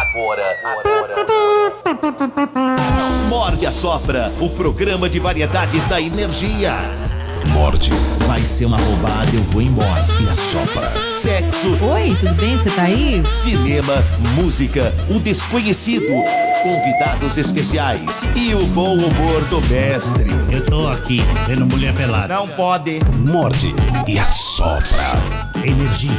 Agora. agora, Morde a Sopra, o programa de variedades da energia. Morde. Vai ser uma roubada, eu vou embora. E a Sopra. Sexo. Oi, tudo bem? Você tá aí? Cinema, música, o desconhecido, convidados especiais e o bom humor do mestre. Eu tô aqui, vendo mulher pelada. Não pode. Morde e a Sopra. Energia.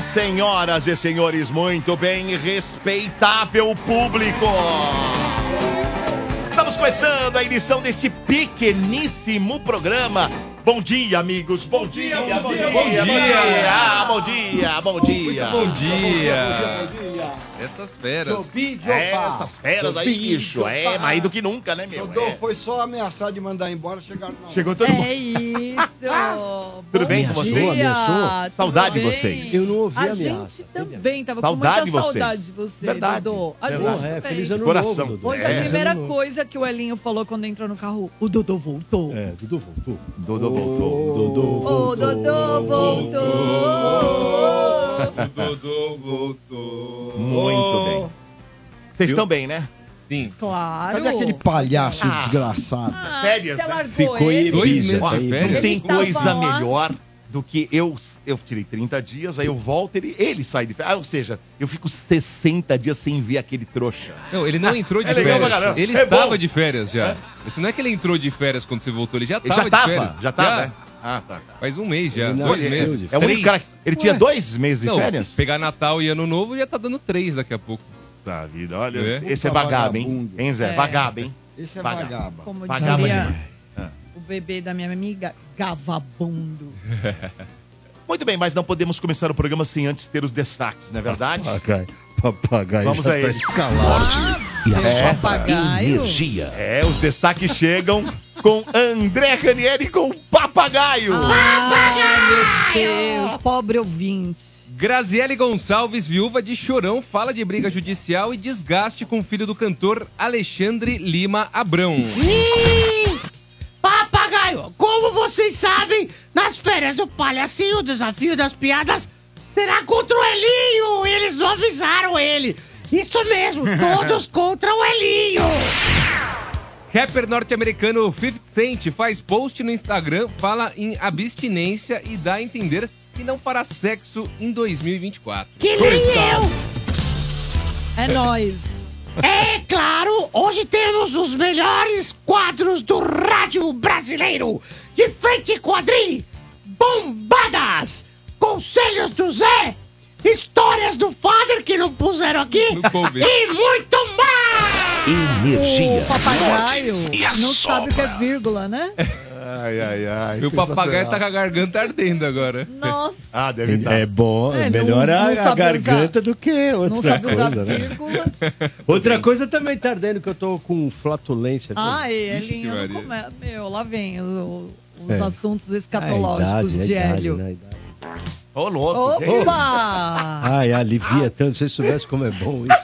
senhoras e senhores, muito bem, respeitável público. Estamos começando a edição deste pequeníssimo programa. Bom dia, amigos. Bom, bom, dia, dia, bom, dia, bom dia, bom dia. Ah, bom dia, bom dia. Muito bom dia. Bom dia, Essas feras. É, essas feras aí, bicho. É, mais do que nunca, né, meu? Dodô, é. foi só ameaçar de mandar embora, chegaram na hora. Ah, Chegou todo mundo. É isso. Tudo bem com vocês? Tá. Ameaçou? Saudade de vocês. Eu não ouvi a ameaça. gente também tava Saudade com muita vocês. saudade de você, Verdade. Dodô. A Verdade. gente Porra, é, também. feliz ano Coração. novo. Dodô. Hoje É. a primeira coisa que o Elinho falou quando entrou no carro, o Dodô voltou. É, Dudu voltou. Dodô voltou. Dodô O Dodô voltou. O Dodô voltou. Muito bem. Vocês estão bem, né? Sim. Claro. Cadê aquele palhaço Ah. desgraçado? Ah, Férias, você né? largou Ficou ele. em Dois Ibiza, meses Ó, de aí. não férias? tem Ele tava coisa lá. melhor do que eu. Eu tirei 30 dias, aí eu volto, ele, ele sai de férias. Ah, ou seja, eu fico 60 dias sem ver aquele trouxa. Não, ele não entrou de É legal pra férias. caramba. Ele É estava bom. de férias já. Isso não é que ele entrou de férias quando você voltou, ele já Ele estava já de tava, férias. já tava, né? Ah, tá. Faz um mês já. Ele Dois nasceu meses. de É o único Três. cara. que- Ele tinha dois meses de Não, férias? pegar Natal e Ano Novo já tá dando três daqui a pouco. Tá, vida, olha. É. Esse é Puta vagabundo, hein? vagabundo. Hein, Zé? É. Vagaba, hein? Esse é Vagabundo. vagaba. Como Pagava diria demais. Ah. É. o bebê da minha amiga, gavabundo. Muito bem, mas não podemos começar o programa sem antes ter os destaques, não é verdade? Papagaio. Papagaio. Vamos já a tá eles. escalado. Ah, E a É. Papagaio. Energia. É, os destaques chegam com André Ranieri com o papagaio. Ah, meu Deus, pobre ouvinte. Graziele Gonçalves, viúva de Chorão, fala de briga judicial e desgaste com o filho do cantor Alexandre Lima Abrão. Ih! Papagaio, como vocês sabem, nas férias do palhacinho, o desafio das piadas será contra o Elinho. Eles não avisaram ele. Isso mesmo, todos contra o Elinho. Rapper norte-americano 50 Cent faz post no Instagram, fala em abstinência e dá a entender que não fará sexo em 2024. Que nem É nóis. eu. É claro, hoje temos os melhores quadros do rádio brasileiro. De frente quadri, bombadas, conselhos do Zé, histórias do Father que não puseram aqui. Não coube. E muito mais! Energia. O papagaio e a não sabe o que é sopra. vírgula, né? Ai, ai, ai. Meu papagaio tá com a garganta ardendo agora. Nossa, Ah, deve estar. É bom, É, é não- melhor não a, a sabe garganta do que não É outra sabe usar coisa, né? vírgula. Outra coisa também tá ardendo, que eu tô com flatulência. Ai, Ah, Ixi, é, Elinho, não Maria. come- meu, lá vem o- os É. assuntos A escatológicos idade, a de idade, Hélio. né, a idade. Ô, louco. que isso? Opa! Ai, Ah. alivia tanto, se vocês soubessem como é bom isso.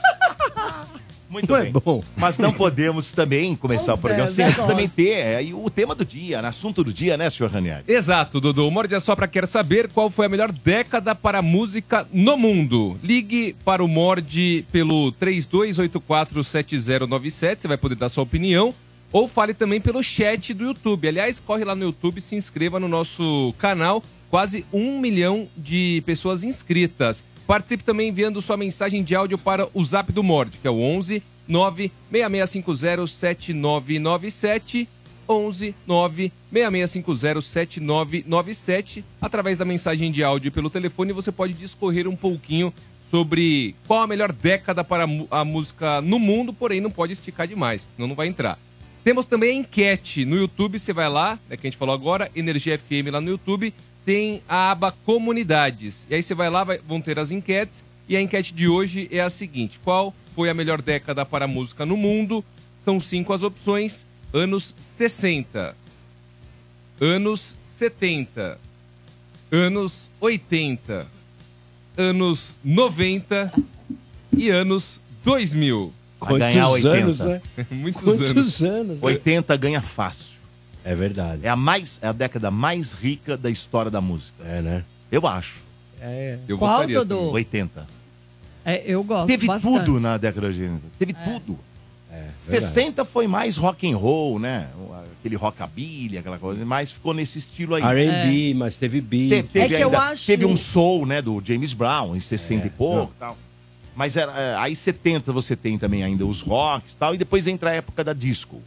Muito Não é bem. bom. Mas não podemos também começar o Pois é, programa sem antes negócio. também ter é, e o tema do dia, né? assunto do dia, né, senhor Ranieri? Exato, Dodô. O Morde a Sopra quer saber qual foi a melhor década para a música no mundo. Ligue para o Morde pelo 32847097, você vai poder dar sua opinião. Ou fale também pelo chat do YouTube. Aliás, corre lá no YouTube, se inscreva no nosso canal. Quase um milhão de pessoas inscritas. Participe também enviando sua mensagem de áudio para o Zap do Morde, que é o 11 966507997. 11 9 6650 7997. Através da mensagem de áudio e pelo telefone, você pode discorrer um pouquinho sobre qual a melhor década para a mu- a música no mundo, porém não pode esticar demais, senão não vai entrar. Temos também a enquete no YouTube, você vai lá, é que a gente falou agora, Energia FM lá no YouTube, tem a aba Comunidades. E aí você vai lá, vai- vão ter as enquetes, e a enquete de hoje é a seguinte: qual foi a melhor década para a música no mundo? São cinco as opções: anos 60, anos 70, anos 80, anos 90 e anos 2000. Vai ganhar 80. anos, né? Muitos anos. Quantos anos? né? 80 ganha fácil. É verdade. É a, mais, é a década mais rica da história da música. É, né? Eu acho. É. Eu Qual, votaria Dodô? também. 80. É, eu gosto Teve bastante. né? tudo na década de 80. Teve tudo. é verdade. 60 foi mais rock and roll, né? Aquele rockabilly, aquela coisa. Mas ficou nesse estilo aí. É. R&B, mas teve beat. Te- teve, É que eu ainda- acho- teve um soul, né, do James Brown, em 60 e É, pouco tal. Mas era, é, aí 70 você tem também ainda os rocks e tal, e depois entra a época da disco,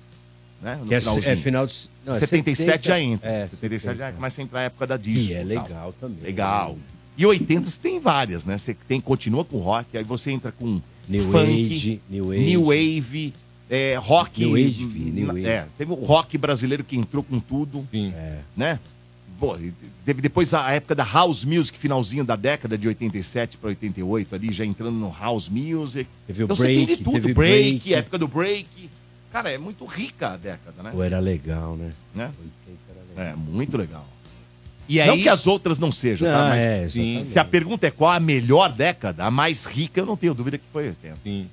né, no que é, finalzinho. é final de... Não, é 77 já entra. É, 77 já começa a entrar a época da disco. E é tal. legal também. né? Legal. E 80 você tem várias, né? Você tem, continua com rock, aí você entra com New funk, Age, New Age. New Wave, é, rock. New Age, filho, New Age. É, teve o rock brasileiro que entrou com tudo Sim. É. né? Pô, e teve depois a época da house music, finalzinho da década de 87 para 88, ali já entrando no house music. Teve o então você tem break, de tudo, teve break, break. época do break. Cara, é muito rica a década, né? Pô, era legal, né? Né? 80 era legal. É muito legal. E aí, Não que as outras não sejam, tá? Não, Mas é, sim. exatamente. se a pergunta é qual a melhor década, a mais rica, eu não tenho dúvida que foi 80. Sim.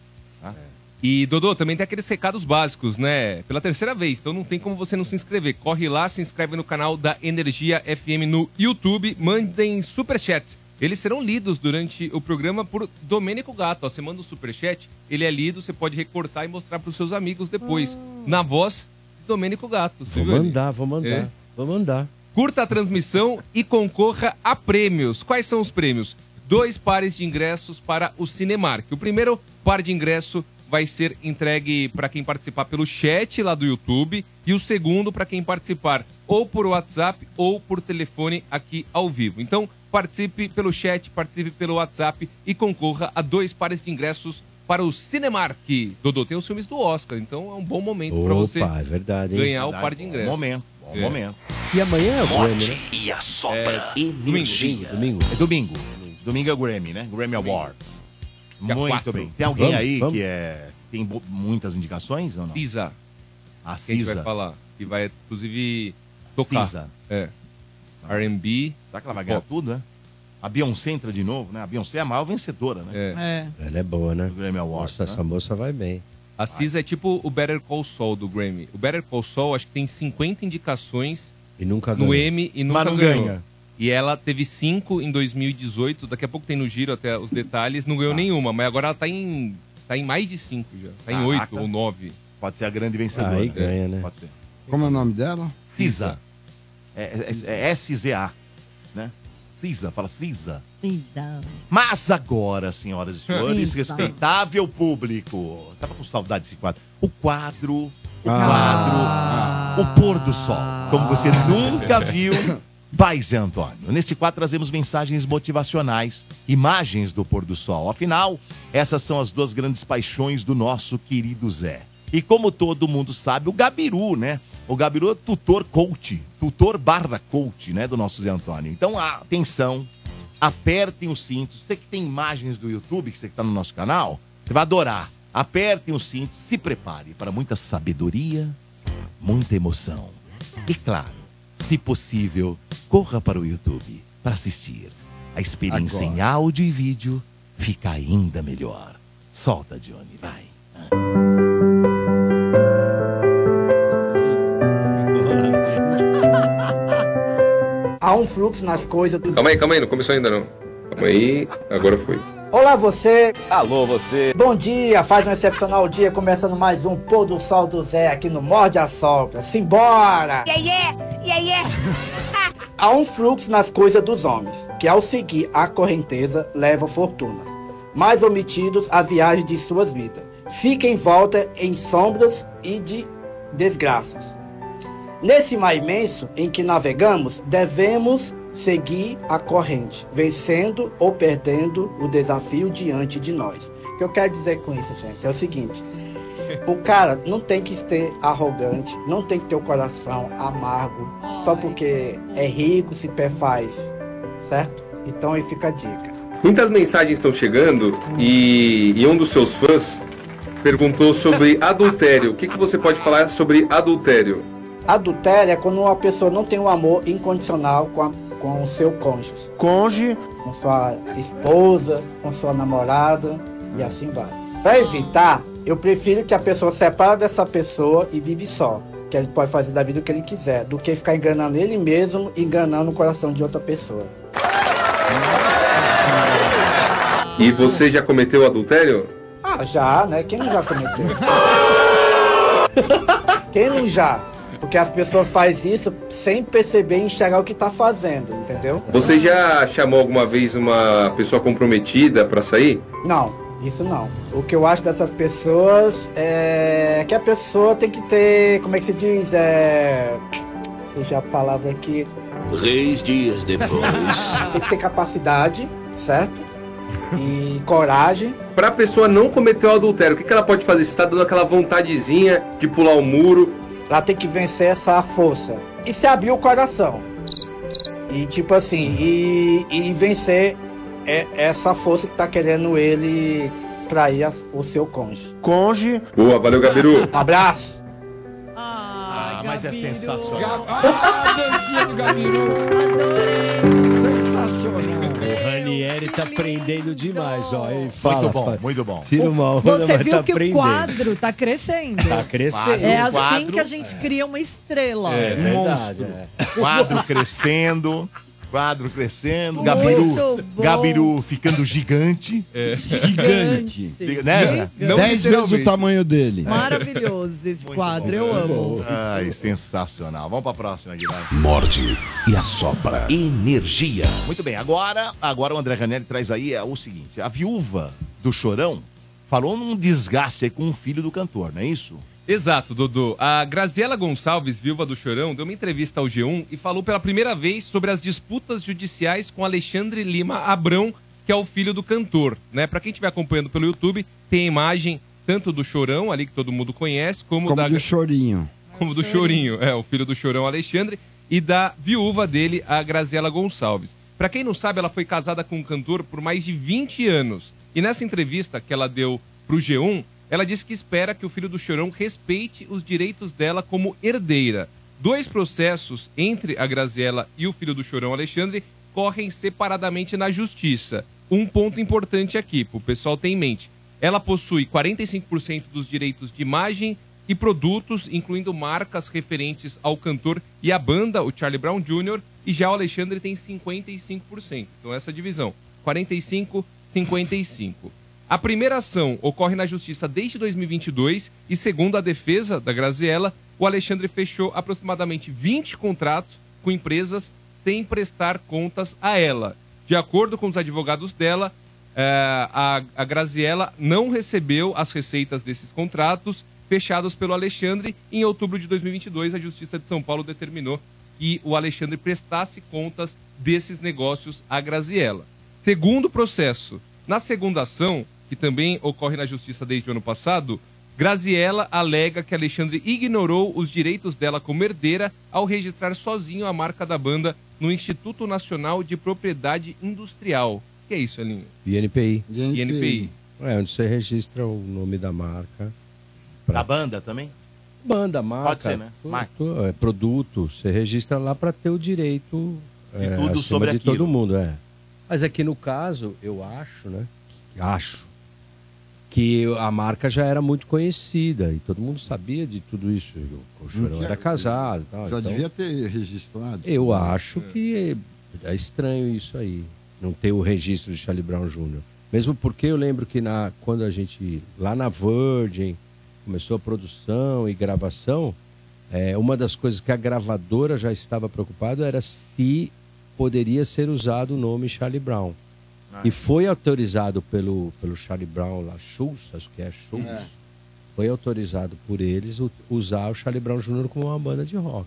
Ah. Tá? É. E, Dodô, também tem aqueles recados básicos, né? Pela terceira vez, então não tem como você não se inscrever. Corre lá, se inscreve no canal da Energia FM no YouTube, mandem superchats. Eles serão lidos durante o programa por Domênico Gato. Ó, você manda o superchat, ele é lido, você pode recortar e mostrar para os seus amigos depois. Na voz de Domênico Gato. Você Ah. Vou viu ali? mandar, vou mandar. É. Vou mandar. Curta a transmissão e concorra a prêmios. Quais são os prêmios? Dois pares de ingressos para o Cinemark. O primeiro par de ingresso vai ser entregue para quem participar pelo chat lá do YouTube e o segundo para quem participar ou por WhatsApp ou por telefone aqui ao vivo. Então, participe pelo chat, participe pelo WhatsApp e concorra a dois pares de ingressos para o Cinemark. Dodô, tem os filmes do Oscar, então é um bom momento para você Opa, é verdade, hein? ganhar o par de Bom ingressos. Momento, bom É. momento. E amanhã é o Grammy, né? e a sopra. Energia. Domingo. É domingo. Domingo é o Grammy, né? Grammy Award. Dia Muito quatro. bem. Tem alguém Vamos, aí vamos. que é tem bo- muitas indicações ou não? Pisa. A que a gente vai Cisa. falar. Que vai, inclusive, tocar. Cisa. Tá. É. R&B. Será que ela vai ganhar Pop. tudo, né? A Beyoncé entra de novo, né? A Beyoncé é a maior vencedora, né? É. É. Ela é boa, né? Do Grammy Awards. Nossa, essa né? moça vai bem. A Cisa é tipo o Better Call Saul do Grammy. O Better Call Saul, acho que tem 50 indicações E nunca no ganhou. M e nunca Mas não ganhou. ganha. E ela teve 5 em 2018. Daqui a pouco tem no giro até os detalhes. Não ganhou nenhuma, mas agora ela tá em... Tá em mais de 5 já. Tá em Caraca. 8 ou 9. Pode ser a grande vencedora. Aí É. né? ganha, né? Pode ser. Como é o nome dela? Cisa. É, é- é S-Z-A, né? Cisa, fala Cisa. Então. Mas agora, senhoras e senhores, Eita. respeitável público. Tava com saudade desse quadro. O quadro, o Ah. quadro, o pôr do sol. Como você nunca viu. Pai Zé Antônio, neste quadro trazemos mensagens motivacionais, imagens do pôr do sol. Afinal, essas são as duas grandes paixões do nosso querido Zé. E como todo mundo sabe, o Gabiru, né? O Gabiru é tutor coach, tutor barra coach, né? Do nosso Zé Antônio. Então, atenção, apertem os cintos. Você que tem imagens do YouTube, que você que está no nosso canal, você vai adorar. Apertem os cintos, se prepare para muita sabedoria, muita emoção. E claro, se possível, corra para o YouTube para assistir. A experiência em áudio e vídeo fica ainda melhor. Solta, Johnny, vai. Há um fluxo nas coisas. Calma aí, calma aí. Não começou ainda, não. Calma aí. Agora foi. Olá você. Alô você. Bom dia, faz um excepcional dia começando mais um pôr do sol do Zé aqui no Morde a Sopra. Simbora. Há um fluxo nas coisas dos homens, que ao seguir a correnteza levam fortunas, mas omitidos a viagem de suas vidas. Fica em volta em sombras e de desgraças. Nesse mar imenso em que navegamos, devemos seguir a corrente, vencendo ou perdendo o desafio diante de nós. O que eu quero dizer com isso, gente, é o seguinte: o cara não tem que ser arrogante, não tem que ter o coração amargo, só porque é rico, se perfaz, certo? Então aí fica a dica. Muitas mensagens estão chegando e, e um dos seus fãs perguntou sobre adultério. O que, que você pode falar sobre adultério? Adultério é quando uma pessoa não tem um amor incondicional com, a- com o seu cônjuge. Cônjuge? Com sua esposa, com sua namorada e assim vai. Para evitar, Eu prefiro que a pessoa separe dessa pessoa e vive só. Que ele pode fazer da vida o que ele quiser, do que ficar enganando ele mesmo e enganando o coração de outra pessoa. E você já cometeu adultério? Ah, já, né? Quem não já cometeu? Quem não já? Porque as pessoas fazem isso sem perceber e enxergar o que tá fazendo, entendeu? Você já chamou alguma vez uma pessoa comprometida pra sair? Não, isso não. O que eu acho dessas pessoas é que a pessoa tem que ter, como é que se diz? É. Fugiu a palavra aqui. Três dias depois. Tem que ter capacidade, certo? E coragem. Pra pessoa não cometer o adultério, o que, que ela pode fazer? Se tá dando aquela vontadezinha de pular o muro. Ela tem que vencer essa força. E se abrir o coração. E tipo assim, e, e vencer é- essa força que tá querendo ele trair as- o seu cônjuge. Conge. Boa, valeu, Gabiru. Abraço! Ah, mas é sensacional. Ah, dancinha do Gabiru. Sensacional. O Ranieri tá prendendo demais, ó. Ele fala, Muito fala. bom, muito bom. Tira uma onda, Você mas viu tá que prendendo. o quadro tá crescendo. Tá crescendo. É assim quadro- que a gente cria uma estrela. É verdade, é. Quadro crescendo. Quadro crescendo. Muito Gabiru. bom. Gabiru ficando gigante. Gigante. Fica- Né? Não É Dez vezes o literalmente. tamanho dele. Maravilhoso esse quadro, eu amo. Ai, sensacional. Vamos pra próxima, Guilherme. Morde e assopra. Energia. Muito bem, agora, agora o André Canelli traz aí é, o seguinte: a viúva do Chorão falou num desgaste aí com o filho do cantor, não é isso? Exato, Dudu. A Graziela Gonçalves, viúva do Chorão, deu uma entrevista ao G1 e falou pela primeira vez sobre as disputas judiciais com Alexandre Lima Abrão, que é o filho do cantor. Né? Para quem estiver acompanhando pelo YouTube, tem a imagem tanto do Chorão, ali que todo mundo conhece, como, da Como do chorinho. como do Chorinho, é, o filho do Chorão Alexandre, e da viúva dele, a Graziela Gonçalves. Pra quem não sabe, ela foi casada com um cantor por mais de 20 anos. E nessa entrevista que ela deu pro G1, ela disse que espera que o filho do Chorão respeite os direitos dela como herdeira. Dois processos entre a Graziela e o filho do Chorão Alexandre correm separadamente na justiça. Um ponto importante aqui, pro pessoal ter em mente. Ela possui 45% dos direitos de imagem e produtos, incluindo marcas referentes ao cantor e à banda, o Charlie Brown Jr., e já o Alexandre tem 55%. Então essa divisão, 45, 55. A primeira ação ocorre na justiça desde 2022 e segundo a defesa da Graziella, o Alexandre fechou aproximadamente 20 contratos com empresas sem prestar contas a ela. De acordo com os advogados dela, é, a, a Graziella não recebeu as receitas desses contratos fechados pelo Alexandre. Em outubro de 2022, a Justiça de São Paulo determinou que o Alexandre prestasse contas desses negócios à Graziella. Segundo processo, na segunda ação, que também ocorre na Justiça desde o ano passado, Graziella alega que Alexandre ignorou os direitos dela como herdeira ao registrar sozinho a marca da banda no Instituto Nacional de Propriedade Industrial. Que é isso, Elinho? INPI. Gente, INPI. É, onde você registra o nome da marca. Da banda também? Banda, marca. ser, né? tu- Marca. tu- é, produto. Você registra lá para ter o direito De é, tudo acima sobre de aquilo. todo mundo, é. Mas aqui no caso, eu acho, né? que- Acho que a marca já era muito conhecida e todo mundo sabia de tudo isso. O, o Chorão tinha- era casado, e tal, Hum. Já então- devia ter registrado. Eu acho que é estranho isso aí, não ter o registro de Charlie Brown Jr. Mesmo porque eu lembro que na, quando a gente, lá na Virgin, começou a produção e gravação, é, uma das coisas que a gravadora já estava preocupada era se poderia ser usado o nome Charlie Brown. E foi autorizado pelo, pelo Charlie Brown lá, Schultz, acho que é Schultz, É. foi autorizado por eles u- usar o Charlie Brown Jr. como uma banda de rock.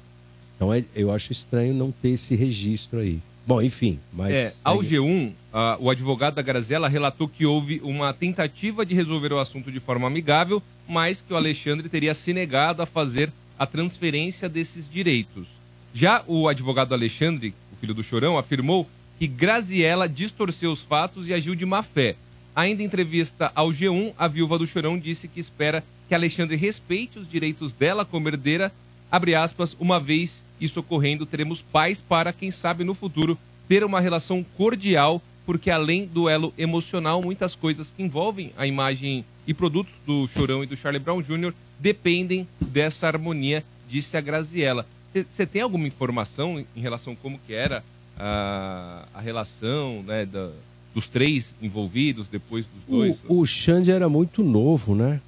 Então é- eu acho estranho não ter esse registro aí. Bom, enfim, mas. É, ao G1, ah, o advogado da Graziella relatou que houve uma tentativa de resolver o assunto de forma amigável, mas que o Alexandre teria se negado a fazer a transferência desses direitos. Já o advogado Alexandre, o filho do Chorão, afirmou que Graziella distorceu os fatos e agiu de má fé. Ainda em entrevista ao G1, a viúva do Chorão disse que espera que Alexandre respeite os direitos dela como herdeira, abre aspas, uma vez isso ocorrendo, teremos paz para, quem sabe no futuro, ter uma relação cordial, porque além do elo emocional, muitas coisas que envolvem a imagem e produtos do Chorão e do Charlie Brown Jr. dependem dessa harmonia, disse a Graziella. Você tem alguma informação em relação a como que era a, a relação né, da- dos três envolvidos depois Uh, dos dois? O, o Xande era muito novo, né?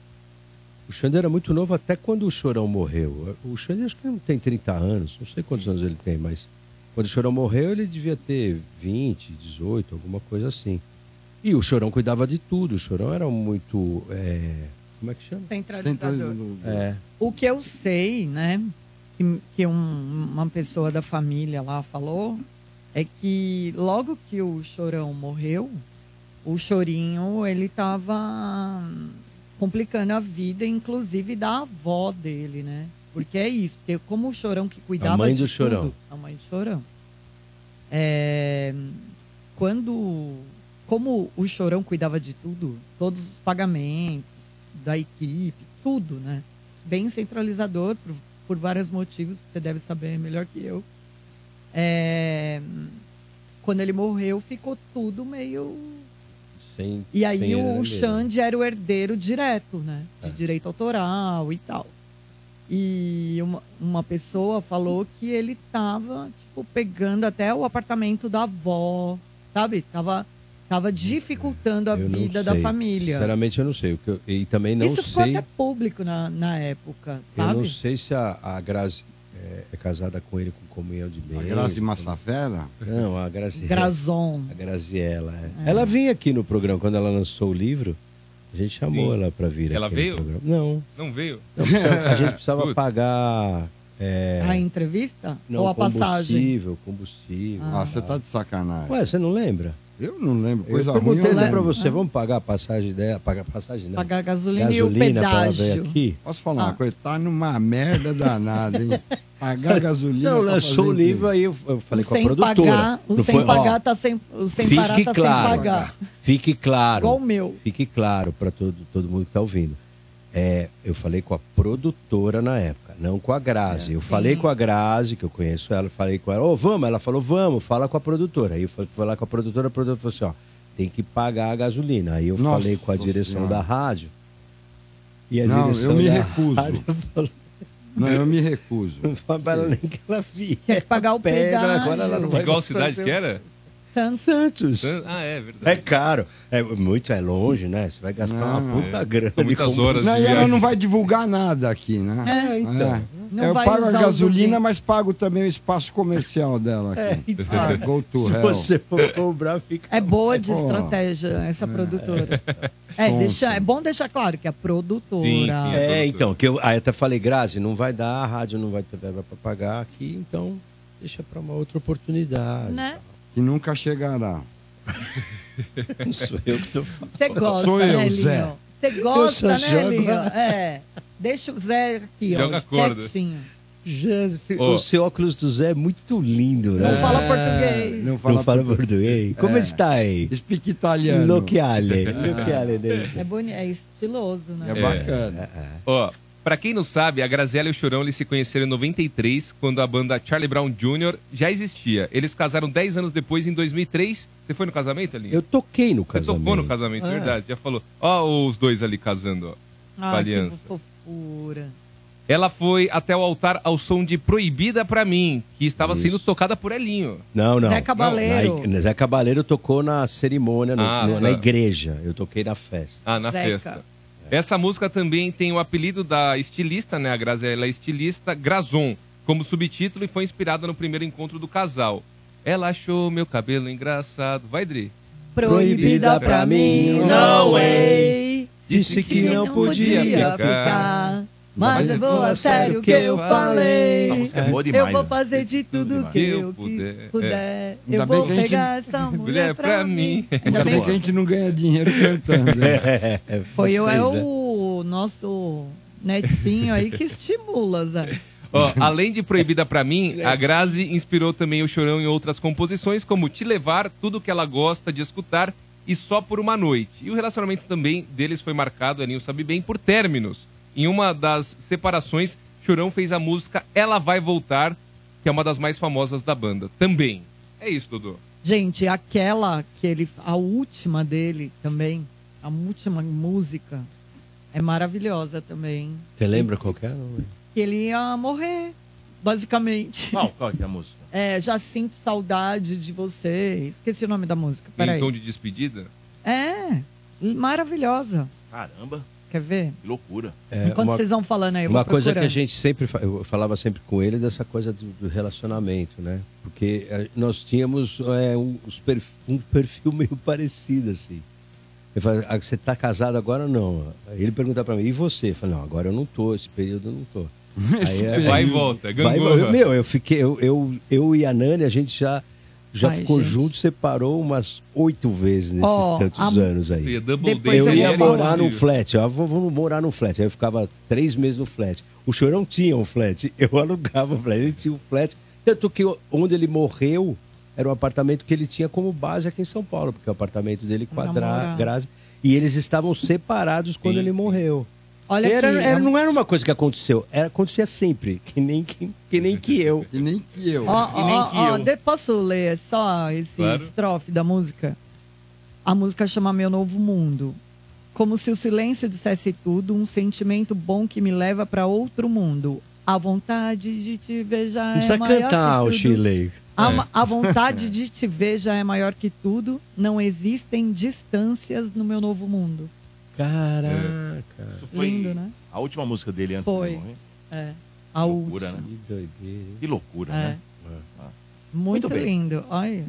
O Xande era muito novo até quando o Chorão morreu. O Xande acho que não tem 30 anos, não sei quantos anos ele tem, mas quando o Chorão morreu ele devia ter 20, 18, alguma coisa assim. E o Chorão cuidava de tudo, o Chorão era muito... é, Como é que chama? Centralizador. É, O que eu sei, né, que, que um- uma pessoa da família lá falou, é que logo que o Chorão morreu, o Chorinho, ele tava hum, complicando a vida, inclusive da avó dele, né? Porque é isso, porque como o Chorão que cuidava A mãe de do Chorão. tudo, a mãe do Chorão. É, quando, como o Chorão cuidava de tudo, todos os pagamentos da equipe, tudo, né? Bem centralizador, por, por vários motivos, que você deve saber melhor que eu. É, quando ele morreu, ficou tudo meio sem, e aí sem é o herdeiro. Xande era o herdeiro direto, né? É. De direito autoral e tal. E uma, uma pessoa falou que ele tava, tipo, pegando até o apartamento da avó, sabe? Tava, tava dificultando a Eu não vida da sei. família. Sinceramente eu não sei. O que eu- E também não Isso ficou sei... até público na, na época, Eu não sabe? sei se a, a Grazi é, é casada com ele com comunhão de bem. Grazi Massafera? Não, a Grazi. Grazon. A Graziella, é. É. Ela vinha aqui no programa quando ela lançou o livro. A gente chamou ela pra vir Ela aqui no veio? programa. Não. Não veio? Não, precisava- a gente precisava pagar. é, A entrevista? não, Ou a passagem? Combustível, combustível. Ah. Ah, você tá de sacanagem. Ué, você não lembra? Eu não lembro, Eu coisa ruim. perguntei eu aqui pra lembro. você, vamos pagar a passagem dela? Pagar a passagem, não. É. Pagar a gasolina, Gasolina e o pra ela pedágio. ver aqui. Ah. Posso falar uma coisa? Tá numa merda danada, hein? Pagar gasolina. Não, pra lançou fazer o o quê? livro aí, eu eu falei com a sem produtora. pagar, o Não sem foi- ó, pagar tá sem. O sem parar tá sem pagar. Fique claro. Igual o meu. Fique claro para todo, todo mundo que está ouvindo. É, eu falei com a produtora na época, não com a Grazi. eu falei com a Grazi, que eu conheço ela, falei com ela, ô, vamos. Ela falou, vamos, fala com a produtora. Aí eu fui fui lá com a produtora, a produtora falou assim, ó, tem que pagar a gasolina. Aí eu Nossa falei com a direção Senhora. da rádio. E a Não, direção eu me da recuso. rádio falou, Não, eu me recuso. Não fala nem que ela via. Tinha que pagar o pedágio. Pedra, agora ela não vai Igual mais cidade fazer que era? Santos. Ah, é verdade. É caro. É muito, é longe, né? Você vai gastar uma puta é. grana. de combustível. Não, e ela não vai divulgar nada aqui, né? É, então. Não eu vai pago a usar o gasolina, Zubim. mas pago também o espaço comercial dela aqui. então. Ah, go to Se hell. você for cobrar, fica. É boa de Pô. estratégia essa produtora. É, Tonto. deixa, é bom deixar claro que a produtora. é, então, que eu aí até falei, Grazi, não vai dar, a rádio não vai ter verba pra pagar aqui, então deixa pra uma outra oportunidade. Né? Que nunca chegará. Não sou eu que tô falando. Você gosta, Sou eu, né, Zé. Linho? Você Eu gosta, só né, jogo. Linho? É. Deixa o Zé aqui, Joga ó. corda. Quietinho. Jesus, Ó. O seu óculos do Zé é muito lindo, né? Não fala português. Não fala, português. Como É. está aí? Explique italiano. Lo que ale, lo que ale dele. É, boni... é estiloso, né? É bacana. Ó, pra quem não sabe, a Graziella e o Chorão eles se conheceram em 93, quando a banda Charlie Brown Jr. já existia. Eles casaram 10 anos depois, em 2003. Você foi no casamento, Aline? Eu toquei no Você casamento. tocou no casamento, Ah. verdade. Já falou. Ó, os dois ali casando, ó. com a Ah, que aliança. fofura. Ela foi até o altar ao som de Proibida Pra Mim, que estava sendo tocada por Elinho. Não, não. Zé Cabaleiro. Na ig- Zé Cabaleiro tocou na cerimônia, no- Ah, no- tá. na igreja. Eu toquei na festa. Ah, na Zeca. festa. Essa música também tem o apelido da estilista, né? A Graziella é estilista, Grazon, como subtítulo e foi inspirada no primeiro encontro do casal. Ela achou meu cabelo engraçado. Vai, Dri. Proibida pra mim, não é. ei. Disse que não podia ficar. Mas é boa, sério que eu falei. Essa música é boa demais, Eu vou né? fazer de tudo que eu puder. é. Eu Ainda bem vou que a gente- pegar essa mulher pra mim. Tá Ainda bem que a gente não ganha dinheiro cantando. né? Foi eu, é Vocês, o nosso netinho aí que estimula, Zé. Ó, além de Proibida Pra Mim, a Grazi inspirou também o Chorão em outras composições, como Te Levar, Tudo Que Ela Gosta de Escutar e Só Por Uma Noite. E o relacionamento também deles foi marcado, Elinho sabe bem, por términos. Em uma das separações, Chorão fez a música Ela Vai Voltar, que é uma das mais famosas da banda também. É isso, Dodô. Gente, aquela que ele. A última dele também, a última música, É maravilhosa também. Você lembra qual que é? era? Luiz? Que ele ia morrer, basicamente. Qual, qual que é a música? É, já sinto saudade de você. Esqueci o nome da música, Em peraí. tom Então de despedida? É, maravilhosa. Caramba, Quer ver? que loucura. É, Enquanto uma- vocês vão falando aí, eu Uma vou coisa que a procurando. gente sempre fa- eu falava sempre com ele é dessa coisa do, do relacionamento, né? Porque eh, nós tínhamos é, um, os perfil, um perfil meio parecido assim. Eu falei, "Ah, você tá casado agora ou não? Aí ele perguntava pra mim, e você? Eu falei, não, agora eu não tô, esse período eu não tô. Aí, Vai e volta, vai e gangorra. volta. Meu, eu fiquei, eu, eu, eu e a Nani, a gente já, já Ai, ficou gente. junto, separou umas oito vezes nesses Ó, tantos a- anos aí. Você ia double Depois date, Eu eu ia é era vou- morar num impossível. flat, eu vou, vou morar num flat. Aí eu ficava três meses no flat. O Chorão tinha um flat, eu alugava o flat, ele tinha um flat. Tanto que o- onde ele morreu era um apartamento que ele tinha como base aqui em São Paulo, porque é o apartamento dele quadra, Namorado. grase, e eles estavam separados quando Sim, ele sim. morreu. Olha era, aqui, era- é um- não era uma coisa que aconteceu, era, acontecia sempre, que nem que, que nem que eu. E nem que eu. Ó, E nem ó, que ó, eu. de- posso ler só esse Claro. estrofe da música? A música chama Meu Novo Mundo. Como se o silêncio dissesse tudo, um sentimento bom que me leva para outro mundo. A vontade de te ver já Não é precisa maior cantar que o tudo. Chile. A, É. ma- a vontade de te ver já é maior que tudo. Não existem distâncias no meu novo mundo. Caraca, É. Isso foi Lindo, né? a última música dele antes Foi. de morrer. É. Que A loucura, última. né? que doideira. Que loucura, É. né? Muito Muito, bem. lindo. Olha.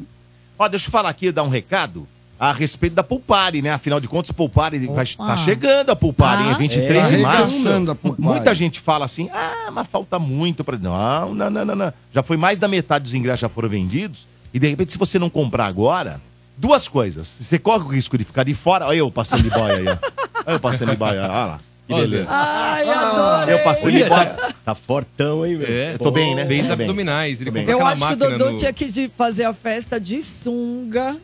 Ó, deixa eu falar aqui, dar um recado a respeito da Pulpari, né? Afinal de contas, Pulpari Opa. tá, tá chegando a Pulpari, Ah. é 23 É, de tá março. arregaçando a Pulpari. Muita gente fala assim, ah, mas falta muito para Não, não, não, não, não. Já foi mais da metade dos ingressos já foram vendidos. E de repente, se você não comprar agora, duas coisas. Você corre o risco de ficar de fora. Olha eu passando de boia aí, ó. Olha eu passando de boia, olha lá. Que Ó, beleza. Ah, Ai, Eu passando de boia. Tá fortão, hein, velho? É, Eu tô bem, né? Fez Tô bem. abdominais. Ele Tô bem. comprou Eu aquela acho que o máquina Dodô no- tinha que de- fazer a festa de sunga.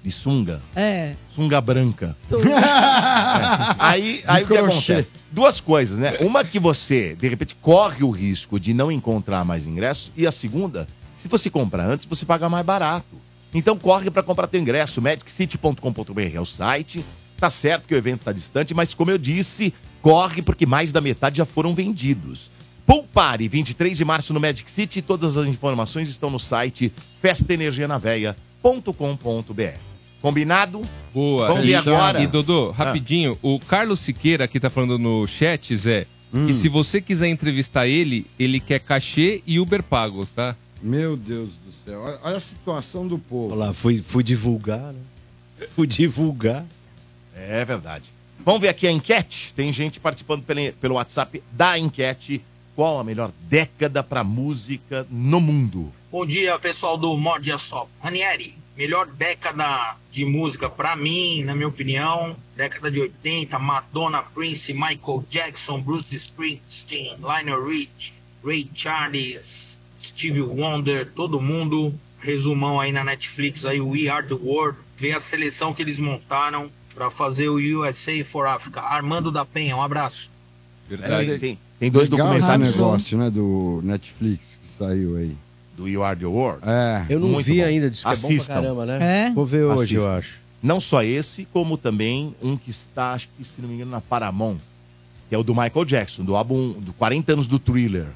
De sunga. É. Sunga branca. É. Aí, aí o que crochê. acontece? Duas coisas, né? Uma que você, de repente, corre o risco de não encontrar mais ingresso. E a segunda, se você comprar antes, você paga mais barato. Então corre para comprar teu ingresso. MagicCity.com.br é o site. Tá certo que o evento tá distante, mas como eu disse, corre porque mais da metade já foram vendidos. Poupare, 23 de março no Magic City. Todas as informações estão no site festaenergianaveia.com.br. Combinado? Boa. Vamos E- ver agora. Ah. E Dodô, rapidinho, o Carlos Siqueira aqui tá falando no chat, Zé, Hum. que se você quiser entrevistar ele, ele quer cachê e Uber pago, tá? Meu Deus do céu. Olha, olha a situação do povo. Olha lá, fui, fui divulgar, né? Fui divulgar. É verdade. Vamos ver aqui a enquete. Tem gente participando pela- pelo WhatsApp da enquete. Qual a melhor década pra música no mundo? Bom dia, pessoal do Morde a Só. Ranieri, melhor década de música pra mim, na minha opinião, década de 80, Madonna, Prince, Michael Jackson, Bruce Springsteen, Lionel Rich, Ray Charles, Stevie Wonder, todo mundo. Resumão aí na Netflix, aí We Are The World. Vê a seleção que eles montaram pra fazer o USA for Africa. Armando da Penha, um abraço. Tem, Verdade. tem- tem dois Legal esse documentários negócio, né, do Netflix que saiu aí. do You Are The World. É. Eu não Muito vi bom. ainda, disse que Assistam. é bom pra caramba, né? É? Vou ver hoje, Assistam. eu acho. Não só esse, como também um que está, acho que se não me engano, na Paramount. Que é o do Michael Jackson, do álbum do 40 anos do Thriller.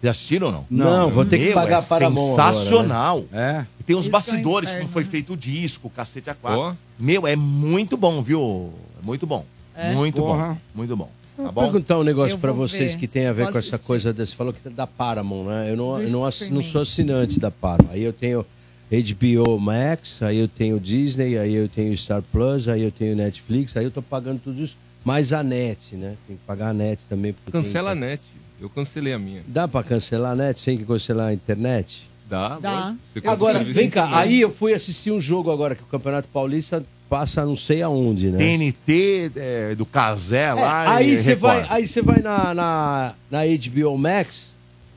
Vocês assistiram ou não? Não, vou ter que Meu, pagar é para a mão agora, né? Sensacional. É. E tem uns Isso que é um bastidores, como inferno, foi né? feito o disco, o cacete a quatro. Ó, Meu, é muito bom, viu? É Muito bom. É? Muito bom. Porra. Muito bom. Tá Vou bom? perguntar um negócio Eu pra vou vocês ver. que tem a ver Vou com essa assistir. coisa desse. Falou que é da Paramount, né? Eu não, Do eu não, ass- não streaming. sou assinante da Paramount. Aí eu tenho HBO Max, aí eu tenho Disney, aí eu tenho Star Plus, aí eu tenho Netflix, aí eu tô pagando tudo isso. Mais a net, né? Tem que pagar a net também. porque tem- cancela a net. Eu cancelei a minha. Dá pra cancelar a net sem que cancelar a internet? Dá, Dá. lógico. Você compra o Agora, serviço né? vem cá, também. aí eu fui assistir um jogo agora que o Campeonato Paulista passa não sei aonde, né? TNT é, do Casé É, lá. aí e você Record. vai, aí você vai na, na, na HBO Max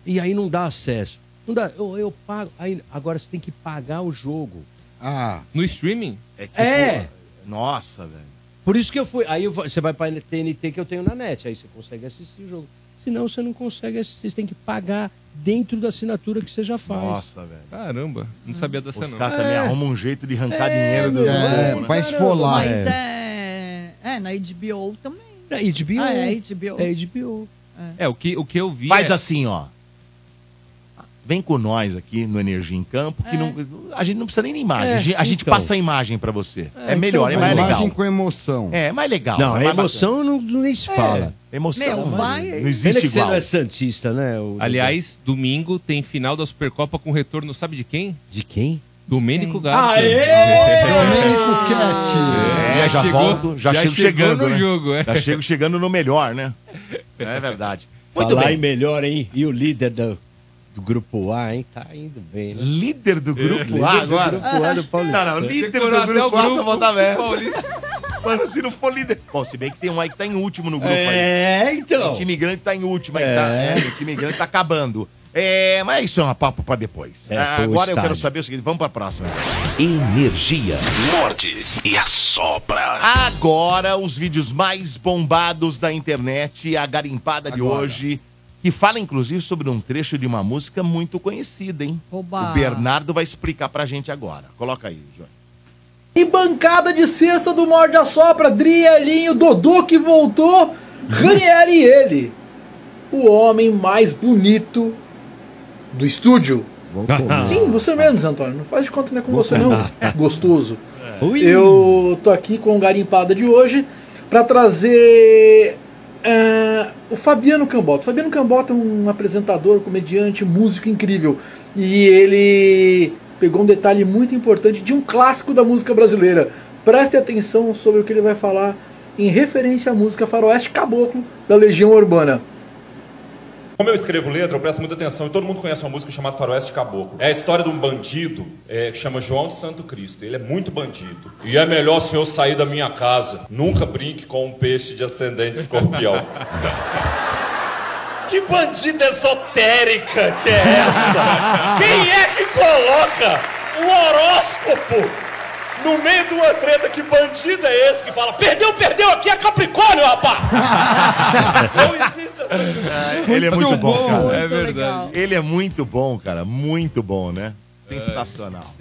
e aí não dá acesso. Não dá, eu, eu pago. Aí, agora você tem que pagar o jogo. Ah, No streaming? É. tipo, É. Nossa, velho. Por isso que eu fui. Aí eu vou- você vai pra TNT que eu tenho na net, aí você consegue assistir o jogo. Senão você não consegue assistir, você tem que pagar dentro da assinatura que você já faz. Nossa, velho. Caramba, não sabia dessa Os não. caras também arrumam um jeito É, de arrancar dinheiro do é, jogo, né? pra esfolar. Mas é... é. na HBO também. É HBO. Ah, é HBO. É HBO. É, o que, o que eu vi. Faz é- assim, ó. Vem com nós aqui no Energia em Campo, É. que não, a gente não precisa nem de imagem. É, a gente, a gente então. passa a imagem pra você. É, então, melhor, é mais legal. com emoção. É, é mais legal. Não, é a mais emoção não, nem É, se fala. emoção Meu, vai- não existe Pena que você igual. não é santista, né? o- Aliás, domingo tem final da Supercopa com retorno, sabe de quem? De quem? Domênico Gato. Domênico Cat. É, já volto, já, chego chegando. no né? jogo, é. Já chego chegando no melhor, né? É verdade. Muito Falar bem. em melhor, hein? E o líder do, do grupo A, hein? Tá indo bem, né? Líder do grupo Líder A do agora? grupo A do Paulista. Não, não, líder Decorar do até grupo o A só grupo volta do versa. Paulista. Mano, se não for líder. Bom, se bem que tem um aí que tá em último no grupo É, aí. então. O time grande tá em último aí. Tá, é, o time grande tá acabando. É, mas isso é uma papo pra depois. É, Ah, pro agora eu estádio. quero saber o seguinte, vamos pra próxima. Energia. Morde e assopra. Agora, os vídeos mais bombados da internet, a garimpada de Agora. hoje, que fala inclusive sobre um trecho de uma música muito conhecida, hein? Oba. O Bernardo vai explicar pra gente agora. Coloca aí, João. E bancada de sexta do Morde a Sopra, Drielinho, Dodô que voltou, Ranieri e ele. O homem mais bonito do estúdio. Sim, você mesmo, Zé Antônio. Não faz de conta que não é com você, não. Gostoso. Ui. Eu tô aqui com o Garimpada de hoje pra trazer ah, o Fabiano Cambota. O Fabiano Cambota é um apresentador, comediante, músico incrível. E ele pegou um detalhe muito importante de um clássico da música brasileira. Preste atenção sobre o que ele vai falar em referência à música Faroeste Caboclo da Legião Urbana. Como eu escrevo letra, eu presto muita atenção e todo mundo conhece uma música chamada Faroeste Caboclo. É a história de um bandido é, que chama João de Santo Cristo. Ele é muito bandido. E é melhor o senhor sair da minha casa. Nunca brinque com um peixe de ascendente escorpião. Que bandida esotérica que é essa? Quem é que coloca o horóscopo no meio de uma treta? Que bandido é esse que fala, perdeu, perdeu, aqui é Capricórnio, rapaz! Não existe essa coisa. Ele é muito bom, cara. É verdade. Ele é muito bom, cara. Muito bom, né? Sensacional.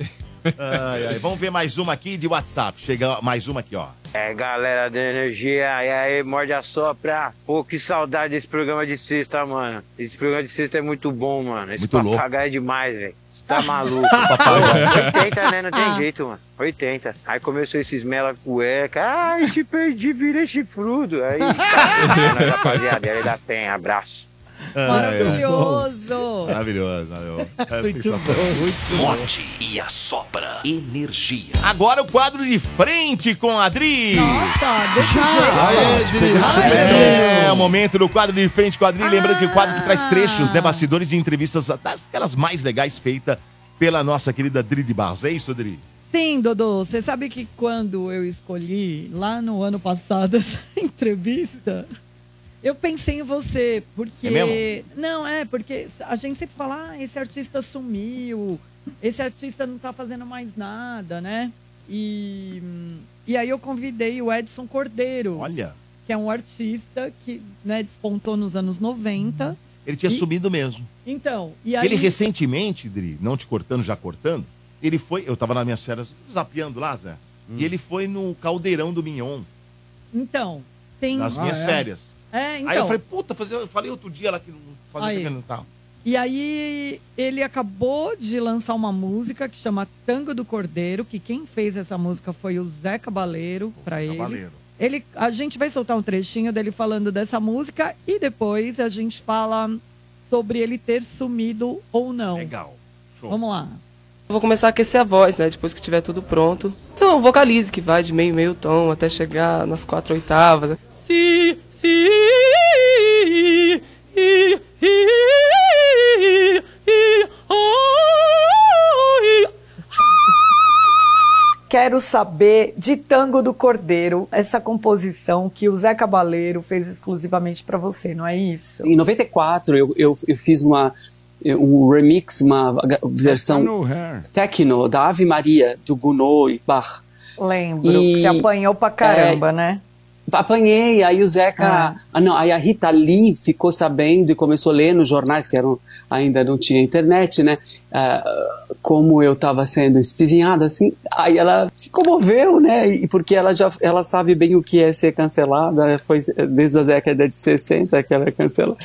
Ai, ai. Vamos ver mais uma aqui de WhatsApp. Chega mais uma aqui, ó. É, galera da energia, e aí, morde a sopra. Pô, que saudade desse programa de sexta, mano. Esse programa de sexta é muito bom, mano. Esse Muito louco. papagaio é demais, velho. Você tá maluco. Papagaio. 80, né? Não tem jeito, mano. 80. Aí começou esses mela cueca. Ai, te perdi, virei chifrudo. Aí, tá, rapaziada, ele da penha, um abraço. É, Maravilhoso. Maravilhoso, maravilhoso. É Muito sensacional. bom, muito bom. Morte e assopra. Energia. Agora o quadro de frente com a Adri. Nossa, deixa Aê, Adri. É, é o momento do quadro de frente com a Adri. Lembrando que o quadro que traz trechos, né? Bastidores de entrevistas, das, aquelas mais legais feitas pela nossa querida Adri de Barros. É isso, Adri? Sim, Dodô, você sabe que quando eu escolhi, lá no ano passado, essa entrevista, eu pensei em você, porque. É mesmo? Não, é, porque a gente sempre fala, ah, esse artista sumiu, esse artista não tá fazendo mais nada, né? E, e aí eu convidei o Edson Cordeiro. Olha. Que é um artista que né, despontou nos anos 90. Ele tinha E- sumido mesmo. Então, e aí. Ele recentemente, Dri, não te cortando, já cortando, ele foi. Eu tava nas minhas férias zapeando lá, Zé. Hum. E ele foi no caldeirão do Mignon, Então, tem. nas minhas férias. É, então. Aí eu falei, puta, fazer, eu falei outro dia lá que não fazia Aí. pequeno tal. E aí ele acabou de lançar uma música que chama Tango do Cordeiro, que quem fez essa música foi o Zé Cabaleiro para ele. Cabaleiro. Ele, a gente vai soltar um trechinho dele falando dessa música e depois a gente fala sobre ele ter sumido ou não. Legal. Vamos lá. Eu Vou começar a aquecer a voz, né? Depois que tiver tudo pronto. São vocalize que vai de meio, meio tom até chegar nas quatro oitavas. Si, si, i, i, i, i, oi. Quero saber de Tango do Cordeiro, essa composição que o Zé Cabaleiro fez exclusivamente para você, não é isso? Em 94 eu, eu, eu fiz uma um remix, uma ga- Tá versão techno da Ave Maria do Gounod e Bach. Lembro, E- que você apanhou pra caramba, é, né? apanhei, aí o Zeca. Ah. não, aí a Rita Lee ficou sabendo e começou a ler nos jornais, que eram, ainda não tinha internet, né? Ah, como eu estava sendo espizinhada, assim. Aí ela se comoveu, né? E porque ela já ela sabe bem o que é ser cancelada, foi desde a década de 60 que ela é cancelada.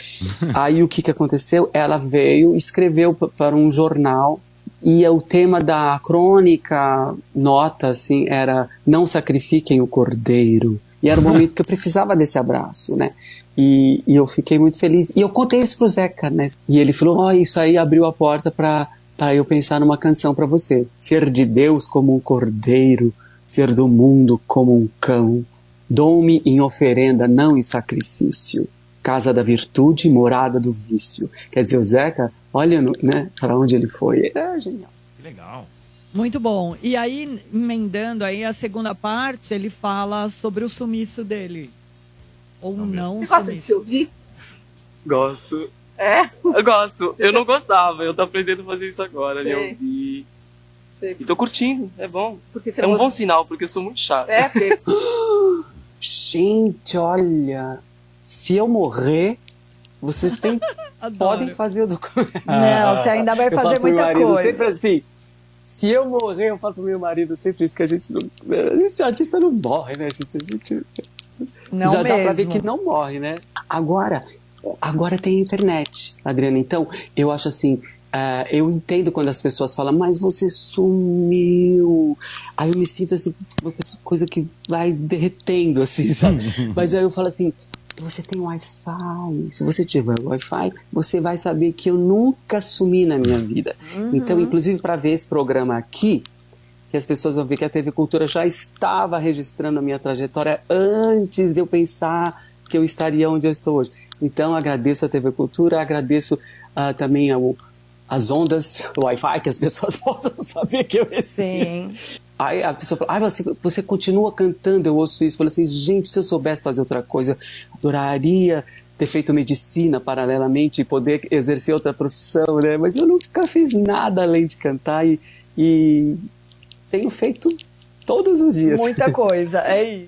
aí o que, que aconteceu? Ela veio, escreveu para um jornal e o tema da crônica nota assim era não sacrifiquem o cordeiro e era o momento que eu precisava desse abraço né e, e eu fiquei muito feliz e eu contei isso pro Zeca né e ele falou ó oh, isso aí abriu a porta para para eu pensar numa canção para você ser de Deus como um cordeiro ser do mundo como um cão dou-me em oferenda não em sacrifício casa da virtude morada do vício quer dizer o Zeca olha né, para onde ele foi. né? É genial. Que legal. Muito bom. E aí, emendando aí a segunda parte, ele fala sobre o sumiço dele. Ou não. não Você gosta de se ouvir? Gosto. É? Eu gosto. Eu não gostava, eu tô aprendendo a fazer isso agora, né? Eu vi. E tô curtindo, é bom. é um gosta- bom sinal, porque eu sou muito chato. É, porque Gente, olha, se eu morrer, vocês têm, podem fazer o documentário. Não, você ainda vai Ah, Eu falo fazer pro meu muita marido coisa. Sempre assim. Se eu morrer, eu falo pro meu marido sempre isso, que a gente não. A gente, artista não morre, né, gente? A gente Não assim, já dá pra mesmo. ver que não morre, né? Agora, agora tem internet, Adriana. Então, eu acho assim. ah, eu entendo quando as pessoas falam, mas você sumiu. Aí eu me sinto assim, uma coisa que vai derretendo, assim, sabe? mas aí eu falo assim, você tem Wi-Fi. Se você tiver Wi-Fi, você vai saber que eu nunca sumi na minha vida. Uhum. Então, inclusive, para ver esse programa aqui, que as pessoas vão ver que a TV Cultura já estava registrando a minha trajetória antes de eu pensar que eu estaria onde eu estou hoje. Então, agradeço a TV Cultura, agradeço ah, também ao, as ondas, o Wi-Fi, que as pessoas possam saber que eu existo. Sim. Aí a pessoa fala, ah, você, você continua cantando, eu ouço isso. Eu falo assim, gente, se eu soubesse fazer outra coisa, adoraria ter feito medicina paralelamente e poder exercer outra profissão, né? Mas eu nunca fiz nada além de cantar e, e tenho feito todos os dias. Muita coisa, é isso.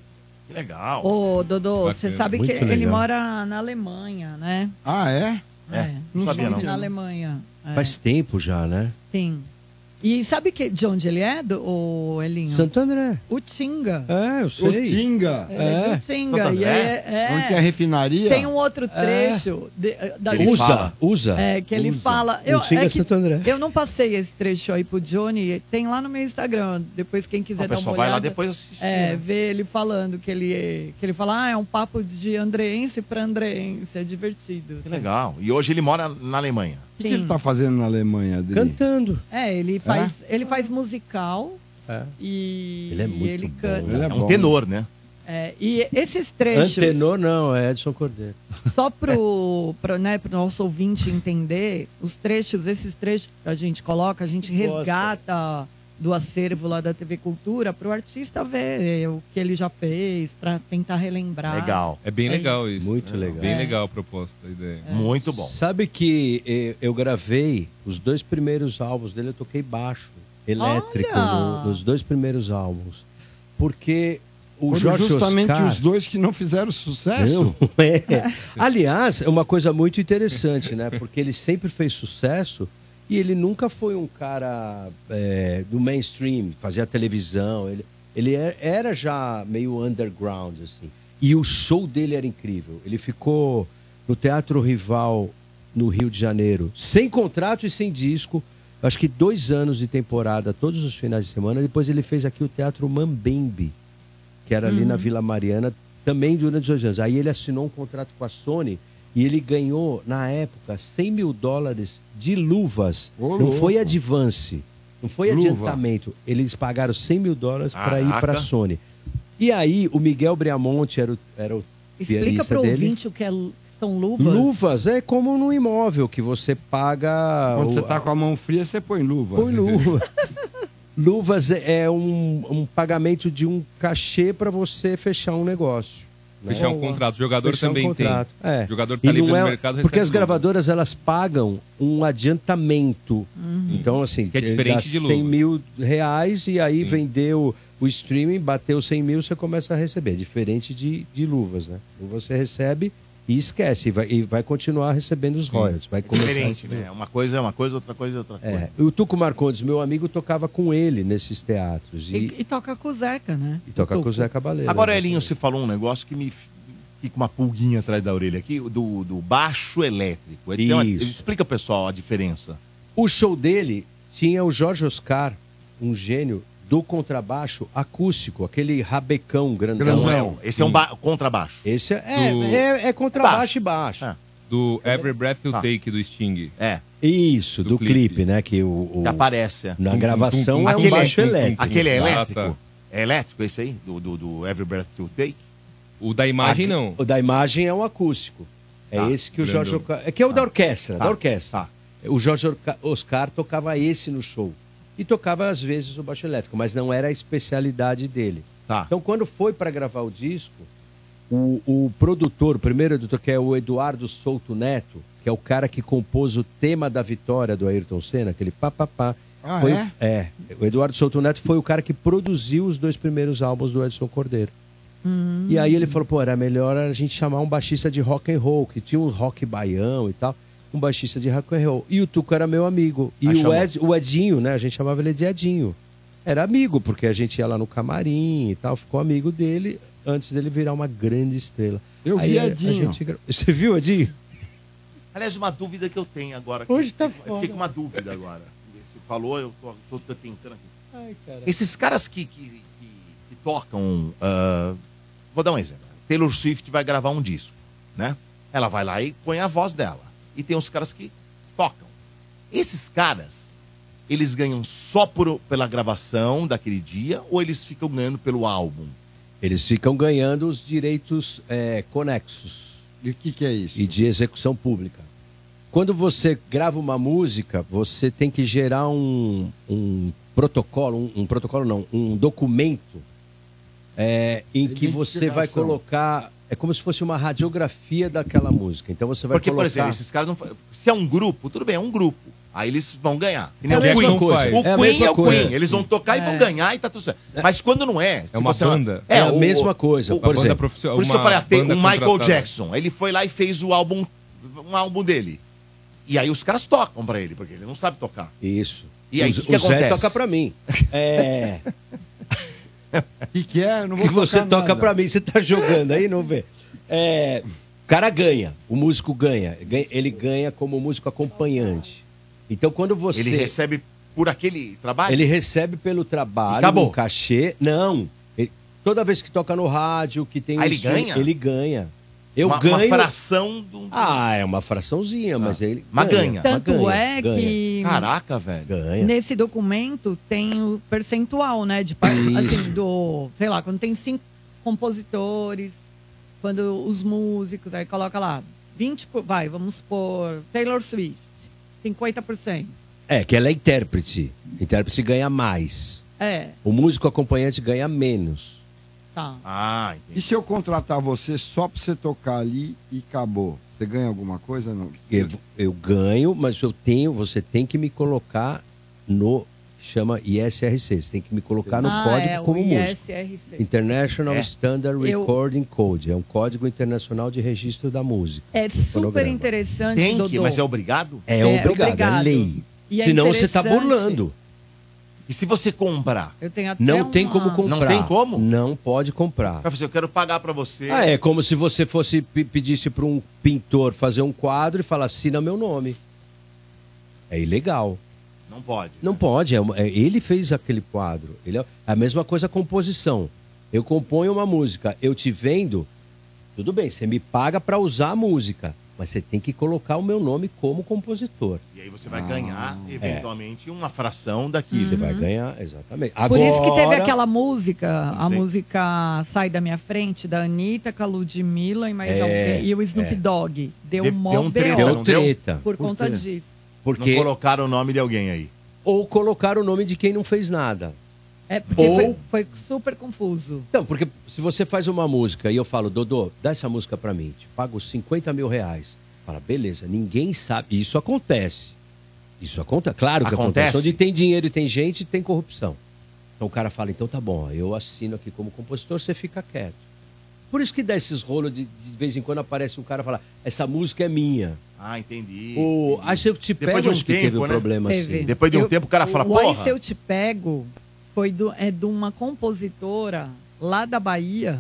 Que legal. Ô, Dodô, Bacana, você sabe que muito ele legal. mora na Alemanha, né? Ah, é? É, não sabia Vive não. Na Alemanha. É, Faz tempo já, né? Tem. E sabe que, de onde ele é, do, o Elinho? Santo André. O Tinga. É, eu sei. Tá Tinga. Ele é de Utinga, e é- é- Onde é a refinaria? Tem um outro trecho de- eh, da É. Ele Usa, fala. usa. É, que ele Usa. fala. O Tinga é que Santo André. eu não passei esse trecho aí pro Johnny, tem lá no meu Instagram. Depois, quem quiser O dar uma pessoal olhada. vai lá depois assistir, É, né? vê ele falando que ele, que ele fala, ah, é um papo de andreense pra andreense. É divertido. Que legal. E hoje ele mora na Alemanha. O que, que ele tá fazendo na Alemanha, Adri? Cantando. É, ele faz, ele faz musical É. e Ele é muito e ele bom. canta. Ele é É bom. um tenor, né? É, e esses trechos. Antenor não, é Edson Cordeiro. Só pro, pro, né, pro nosso ouvinte entender, os trechos, esses trechos que a gente coloca, a gente Gosta. resgata do acervo lá da TV Cultura pro artista ver o que ele já fez, pra tentar relembrar. É bem legal isso. É. Muito legal. Bem É. legal a proposta, a ideia. Muito bom. Sabe que eh, eu gravei os dois primeiros álbuns dele, eu toquei baixo, elétrico, Olha! no- nos dois primeiros álbuns. Porque o Foram Jorge justamente Oscar... os dois que não fizeram sucesso. Não, é. Aliás, é uma coisa muito interessante, né? Porque ele sempre fez sucesso e ele nunca foi um cara é, do mainstream, fazia televisão. Ele, ele é- era já meio underground, assim. E o show dele era incrível. Ele ficou no Teatro Rival, no Rio de Janeiro, sem contrato e sem disco. Acho que dois anos de temporada, todos os finais de semana. Depois ele fez aqui o Teatro Mambembe que era ali Uhum. na Vila Mariana, também durante dois anos. Aí ele assinou um contrato com a Sony e ele ganhou, na época, 100 mil dólares de luvas. Ô, não foi louco. advance, não foi Luva. adiantamento. Eles pagaram 100 mil dólares para ir Caraca. para a Sony. E aí o Miguel Briamonte era o, era o Explica pianista pro dele. ouvinte o que é lu- são luvas. Luvas é como no imóvel que você paga. Quando o- você tá com a mão fria, você põe luva. Põe luva. Luvas é é um, um pagamento de um cachê para você fechar um negócio. né? Fechar um contrato. O jogador Fechar um também contrato, tem. é. O jogador E tá livre não é- no mercado porque recebe as lucro. gravadoras elas pagam um adiantamento. Então, assim, é diferente dá de 100 lucro. mil reais e aí vendeu o streaming, bateu 100 mil, você começa a receber. É Diferente de, de luvas, né? Luvas você recebe e esquece, e vai, e vai continuar recebendo os royalties. É Vai começar a Hum. Diferente, receber. né? Uma coisa é uma coisa, outra coisa é outra coisa. É, o Tuco Marcondes, meu amigo, tocava com ele nesses teatros. E, E, e toca com o Zeca, né? e toca com o Zé Cabaleiro. né? Agora, Elinho, você falou um negócio que me f- fica uma pulguinha atrás da orelha aqui, do, do baixo elétrico. Ele tem uma- Isso. Explica, pessoal, a diferença. O show dele tinha o Jorge Oscar, um gênio do contrabaixo acústico, aquele rabecão grandão. Grandão. Esse é um ba- contrabaixo. Esse é, Do- é, é contrabaixo e baixo. Do Every Breath You Ah. Take do Sting. É. Isso, do, clipe. né? Que o, o- Que aparece. é. Na gravação é um Aquele baixo elétrico. Aquele é Ah, elétrico? tá. É elétrico esse aí? Do, do, do Every Breath You Take? Ah, O da Aque- O da imagem é um acústico. É esse que o grandão. Jorge Oscar. É que é o da orquestra, Tá. da orquestra. O Jorge Orca- Oscar tocava esse no show. E tocava, às vezes, o baixo elétrico, mas não era a especialidade dele. Tá. Então, quando foi para gravar o disco, o, o produtor, o primeiro editor, que é o Eduardo Souto Neto, que é o cara que compôs o tema da vitória do Ayrton Senna, aquele papapá. Ah, foi, é? é. O Eduardo Souto Neto foi o cara que produziu os dois primeiros álbuns do Edson Cordeiro. E aí ele falou, pô, era melhor a gente chamar um baixista de rock and roll, que tinha um rock baião e tal, um baixista de rock and roll. E o Tuco era meu amigo. E Aí o, chamou. Ed- o Edinho, né? A gente chamava ele de Edinho. Era amigo, porque a gente ia lá no camarim e tal, ficou amigo dele antes dele virar uma grande estrela. Eu Aí vi eh, a- a Edinho. gente gra- Você viu, Edinho? Aliás, uma dúvida que eu tenho agora. Hoje tá Eu foda. Fiquei com uma dúvida agora. Você falou, eu tô, tô- tô tentando aqui. Ai, cara. Esses caras que, que, que, que tocam. ah, vou dar um exemplo. Taylor Swift vai gravar um disco, né? Ela vai lá e põe a voz dela. E tem os caras que tocam. Esses caras, eles ganham só por, pela gravação daquele dia ou eles ficam ganhando pelo álbum? Eles ficam ganhando os direitos é, conexos. E o que, que é isso? E de execução pública. Quando você grava uma música, você tem que gerar um, um protocolo, um, um protocolo não, um documento é, em que você vai Identificação. colocar. É como se fosse uma radiografia daquela música. Então você vai Porque, colocar. por exemplo, esses caras não. fa- Se é um grupo, tudo bem, é um grupo. Aí eles vão ganhar. Que É nem a o mesma Queen. coisa. O É a Queen mesma é o coisa. Queen. Eles vão tocar e vão É. ganhar e tá tudo certo. Mas quando não é. tipo, uma sei lá, banda. É a o- mesma coisa, o- por exemplo. Por isso que eu Uma falei, ah, tem o banda Michael contratada. Jackson. Ele foi lá e fez o álbum, um álbum dele. E aí os caras tocam pra ele, porque ele não sabe tocar. Isso. E aí, o, o que o Zé acontece? toca pra mim. É. O que, que é? Eu Não vou que você tocar toca nada. pra mim. Você tá jogando aí, não vê. É, o cara ganha, o músico ganha. Ganha- Ele ganha como músico acompanhante. Então quando você. Ele recebe por aquele trabalho? Ele recebe pelo trabalho, Acabou. um cachê. Não. Ele- toda vez que toca no rádio, que tem Ah, um ele stream, ganha? Ele ganha. Eu uma, ganho. Uma fração do. Ah, é uma fraçãozinha, mas ele. Mas ganha. mas Tanto ganha, é ganha. que- Caraca, velho. Ganha. Nesse documento tem o percentual, né? De, par- assim, do, sei lá, quando tem cinco compositores, quando os músicos, aí coloca lá, 20, por- vai, vamos por Taylor Swift, 50%. É, que ela é intérprete. Intérprete ganha mais. É, O músico acompanhante ganha menos. tá. Ah, E se eu contratar você só pra você tocar ali e acabou? Você ganha alguma coisa? Não? Eu, eu ganho, mas eu tenho, você tem que me colocar no chama ISRC, você tem que me colocar no Ah, código é, o como músico. ISRC. International É. Standard Eu- Recording Code, é um código internacional de registro da música. É super Fonograma. interessante, Tem que, Dodô. mas é obrigado? É, obrigado, é lei. E é Senão você tá interessante. burlando. E se você comprar? Eu tenho até um Não tem como uma- comprar. Não tem como? Não pode comprar. Pra você, eu quero pagar pra você. Ah, é como se você fosse pe- pedisse para um pintor fazer um quadro e falar assina meu nome. É ilegal. Não pode. Não pode. é uma- é- ele fez aquele quadro. Ele é a mesma coisa a composição. Eu componho uma música, eu te vendo, tudo bem, você me paga para usar a música, mas você tem que colocar o meu nome como compositor. E aí você vai ganhar, eventualmente, uma fração daquilo. Ah, é. Você vai ganhar, exatamente. Uhum. Por isso que teve Agora- aquela música, a Sim. música Sai da Minha Frente, da Anitta, com a Ludmilla e mais É, alguém. E o Snoop é. Dogg. Deu Deu- mó deu um treta, BO, não deu? Treta. Por, Por conta quê? disso. Porque... Não colocaram o nome de alguém aí. Ou colocar o nome de quem não fez nada. É, porque foi, foi super confuso. Não, porque se você faz uma música e eu falo, Dodô, dá essa música pra mim, te pago 50 mil reais. Fala, beleza, ninguém sabe. Isso acontece. Isso acontece, claro que acontece. Acontece. Onde tem dinheiro e tem gente, tem corrupção. Então o cara fala, então tá bom, eu assino aqui como compositor, você fica quieto. Por isso que dá esses rolos de, de vez em quando aparece um cara e fala, essa música é minha. Ah, entendi. O, aí se eu te Depois pego, de um acho que tempo, teve um né? problema Teve. assim. Depois de um Eu- tempo o cara fala, o Aí porra. Se Eu Te Pego foi do, é de uma compositora lá da Bahia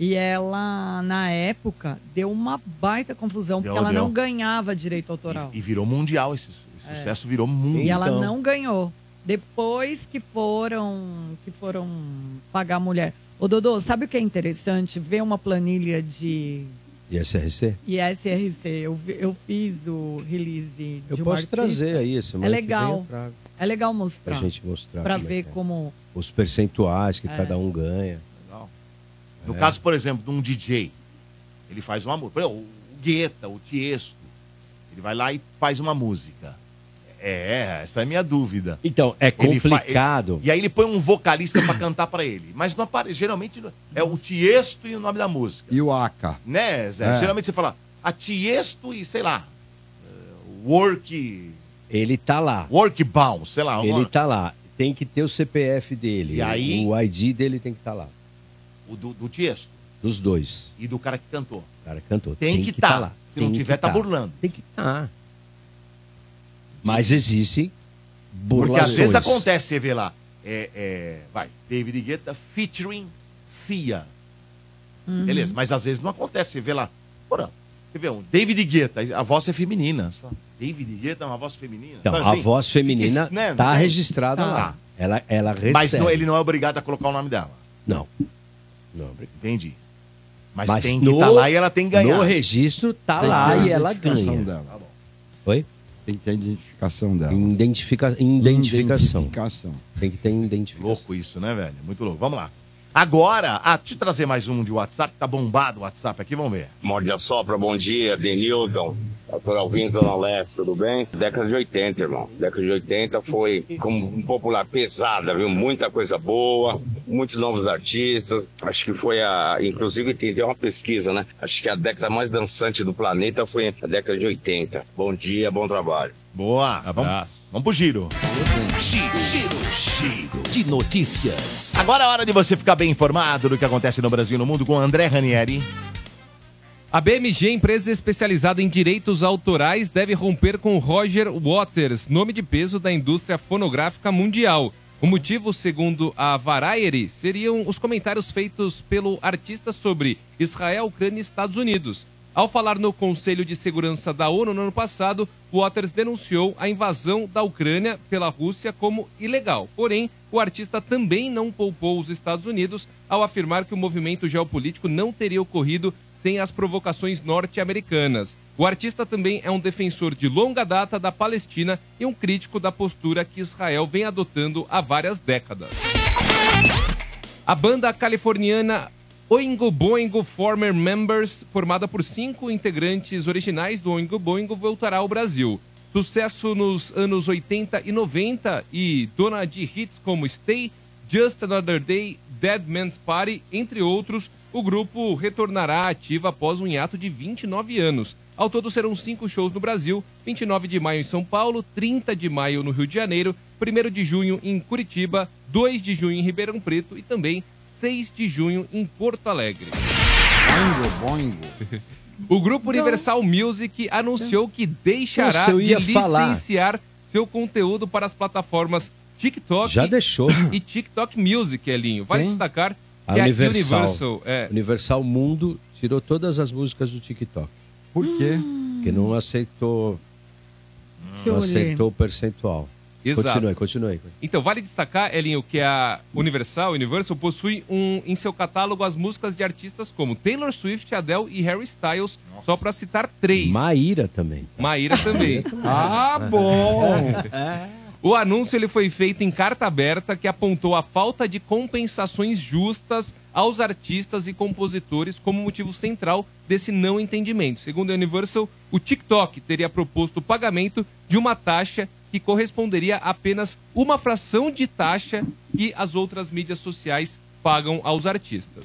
e ela, na época, deu uma baita confusão Deu, porque ela deu. não ganhava direito autoral. E virou mundial esse, esse É. sucesso, virou mundial. E ela não ganhou. Depois que foram que foram pagar a mulher. Ô, Dodô, sabe o que é interessante? Ver uma planilha de E SRC? ISRC. Eu, vi- eu fiz o release Eu de uma posso artista. trazer aí esse É momento que vem eu legal. trago. É legal mostrar. Pra gente mostrar Pra como é ver que é. como... Os percentuais que É. cada um ganha. Legal. No É. caso, por exemplo, de um DJ, ele faz uma música. Por exemplo, O Guetta, o Tiesto, ele vai lá e faz uma música. É, essa é a minha dúvida. Então, é Ele fa- complicado. E aí ele põe um vocalista pra cantar pra ele. Mas não apare... geralmente é o Tiesto e o nome da música. E o Aca. Né, Zé? É. Geralmente você fala a Tiesto e sei lá. eh, Work. Ele tá lá. Work bounce, sei lá. Ele uma- tá lá. Tem que ter o CPF dele. E aí? O ID dele tem que estar lá. O do, do Tiesto Dos dois. e do cara que cantou. O cara cantou. Tem que tá tá. Se não que tiver, tá burlando. Tem que tá. Mas existe burlações. Porque às vezes acontece, você vê lá. É, é, vai, David Guetta featuring Cia. Uhum. Beleza, Hum. mas às vezes não acontece. Você vê lá, porra, você vê um David Guetta, a voz é feminina. Você fala, David Guetta é uma voz feminina. Então, Sabe a assim? voz feminina Isso, né? tá Não- registrada Tá. lá. Ela, ela recebe. Mas não- ele não é obrigado a colocar o nome dela. Não. é Entendi. Mas, tem que estar lá e ela tem que ganhar. No registro tá Tem lá que ter e ela identificação ganha. dela. Tá bom. Oi? Tem que ter identificação dela. Identifica... Identificação. Identificação. Tem que ter identificação. Louco isso, né, velho? Muito louco. Vamos lá. Agora, ah, deixa eu trazer mais um de WhatsApp, tá bombado o WhatsApp aqui, vamos ver. Morde a sopra, bom dia, Denilton. Natural Vinho, Zona Leste, tudo bem? Década de 80, irmão. Década de 80 foi, como um popular, pesada, viu? Muita coisa boa, muitos novos artistas. Acho que foi a. Inclusive, tem, tem uma pesquisa, né? Acho que a década mais dançante do planeta foi a década de 80. Bom dia, bom trabalho. Boa. Abraço. Vamos, vamos pro giro. Giro, giro, giro de notícias. Agora é hora de você ficar bem informado do que acontece no Brasil e no mundo com André Ranieri. A BMG, empresa especializada em direitos autorais, deve romper com Roger Waters, nome de peso da indústria fonográfica mundial. O motivo, segundo a Variety, seriam os comentários feitos pelo artista sobre Israel, Ucrânia e Estados Unidos. Ao falar no Conselho de Segurança da ONU no ano passado, Waters denunciou a invasão da Ucrânia pela Rússia como ilegal. Porém, o artista também não poupou os Estados Unidos ao afirmar que o movimento geopolítico não teria ocorrido sem as provocações norte-americanas. O artista também é um defensor de longa data da Palestina e um crítico da postura que Israel vem adotando há várias décadas. A banda californiana Oingo Boingo Former Members, formada por cinco integrantes originais do Oingo Boingo, voltará ao Brasil. Sucesso nos anos 80 e 90 e dona de hits como Stay, Just Another Day, Dead Man's Party, entre outros, o grupo retornará ativa após um hiato de 29 anos. Ao todo serão cinco shows no Brasil: 29 de maio em São Paulo, 30 de maio no Rio de Janeiro, 1 de junho em Curitiba, 2 de junho em Ribeirão Preto e também 6 de junho em Porto Alegre. O grupo Universal Music anunciou que deixará Nossa, eu de ia falar. licenciar seu conteúdo para as plataformas TikTok Já deixou. e TikTok Music, Elinho. Vai Hein? destacar A que a Universal. Universal é, Universal Mundo tirou todas as músicas do TikTok. Por quê? Porque não Hum. aceitou. Que Não olhei. aceitou o percentual. Exato. Continue, continue. Então, vale destacar, Elinho, que a Universal, Universal, possui um, em seu catálogo as músicas de artistas como Taylor Swift, Adele e Harry Styles, só para citar três. Maíra também. Maíra também. Ah, bom! O anúncio ele foi feito em carta aberta que apontou a falta de compensações justas aos artistas e compositores como motivo central desse não entendimento. Segundo a Universal, o TikTok teria proposto o pagamento de uma taxa que que corresponderia a apenas uma fração de taxa que as outras mídias sociais pagam aos artistas.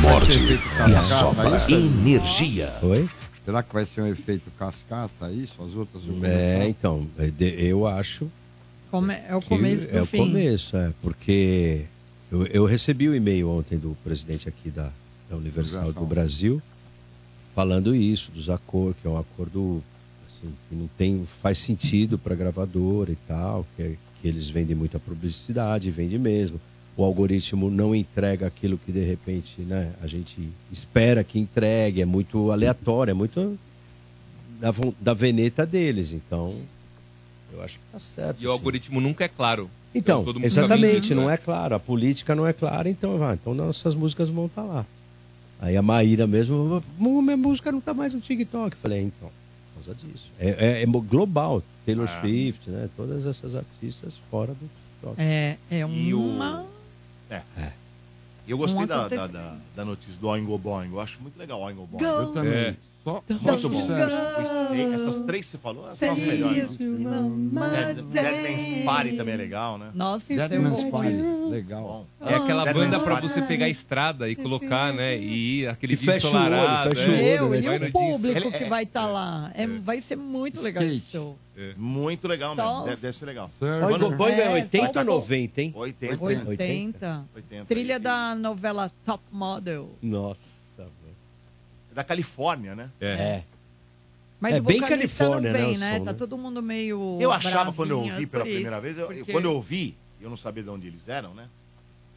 Morde e Cascata, assopra é isso? energia. Oi? Será que vai ser um efeito cascata isso? As outras vão É, começar? então, é de- eu acho Come- é o que começo do é o fim. começo, é, porque eu, eu recebi o e-mail ontem do presidente aqui da, da Universal do Brasil falando isso, dos acordos, que é um acordo assim, que não tem, faz sentido para gravadora e tal, que, é- que eles vendem muita publicidade, vende mesmo. O algoritmo não entrega aquilo que de repente né, a gente espera que entregue, é muito aleatório, é muito da, von- da veneta deles, então eu acho que tá certo. E o algoritmo nunca é claro. Então, todo mundo né? fica exatamente, mentindo, não é claro. A política não é clara, então vai. Então nossas músicas vão estar lá. Aí a Maíra mesmo, "Mu- minha música não tá mais no TikTok. Eu Falei, "É, então, por causa disso. É, é- é global, Taylor Ah. Swift, né? Todas essas artistas fora do TikTok. É, é E o- uma. É. Eu gostei Um da, da, acontecimento. da- da notícia do Oingo Boingo. Eu acho muito legal o Oingo Boingo. Eu também. É. Só- Muito só bom. sucesso. Os três- Essas três que você falou, essas são as melhores. Dead, Deadman's Party também é legal, né? Nossa, isso é Deadman's um- Party, legal. É aquela Ah, Dead banda Man's pra Party. você pegar a estrada É e colocar, né? E ir aquele E dia fecha o olho, ensolarado. fecha é. Eu Vai e no o dia público ensolarado. que vai estar lá. É, Vai ser muito legal esse show. Muito legal Só mesmo. os- Deve, deve ser legal. Oingo Quando- Boingo é É, 80 só- ou 90, hein? 80. 80. 80. Trilha da novela Top Model. Nossa, É Da Califórnia, né? É. Mas É o bem vocalista Califórnia, não né, vem, o né? som, Tá né? todo mundo meio. Eu achava bravinho, quando eu ouvi pela por isso, primeira vez, eu- eu- porque- quando eu ouvi, eu não sabia de onde eles eram, né?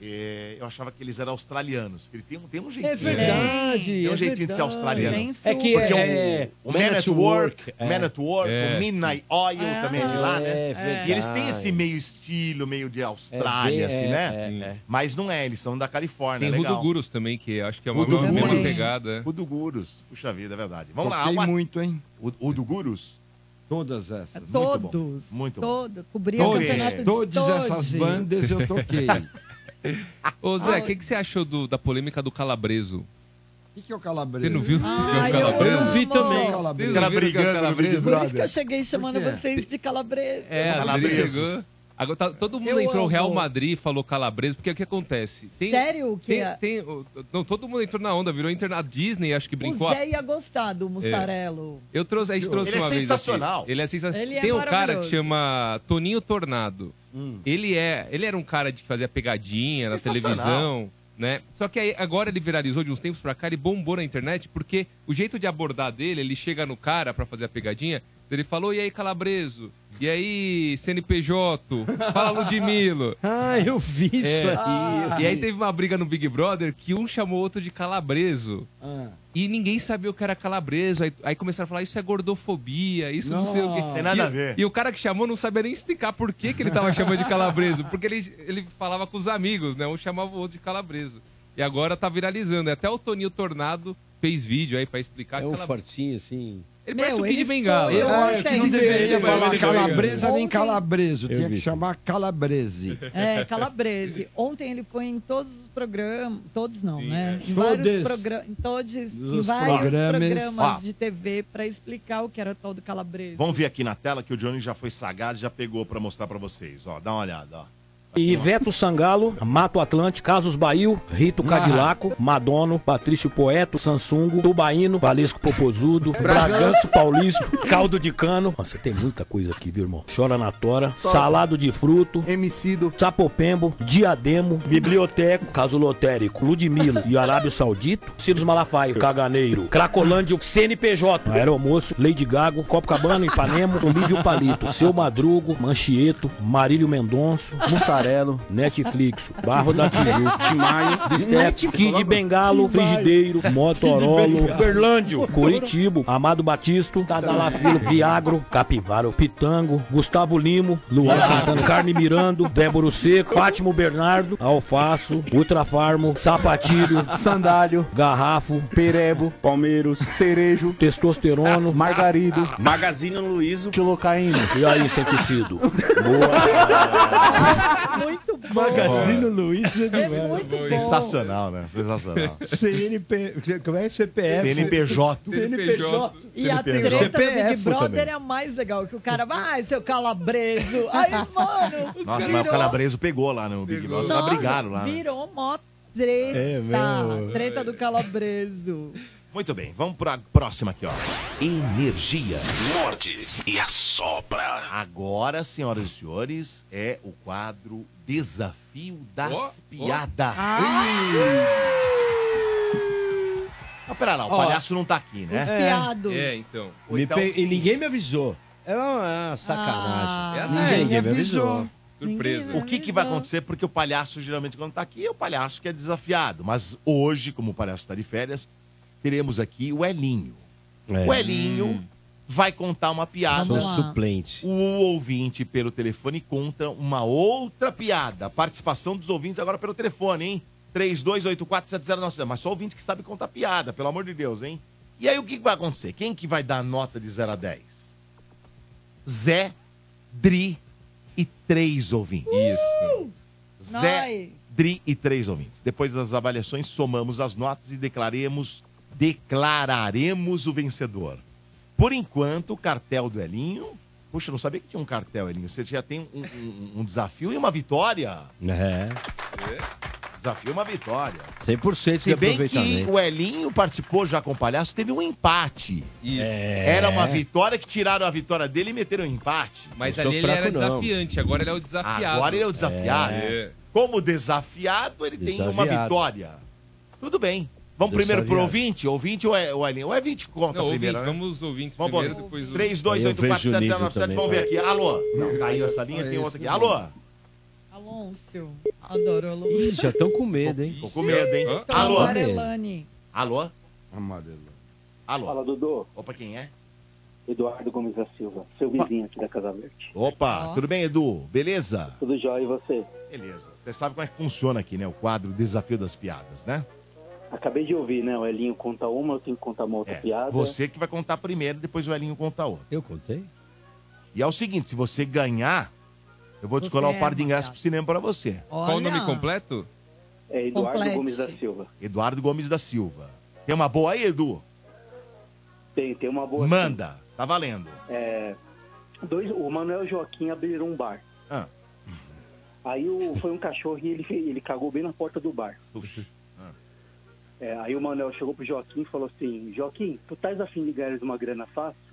Eh, eu achava que eles eram australianos. Ele tem, um- tem um jeitinho. É verdade, Tem um jeitinho de é ser verdade. australiano. Penso- É que Porque é- o, o Man at Work, é. Man at Work, É. o Midnight Oil Ah, também é de lá, né? É verdade. E eles têm esse meio estilo, meio de Austrália, É, assim, é, né? Mas não é, eles são da Califórnia, Tem é legal. Rudogurus também, que acho que é uma Rudogurus. mesma pegada. Rudogurus. Puxa vida, é verdade. Vamos lá. Toquei água- muito, hein? O, o do Gurus? Todas essas. Todos. Muito bom. Todo, cobria Todas, campeonato de todas essas bandas eu toquei. O Ô Zé, Ah, o que, que você achou do- da polêmica do Calabreso? que, que é o calabreso? Você não viu o que é o Ai, Calabreso? eu amo. Eu vi também. Vocês Cara não viram o que é o brigando no Big Calabreso? Por isso que eu cheguei chamando Por quê? vocês de calabresa. É, a Adri Calabresos. chegou. Agora tá- todo mundo Eu entrou, amo. Real Madrid e falou Calabreso, porque o que acontece? Tem- Sério? Que é? Tem, a- tem- o- não, todo mundo entrou na onda, virou interna a Disney, acho que o brincou. Ah, Zé ia gostar do mussarelo. Eu trouxe, a gente trouxe Ele é uma vez. aqui. sensacional. Ele é sensacional. Ele é Tem um cara que maravilhoso. chama Toninho Tornado. Ele é, ele era um cara de que fazia pegadinha na Sensacional. televisão, né? Só que aí, agora ele viralizou de uns tempos pra cá, ele bombou na internet porque o jeito de abordar dele, ele chega no cara pra fazer a pegadinha, ele falou: "E aí, Calabreso? E aí, CNPJ? Fala Ludmilo". Ah, eu vi isso aí. É. E aí teve uma briga no Big Brother que um chamou outro de calabreso. Ah. E ninguém sabia o que era calabreso. Aí, aí começaram a falar, isso é gordofobia, isso não, sei o quê. Não tem nada e, a ver. E o cara que chamou não sabia nem explicar por que, que ele tava chamando de calabreso. Porque ele, ele falava com os amigos, né? Um chamava o outro de calabreso. E agora tá viralizando. Até o Toninho Tornado fez vídeo aí pra explicar. É um calab- fortinho assim. Ele parece Meu, um Kid ele Bengala. foi- Eu acho que não deveria Ele foi- falar ele foi- calabresa nem Ontem- calabreso. Eu Tinha vi que isso. chamar calabrese. É, Calabrese. Ontem ele foi em todos os programas. Todos não, né? Em Todos. vários programas. Em todos. Em Dos vários programas. programas, Ó. de TV pra explicar o que era o tal do Calabrese. Vamos ver aqui na tela que o Johnny já foi sagaz, já pegou pra mostrar pra vocês. Ó, dá uma olhada, ó. E Iveto Sangalo, Mato Atlante, Casos Bahio, Rito Cadilaco, Madono, Patrício Poeto, Sansungo, Tubaíno, Valesco Popozudo, Braganço Paulista, Caldo de Cano. Nossa, tem muita coisa aqui, viu, irmão? Chora na tora, Salado de Fruto, Emicido, Sapopembo, Diademo, Biblioteco, Caso Lotérico, Ludmilo e Arábio Saudito, Silos Malafaio, Caganeiro, Cracolândia, CNPJ, Aeromoço, Lady Gago, Copacabana, Ipanema, Olívio Palito, Seu Madrugo, Manchieto, Marílio Mendonço, Mussarelo, Netflix, Barro da Tijuca, Timaio, Bistec, Kid Bengalo, Frigideiro, Motorolo, Uberlândio, Curitibo, Amado Batisto, Tadalafilo, Viagro, Capivaro, Pitango, Gustavo Limo, Luan Santana, Carne Mirando, Débora Seco, Fátimo Bernardo, Alfaço, Ultrafarmo, Sapatilho, Sandálio, Garrafo, Perebo, Palmeiros, Cerejo, Testosterono, Margarido, Magazine Luizo, Quilocaíno. E aí, sem tecido. Boa. Muito bom. Magazine Luiza de Mello. Sensacional, né? Sensacional. CNP, como é? CPF. CNPJ. CNPJ. E a CNPJ. treta do Big CPF Brother também. é a mais legal, que o cara vai, ai, seu calabreso. Aí, mano, os Nossa, mas o virou- Calabreso pegou lá no Big Brother. Já Nossa, brigaram lá. né? Virou mó treta. É mesmo. treta do calabreso. Muito bem, vamos pra próxima aqui, ó. Energia. Morde e assopra. Agora, senhoras e senhores, é o quadro Desafio das Ó, ó. Piadas. Ah. Mas pera lá, o Ó, palhaço não tá aqui, né? os piados. É, então. Ou então, pe- E sim. ninguém me avisou. É uma uma Ah. Ah. sacanagem. é é Ninguém, ninguém me avisou. Surpresa. O que, que vai acontecer? Porque o palhaço, geralmente, quando tá aqui, é o palhaço que é desafiado. Mas hoje, como o palhaço tá de férias, teremos aqui o Elinho. É. O Elinho Hum. vai contar uma piada. Sou suplente. O ouvinte pelo telefone conta uma outra piada. Participação dos ouvintes agora pelo telefone, hein? 32847090. Mas só ouvinte que sabe contar piada, pelo amor de Deus, hein? E aí o que que vai acontecer? Quem que vai dar nota de 0 a 10? Zé, Dri e três ouvintes. Isso. Zé, Nós. Dri e três ouvintes. Depois das avaliações, somamos as notas e declaremos, declararemos o vencedor. Por enquanto, o cartel do Elinho. Puxa, eu não sabia que tinha um cartel, Elinho. Você já tem um, um- um desafio e uma vitória. É. É. Desafio e uma vitória. 100% de Se bem que aproveitamento. o Elinho participou já com o palhaço, teve um empate. Isso. É. Era uma vitória que tiraram a vitória dele e meteram um empate. Mas ali ele era desafiante, agora ele é o desafiado. Agora ele é o desafiado. É. Como desafiado, ele tem uma Desafiado. vitória. Tudo bem. Vamos primeiro pro Desafiado. ouvinte? Ouvinte ou é o Elinho? Ou é 20 conta Não, primeiro, ouvinte, né? vamos os ouvintes Vamos primeiro, embora. depois o... 3, 2, 8, 4, 7, 0, 9, 7, vamos ver aqui. Alô? Não, caiu essa linha, tem outra aqui. Alô? Alonso. Adoro Alonso. Ih, já estão com medo, hein? Tô com medo, hein? Então, Alô? Amarelani. Alô? Amarelo. Alô? Fala, Dudu. Opa, quem é? Eduardo Gomes da Silva, seu vizinho aqui da Casa Verde. Opa, tudo bem, Edu? Beleza? Tudo jóia e você? Beleza. Você sabe como é que funciona aqui, né? O quadro Desafio das Piadas, né? Acabei de ouvir, né? O Elinho conta uma, eu tenho que contar uma outra piada. É, Você que vai contar primeiro, depois o Elinho conta outra. Eu contei? E é o seguinte, se você ganhar, eu vou Você descolar um é par de ingressos pro cinema pra você. Qual o nome completo? É Eduardo Complete. Gomes da Silva. Eduardo Gomes da Silva. Tem uma boa aí, Edu? Tem, tem uma boa. Manda. Tá valendo. É, dois, o Manuel e o Joaquim abriram um bar. Ah. Aí o, foi um cachorro e ele, ele cagou bem na porta do bar. É, aí o Manuel chegou pro Joaquim e falou assim, Joaquim, tu estás afim de ganhar uma grana fácil?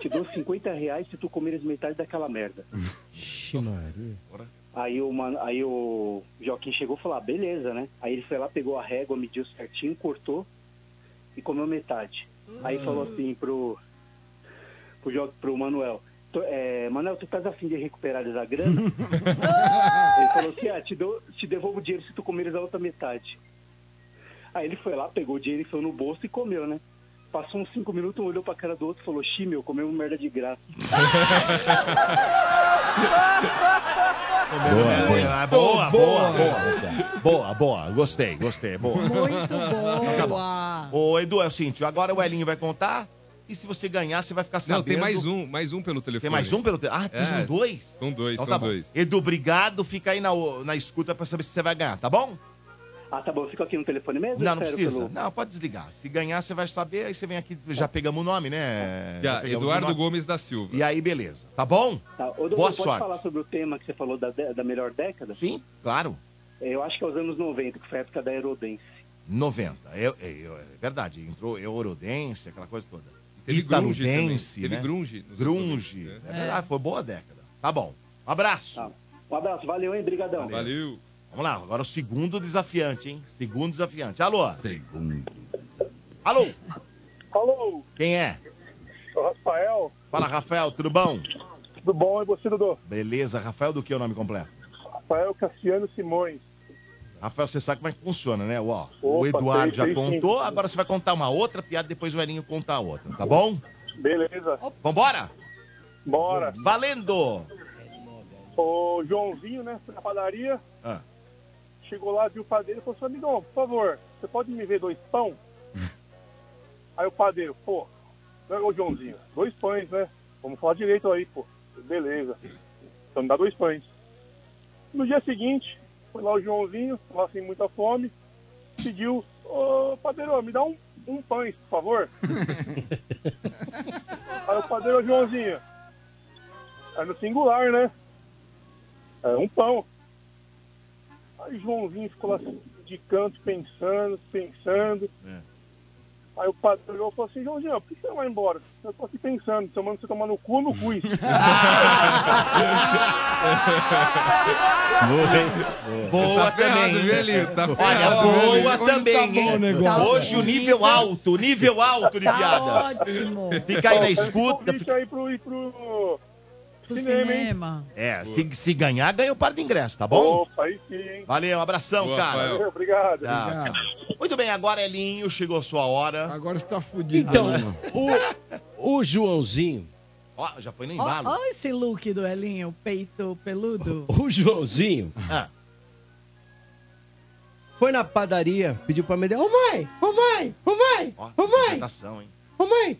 Te dou 50 reais se tu comeres metade daquela merda. Ixi, Maria. Aí o, mano, aí o Joaquim chegou e falou, ah, beleza, né? Aí ele foi lá, pegou a régua, mediu certinho, cortou e comeu metade. Aí falou Hum. assim pro, pro, jo, pro Manuel, "Tô- é, Manuel, tu estás afim de recuperar essa grana? ele falou assim, ah, te, dou, te devolvo o dinheiro se tu comeres a outra metade. Aí ele foi lá, pegou o dinheiro, enfiou no bolso e comeu, né? Passou uns cinco minutos, um olhou pra cara do outro e falou, xi, meu, comeu merda de graça. Boa, boa, boa, boa, boa, boa, boa. Gostei, gostei, boa. Muito boa. Ô, Edu, é o seguinte, agora o Elinho vai contar e se você ganhar, você vai ficar Não, sabendo... tem mais um, mais um pelo telefone. Tem mais um pelo... te- Ah, tem É, um dois? São dois, Então são tá bom. dois. Edu, obrigado. Fica aí na, o- na escuta pra saber se você vai ganhar, tá bom? Ah, tá bom, eu fico aqui no telefone mesmo? Não, Eu não espero precisa. pelo- Tá. Não, pode desligar. Se ganhar, você vai saber. Aí você vem aqui, já pegamos o nome, né? Já, pegamos Eduardo o nome. Gomes da Silva. E aí, beleza. Tá bom? Tá, ô, Dudu, Boa pode sorte. falar sobre o tema que você falou da, dé- da melhor década? Sim, claro. Eu acho que é os anos 90, que foi a época da Aerodense. 90. Eu, eu- é verdade. Entrou Eurodense, aquela coisa toda. Teve grunge também. Itarudense, Teve né? grunge nos Grunge. É verdade, foi boa década. Tá bom. Um abraço. Um abraço, valeu, hein? Brigadão. Valeu. Vamos lá, agora o segundo desafiante, hein? Segundo desafiante. Alô? Segundo. Alô? Alô, Quem é? sou o Rafael. Fala, Rafael, tudo bom? Tudo bom? E você, Dudu? Beleza, Rafael do que é o nome completo? Rafael É Cassiano Simões. Rafael, você sabe como é que funciona, né? Ó, o Opa, Eduardo sei, já sei contou, sim. agora você vai contar uma outra piada, depois o Elinho conta a outra, tá bom? Beleza? Vambora? Bora. Valendo! O Joãozinho, né? Foi na padaria, Ah, chegou lá, viu o padeiro e falou assim, amigão, por favor, você pode me ver dois pão? aí o padeiro, pô, não é o Joãozinho, dois pães, né? Vamos falar direito aí, pô. Beleza. Então me dá dois pães. No dia seguinte, foi lá o Joãozinho, lá sem muita fome, pediu, ô padeiro, me dá um, um pães, por favor. Aí o padeiro, ô Joãozinho, é no singular, né? É um pão. Aí Joãozinho ficou lá de canto, pensando, pensando. Aí o padre olhou e falou assim, Joãozinho, por que você não vai embora? Eu tô aqui pensando, tomando você tomar no cu ou no cu? Boa, boa Tá ferrado, também. viu, Elio? Tá É, Olha, ferrado, boa viu, Elio? também, Hoje tá bom o hein? negócio. Hoje o nível alto, o nível alto de Tá piadas. ótimo. Fica aí Ó, na faz um escuta. convite aí pro, ir pro, Pro cinema, hein? cinema. É, se, se ganhar, ganha o par de ingresso, tá bom? Opa, aí sim, hein? Valeu, abração, Boa, cara. Rafael. Obrigado. Tchau, Obrigado. tchau. Muito bem, agora Elinho, chegou a sua hora. Agora você tá fudido. Então, né? O Joãozinho, Ó, já foi no embalo. Olha esse look do Elinho, peito peludo. o Joãozinho Ah. Foi na padaria, pediu pra me dar. Ô mãe, ô mãe, ô mãe, ô mãe, Ação, hein? ô mãe,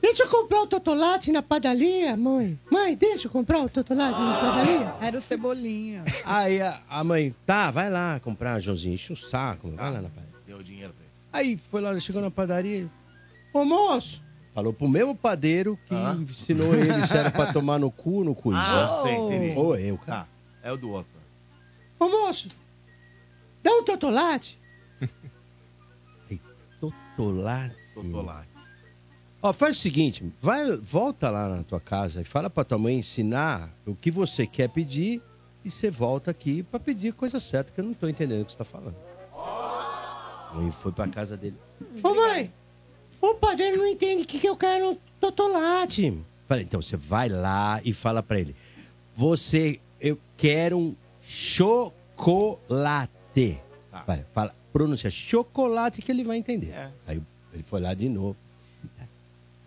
deixa eu comprar o Totolate na padaria, mãe. Mãe, deixa eu comprar o Totolate na padaria. Era o Cebolinha. Aí, a, a mãe, tá, vai lá comprar, Joãozinho, enche o saco, vai lá na padaria. Deu dinheiro pra ele. aí foi lá, chegou na padaria. Ô moço, Falou pro mesmo padeiro que ensinou ele se era pra tomar no cu, no cu. Ah, sei, entendi. Ou eu, cara. É o do outro. ô moço, dá um Totolate. Totolate. Totolate. Ó, faz o seguinte, vai, volta lá na tua casa e fala pra tua mãe ensinar o que você quer pedir e você volta aqui pra pedir a coisa certa, que eu não tô entendendo o que você tá falando. E foi pra casa dele. Ô mãe, o padeiro não entende o que, que eu quero um Totolate. Falei, então você vai lá e fala pra ele: Você, eu quero um chocolate. Vai, fala, pronuncia chocolate que ele vai entender. Aí ele foi lá de novo.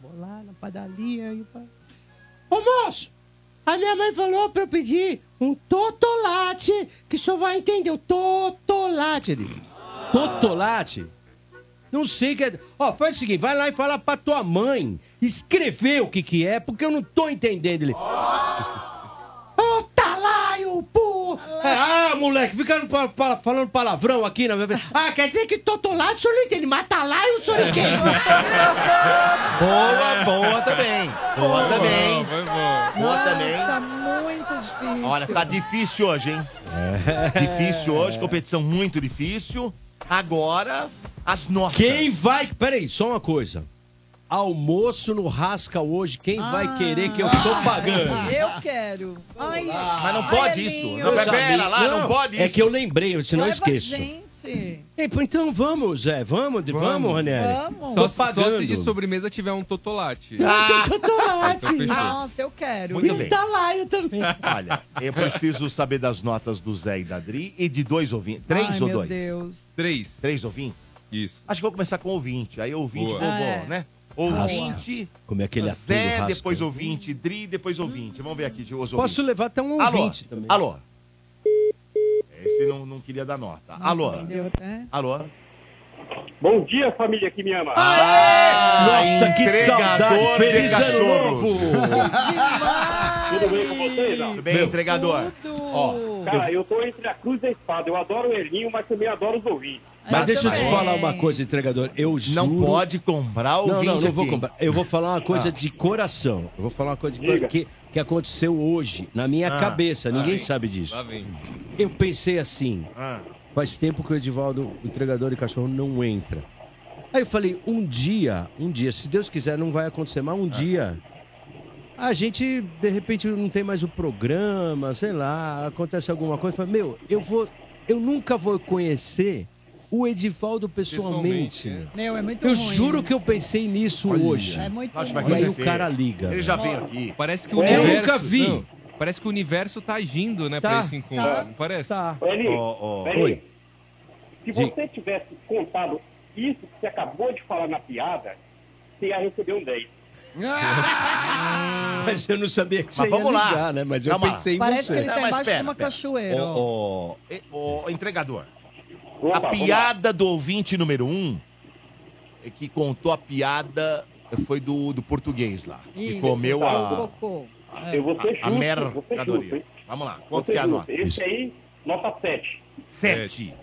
Vou lá na padaria e o pai. Ô moço, a minha mãe falou pra eu pedir um totolate, que o senhor vai entender. O totolate. Ele. Totolate? Não sei o que é. Ó, faz o seguinte: vai lá e fala pra tua mãe escrever o que que é, porque eu não tô entendendo ele. Ô talaio, pô! Ah, moleque, ficando pa- pa- falando palavrão aqui na minha frente. Ah, quer dizer que totolate o senhor não entende, mas talaio o senhor entende. Boa, boa também. Boa também. Foi bom. Boa também. Tá muito difícil. Olha, tá difícil hoje, hein? É. Difícil hoje, competição muito difícil. Agora, as notas. Quem vai. Peraí, só uma coisa. Almoço no Rasca hoje, quem vai querer que eu tô pagando? Ah, Eu quero. Ai, Mas não pode ai, isso. Elinho. Não, pera lá, não, pode isso. É que eu lembrei, senão eu Leva a esqueço. gente. Ei, pô, Então vamos, Zé, vamos, vamos, vamos Ranieri. Vamos. Tô Só, só se pagando. de sobremesa tiver um totolate. Ah. Então fechou. Nossa, eu quero. Muito bem. talaio também. Olha, eu preciso saber das notas do Zé e da Dri e de dois ouvintes. Três Ai, ou meu dois? Deus. Três. Três ouvintes? Isso. Acho que eu vou começar com ouvinte. Aí ouvinte, Boa. vovó, Ah, é. né? Ouvinte. Como é aquele ator do Zé, Rasca. depois ouvinte, Dri, depois ouvinte. Vamos ver aqui de os ouvintes. Posso levar até um ouvinte Alô? também. Alô? Esse não, não queria dar nota. Alô? É. Alô? Bom dia, família que me ama. Ah, Nossa, que saudade! Feliz ano novo! Tudo bem com vocês? Não? Tudo bem, entregador? Ó, cara, eu tô entre a cruz e a espada. Eu adoro o Elinho, mas também adoro os ouvintes. Mas deixa É, eu te falar uma coisa, entregador. Eu Não juro- pode comprar o Não, ouvinte não, não vou aqui. comprar. Eu vou falar uma coisa Ah. de coração. Eu vou falar uma coisa de Diga. coração que, que aconteceu hoje, na minha Ah. cabeça. Lá Ninguém vem. sabe disso. Lá vem. Eu pensei assim. Ah. Faz tempo que o Edivaldo, o entregador de cachorro, não entra. Aí eu falei, um dia, um dia, se Deus quiser, não vai acontecer, mas um dia a gente, de repente, não tem mais o programa, sei lá, acontece alguma coisa. Eu Falei, meu, eu vou. Eu nunca vou conhecer o Edivaldo pessoalmente. meu. Meu, é muito Eu ruim. juro que eu pensei nisso hoje. É muito Acho que ruim. vai E aí o cara liga. Ele já veio aqui. Parece que o Eu universo. nunca vi. não, parece que o universo tá agindo, né, Tá, pra esse encontro. tá, não parece? Tá. Eli, Eli, se Diga. você tivesse contado isso que você acabou de falar na piada, você ia receber um 10. Mas eu não sabia que Mas você ia vamos lá. ligar, né? Mas eu Calma lá. pensei em Parece você. que ele tá Não, mas embaixo de pera, uma pera. cachoeira. Ô, ô, ô, ô, entregador. Opa, a vamos piada do ouvinte número um, é Tá que contou a piada, foi do, do português lá. que comeu a, A- Tá, eu vou ser a- a justo, mera vou ser mercadoria. justo, hein? Vamos lá, Vou quanto ser que é a justo. nota? Esse aí, nota 7. Sete.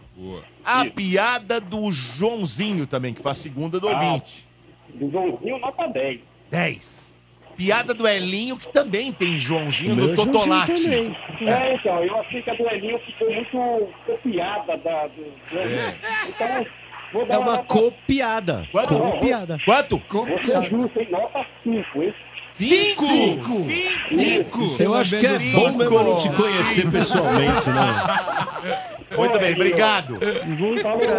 A piada do Joãozinho também, que faz segunda do ouvinte. Do Joãozinho, nota 10. 10. Piada do Elinho, que também tem Joãozinho Meu do Totolate. Joãozinho também. É, então, eu achei que a do Elinho ficou muito copiada da, do, É. do Elinho. Então, vou dar É uma copiada. Quanto? Copiada. Quanto? Você é justo, hein? Nota 5, hein? Cinco! Cinco! Eu acho que é bom mesmo eu não te conhecer pessoalmente, né? Muito bem, obrigado. tá Um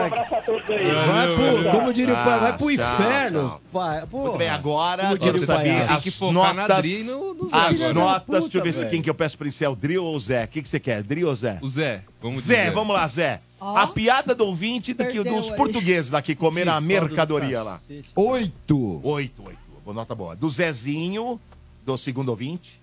Vai pro, como diria o pai, vai pro Ah, tchau, inferno. tchau. Vai, porra. Muito bem, agora Como eu quero diria o pai, saber tem as que focar na notas. Adri e no- no Zé as agora. notas, deixa eu Puta, ver se velho. quem que eu peço pra iniciar, o Dri ou o Zé? O que, que você quer, Dri ou Zé? O Zé, vamos Zé, dizer. vamos lá, Zé. Ó. A piada do ouvinte daqui, Perdeu dos aí. portugueses daqui comeram a Que mercadoria foda do lá. cacete. Oito. Oito, oito. Boa nota boa. Do Zezinho, do segundo ouvinte.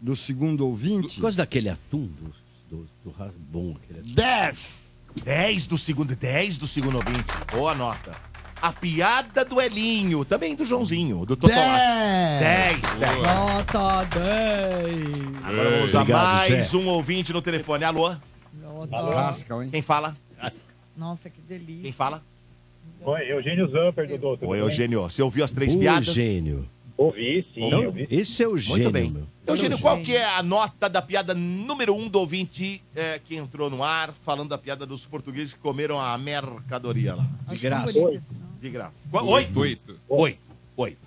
Do segundo ouvinte. Gosto daquele atum do, do, do Rabon. Aquele atum. 10! 10 do segundo, 10 do segundo ouvinte. Boa nota. A piada do Elinho, também do Joãozinho, do Totolato. 10, 10. Nota 10. Agora vamos usar mais um ouvinte no telefone. Alô? Alô? Quem fala? Nossa, que delícia. Quem fala? Oi, Eugênio Zamper, Dodô. tudo Oi, bem? Eugênio. Você ouviu as três Ô, piadas? Eugênio. Ouvi, sim, Não, ouvi. Esse é o Muito gênio, bem. meu. Eugênio, qual que é a nota da piada número um do ouvinte eh, que entrou no ar falando da piada dos portugueses que comeram a mercadoria lá? De graça. bonito esse De graça. Qual- Oito? Oito. Oito. Oito.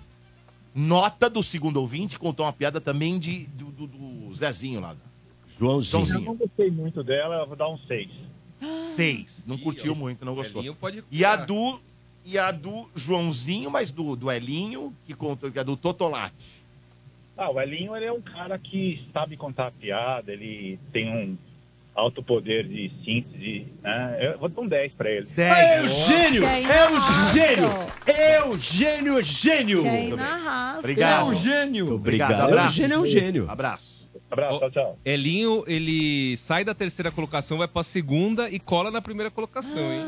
Nota do segundo ouvinte contou uma piada também de, do, do- do Zezinho lá. Joãozinho. Eu não gostei muito dela, eu vou dar um 6. Seis. Não curtiu muito, não gostou. Elinho pode E a do. E a do Joãozinho, mas do, do Elinho, que contou, que é do Totolate. Ah, o Elinho ele é um cara que sabe contar piada, ele tem um alto poder de síntese, né? Eu vou dar um 10 pra ele. É Eugênio! É Eugênio! Eugênio, gênio! Quem na raça. Obrigado. Eugênio! é um Obrigado. Obrigado. Abraço. Eugênio é um gênio. Abraço. Abraço, tchau, tchau. Elinho, ele sai da terceira colocação, vai pra segunda e cola na primeira colocação, hein?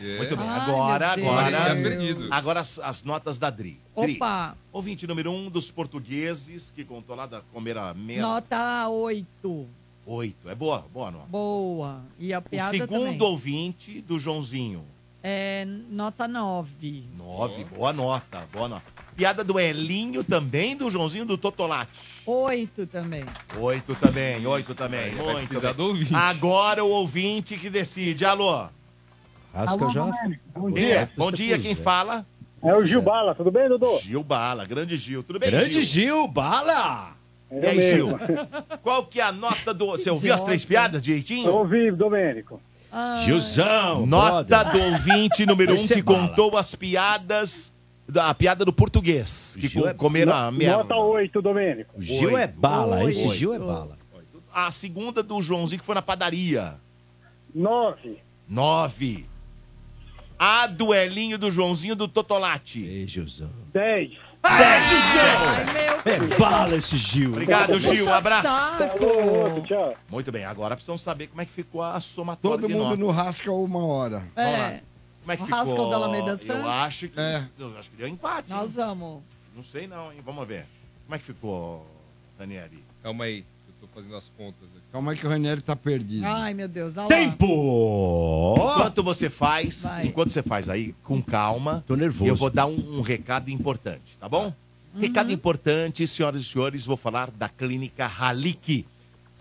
É. Muito bem. Agora, agora. Parecia perdido. Agora as, as notas da Dri. Dri, Opa. Ouvinte número um dos portugueses que contou lá da Comeira Meia. Nota 8. Oito. É boa, boa nota. Boa. E a O piada segundo também. ouvinte do Joãozinho. É nota 9. Nove. Boa nota, boa nota. Piada do Elinho também, do Joãozinho do Totolate. 8 também. Oito também, oito também. vai Muito precisar bem. do ouvinte. Agora o ouvinte que decide. Alô? Rasca Alô, já. Romênio. Bom dia. Bom dia, quem fala? É o Gil Bala, tudo bem, Dodô? Gil Bala, grande Gil. Tudo bem, Grande Gil, bala! E aí, Gil? Qual que é a nota do. Você ouviu as três piadas direitinho? Ouvi, Domênico. Gilzão! Nota brother. do ouvinte número um Esse é que bala. contou as piadas. Da, a piada do português. Que Gil co- é- comeram a Nota merda. Nota 8, Domênico. O Gil é Oito. bala, esse Oito. Gil é bala. A segunda do Joãozinho que foi na padaria. 9. Nove. A duelinho do Joãozinho do Totolate. Ei, Gilzão. 10. Dez, Gil! É bala esse Gil. Obrigado, Gil. Um abraço. Outro, tchau. Muito bem, agora precisamos saber como é que ficou a somatória Todo de mundo notas. no rasca uma hora. Vamos lá. Como é que O ficou? Rascal da Alameda Santos? Eu acho que, É. eu acho que deu empate. hein? Nós vamos. Não sei não, hein? Vamos ver. Como é que ficou, Daniele? Calma aí, eu tô fazendo as contas aqui. Calma aí que o Ranieri tá perdido. Ai, meu Deus. olha lá. Tempo! Enquanto você faz, Vai. enquanto você faz aí, com calma. Tô nervoso. Eu vou dar um, um recado importante, tá bom? Uhum. Recado importante, senhoras e senhores, vou falar da clínica Halik.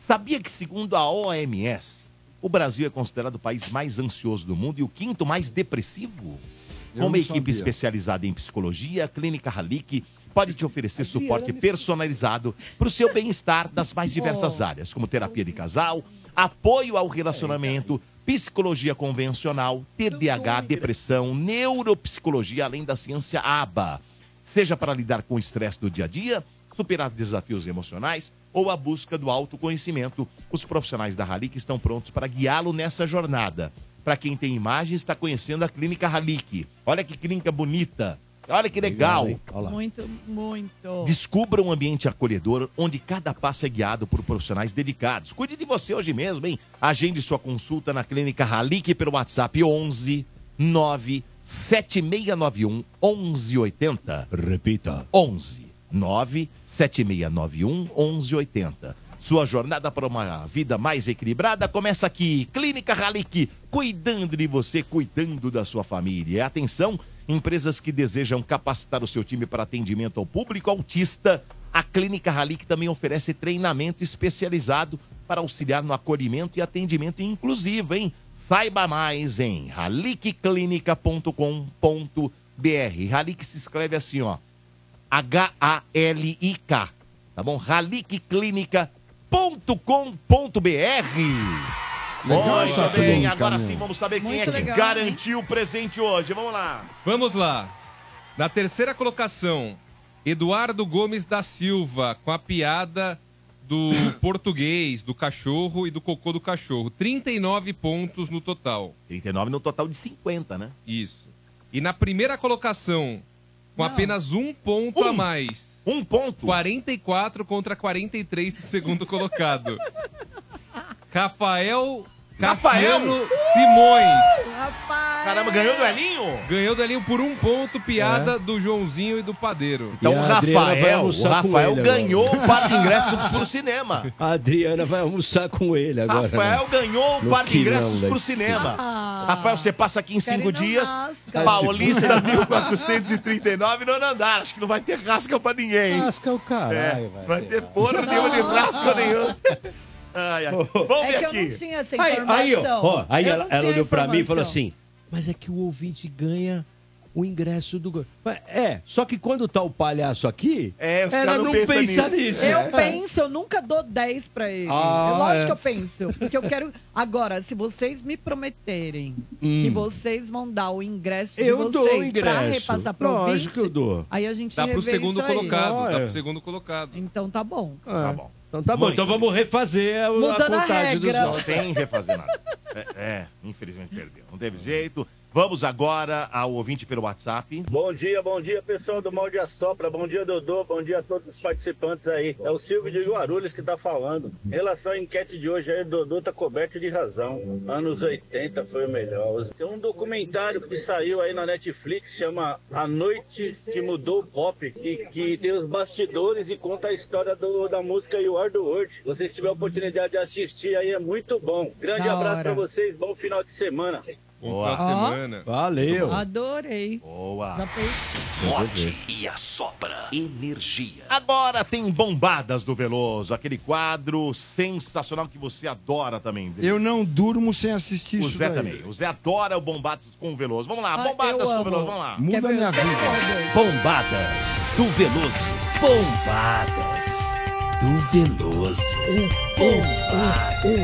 Sabia que, segundo a OMS, o Brasil é considerado o país mais ansioso do mundo e o quinto mais depressivo? Eu Com uma não equipe sabia. especializada em psicologia, a Clínica Halik pode te oferecer suporte personalizado para o seu bem-estar nas mais diversas áreas, como terapia de casal, apoio ao relacionamento, psicologia convencional, TDAH, depressão, neuropsicologia, além da ciência ABA seja para lidar com o estresse do dia a dia, superar desafios emocionais ou a busca do autoconhecimento. Os profissionais da Halik estão prontos para guiá-lo nessa jornada. Para quem tem imagem, está conhecendo a Clínica Halik. Olha que clínica bonita. Olha que legal. Muito, muito. Descubra um ambiente acolhedor onde cada passo é guiado por profissionais dedicados. Cuide de você hoje mesmo, hein? Agende sua consulta na Clínica Halik pelo WhatsApp 11 9 7691 1180. Repita. 11 97691 1180. Sua jornada para uma vida mais equilibrada começa aqui. Clínica Halik, cuidando de você, cuidando da sua família. Atenção, empresas que desejam capacitar o seu time para atendimento ao público autista. A Clínica Halik também oferece treinamento especializado para auxiliar no acolhimento e atendimento inclusivo, hein? Saiba mais em halikclinica.com.br. Halik se escreve assim, ó. H-A-L-I-K. Tá bom? halikclinica.com.br. Legal, Muito Sato bem, Bom, agora Camilo. sim vamos saber quem Muito é que legal, garantiu o presente hoje. Vamos lá. Vamos lá. Na terceira colocação, Eduardo Gomes da Silva, com a piada do português, do cachorro e do cocô do cachorro. 39 pontos no total. 39 no total de 50, né? Isso. E na primeira colocação, com apenas um ponto a mais. Um ponto? 44 contra 43 do segundo colocado. Rafael Cassiano Rafael? Simões. Caramba, ganhou do Elinho? Ganhou do Elinho por um ponto, piada do Joãozinho e do Padeiro. Então o Rafael, o Rafael ganhou o par de ingressos pro cinema. A Adriana vai almoçar com ele agora. né? Rafael ganhou o No par de quinão, ingressos velho. pro cinema. Ah. Rafael, você passa aqui em cinco dias. rasca. Paulista Ah, 1439, nono andar. Acho que não vai ter rasca pra ninguém. hein? Rasca o caralho, É, vai vai ter porra nenhuma de rasca nenhum. Ai, ai. Vamos É ver que eu aqui. não tinha essa Aí, informação. aí, ó, ó, aí Eu ela, não ela tinha olhou pra mim e falou informação. assim: Mas é que o ouvinte ganha o ingresso do. go-". Mas, É, só que quando tá o palhaço aqui, é, os ela caras não não pensa pensam nisso. Eu É. penso, eu nunca dou 10 pra ele. Ah, é lógico é. que eu penso. Porque eu quero. Agora, se vocês me prometerem Hum. que vocês vão dar o ingresso de Eu vocês dou o pra ingresso. repassar pro Lógico ouvinte, que eu dou. Aí a gente Dá pro revê segundo isso aí. colocado, dá pro O segundo colocado. Então tá bom. Tá bom. Então tá bom, Muito então vamos refazer a, a Mudando a contagem dos regra. Não votos. sem refazer nada. É, é, infelizmente perdeu. Não teve jeito. Vamos agora ao ouvinte pelo WhatsApp. Bom dia, bom dia, pessoal do Mal de Assopra. Bom dia, Dodô. Bom dia a todos os participantes aí. É o Silvio de Guarulhos que tá falando. Em relação à enquete de hoje, aí, Dodô tá coberto de razão. Anos 80 foi o melhor. Tem um documentário que saiu aí na Netflix, chama A Noite que Mudou o Pop, e que tem os bastidores e conta a história do- da música You Are the World. Se vocês tiverem a oportunidade de assistir aí, é muito bom. Grande Da abraço hora. pra vocês, bom final de semana. Boa. final de semana. Valeu. Adorei. Boa. Já fez. Morte e a sopra energia. Agora tem Bombadas do Veloso, aquele quadro sensacional que você adora também. Eu não durmo sem assistir O isso Zé daí. também. O Zé adora o Bombadas com o Veloso. Vamos lá, Ah, eu Bombadas com o amo. Veloso, vamos lá. Muda minha vida. Bombadas do Veloso. Bombadas do Veloso. Hum,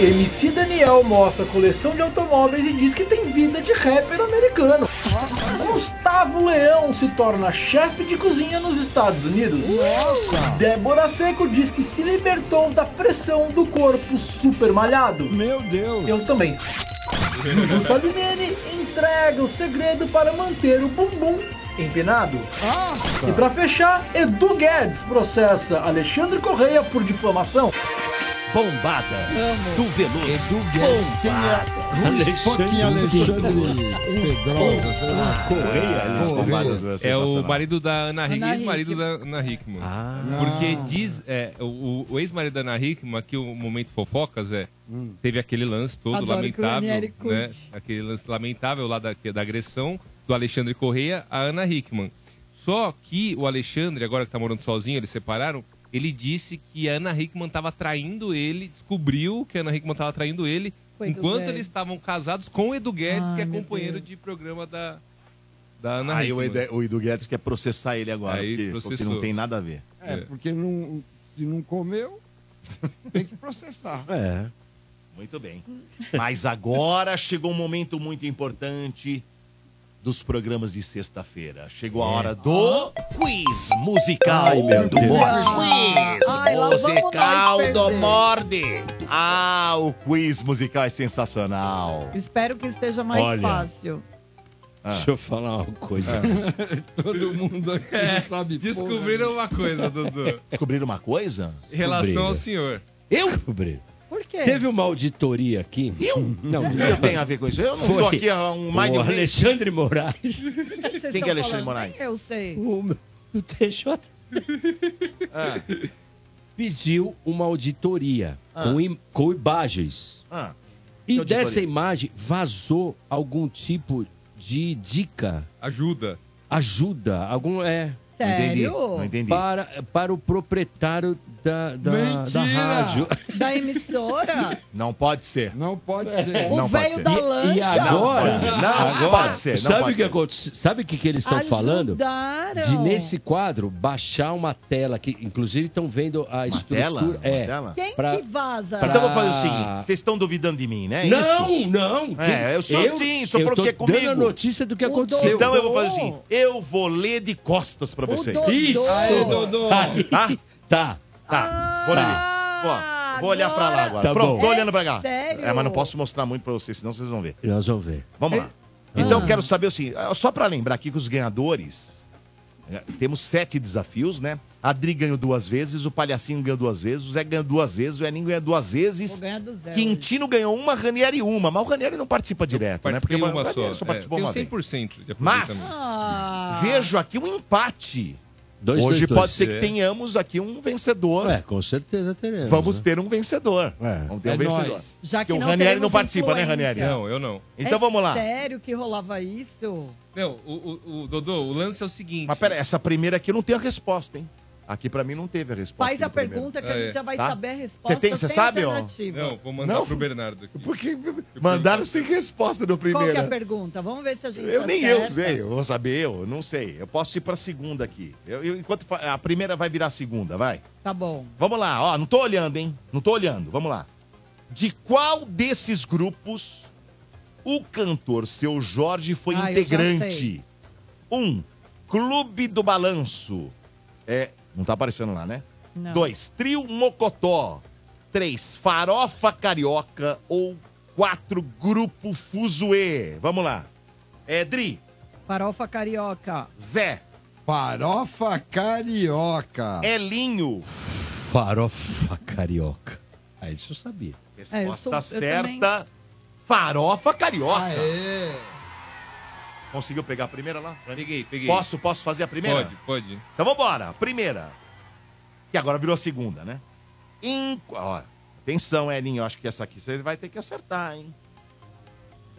MC Daniel mostra coleção de automóveis e diz que tem vida de rapper americano. Gustavo Leão se torna chefe de cozinha nos Estados Unidos. Débora Seco diz que se libertou da pressão do corpo super malhado. Meu Deus. Eu também. Dudu Salinene entrega o segredo para manter o bumbum empinado. E para fechar, Edu Guedes processa Alexandre Correia por difamação. Bombadas do Veloso. é Alexandre Fucking Alexandre Pedrosa, sei Ah, lá. É o marido da Ana Hickman, ex-marido da Ana Hickman. Porque diz, é, o, o ex-marido da Ana Hickman, que o momento fofocas é, teve aquele lance todo Adoro é que o lamentável, Ranieri curte. né? Aquele lance lamentável lá da, da agressão do Alexandre Correia à Ana Hickman. Só que o Alexandre, agora que tá morando sozinho, eles separaram, ele disse que a Ana Hickman tava traindo ele, descobriu que a Ana Hickman tava traindo ele, Com o Edu enquanto Guedes. eles estavam casados com o Edu Guedes, Ai, que é meu companheiro de programa da, da Ana Aí o Hickman. Ed- o Edu Guedes quer processar ele agora, Aí porque, processou. porque não tem nada a ver. É, porque não, se não comeu, tem que processar. É. Muito bem. Mas agora chegou um momento muito importante dos programas de sexta-feira. Chegou a É. hora do quiz musical Ai, meu do Deus. Morde. Quiz Ai, lá vamos musical nós do perder. Morde. Ah, o quiz musical é sensacional. Ah. Espero que esteja mais Olha. fácil. Deixa eu falar uma coisa. É. Todo mundo aqui sabe. né? Descobriram uma coisa, Dudu. Descobriram uma coisa? Em relação ao senhor. Eu? Descobriram. Por quê? Teve uma auditoria aqui. Eu? Não, Eu tenho a ver com isso. Eu não tô aqui há um- mais de O um mês. Alexandre Moraes. Vocês Quem que é estão Alexandre falando? Moraes? Eu sei. O meu- o Teixeira Ah. pediu uma auditoria com, im- com imagens. Ah, E Que auditoria? dessa imagem vazou algum tipo de dica, Ajuda. ajuda, algum é. Sério? Não entendi, não entendi. Para, para o proprietário da, da, da Ah. rádio. Da emissora? Não pode ser. Não pode O Não velho pode ser. da E- lancha. E agora? Ah, Não agora, pode ser, não sabe pode o que acontece? Sabe o que, que eles estão falando? Ajudaram. De nesse quadro baixar uma tela que inclusive estão vendo a estrutura tela? Uma é tela? Quem pra- que vaza? pra- Então vou fazer o seguinte: vocês estão duvidando de mim, né? É Não, isso? não. É, eu sou Eu- Tim, só eu porque é tô comigo. dando a notícia do que O aconteceu. Então eu vou Dodô. fazer o seguinte: eu vou ler de costas pra vocês. Dodô. Isso. Aê, Dodô. Tá? Tá. Tá. Vou ler. Ó, vou olhar pra lá agora. Tá Pronto, bom. tô É olhando pra cá. sério? É, mas não posso mostrar muito pra vocês, senão vocês vão ver. Nós vamos ver. Vamos É. lá. Então, quero saber o seguinte: ah, só pra lembrar aqui que os ganhadores. eh, Temos sete desafios, né? A Dri ganhou duas vezes, o Palhacinho ganhou duas vezes, o Zé ganhou duas vezes, o Elinho ganhou duas vezes. Vou ganhar do zero. Quintino ganhou uma, Ranieri uma, mas o Ranieri não participa direto, né? Participei o uma só. Ranieri Só só é, participou tenho uma vez. 100% de Mas aproveitamento. Ah. vejo aqui um empate. Dois, Hoje dois, dois. pode ser que É. tenhamos aqui um vencedor. É, com certeza teremos. Vamos né? ter um vencedor. Vamos ter É um vencedor. nóis. Já Porque que o não Ranieri não teremos participa, né, influência. Ranieri? Não, eu não. Então É vamos lá. Sério que rolava isso? Não, o, o- o- Dodô, o lance é o seguinte. Mas pera, essa primeira aqui não tem a resposta, hein? Aqui pra mim não teve a resposta. Faz do a primeiro. pergunta que a gente já vai Tá? saber a resposta. Você tem, você sem sabe, ó? alternativa. É. Não, vou mandar Não? pro Bernardo aqui. Porque mandaram sem resposta do Qual que é a primeiro. pergunta? Vamos ver se a gente tá Eu nem eu acerta. sei, eu vou saber, eu não sei. Eu posso ir pra segunda aqui. Eu, eu- enquanto fa- a primeira vai virar a segunda, vai. Tá bom. Vamos lá, ó, não tô olhando, hein? Não tô olhando, vamos lá. De qual desses grupos o cantor Seu Jorge foi Ah, eu já integrante? sei. Um, Clube do Balanço. É, não tá aparecendo lá, né? Não. Dois, Trio Mocotó. Três, Farofa Carioca. Ou quatro, Grupo Fuzuê. Vamos lá. É, Edri, Farofa carioca. Zé, É. Farofa carioca. Elinho. Farofa carioca. Ah, isso eu sabia. É, Resposta sou- eu certa. Farofa carioca. Conseguiu pegar a primeira lá? Peguei, peguei. Posso, posso fazer a primeira? Pode, pode. Então vambora. Primeira. Que agora virou a segunda, né? Em... Ó, atenção, Elinho. eu Acho que essa aqui você vai ter que acertar, hein?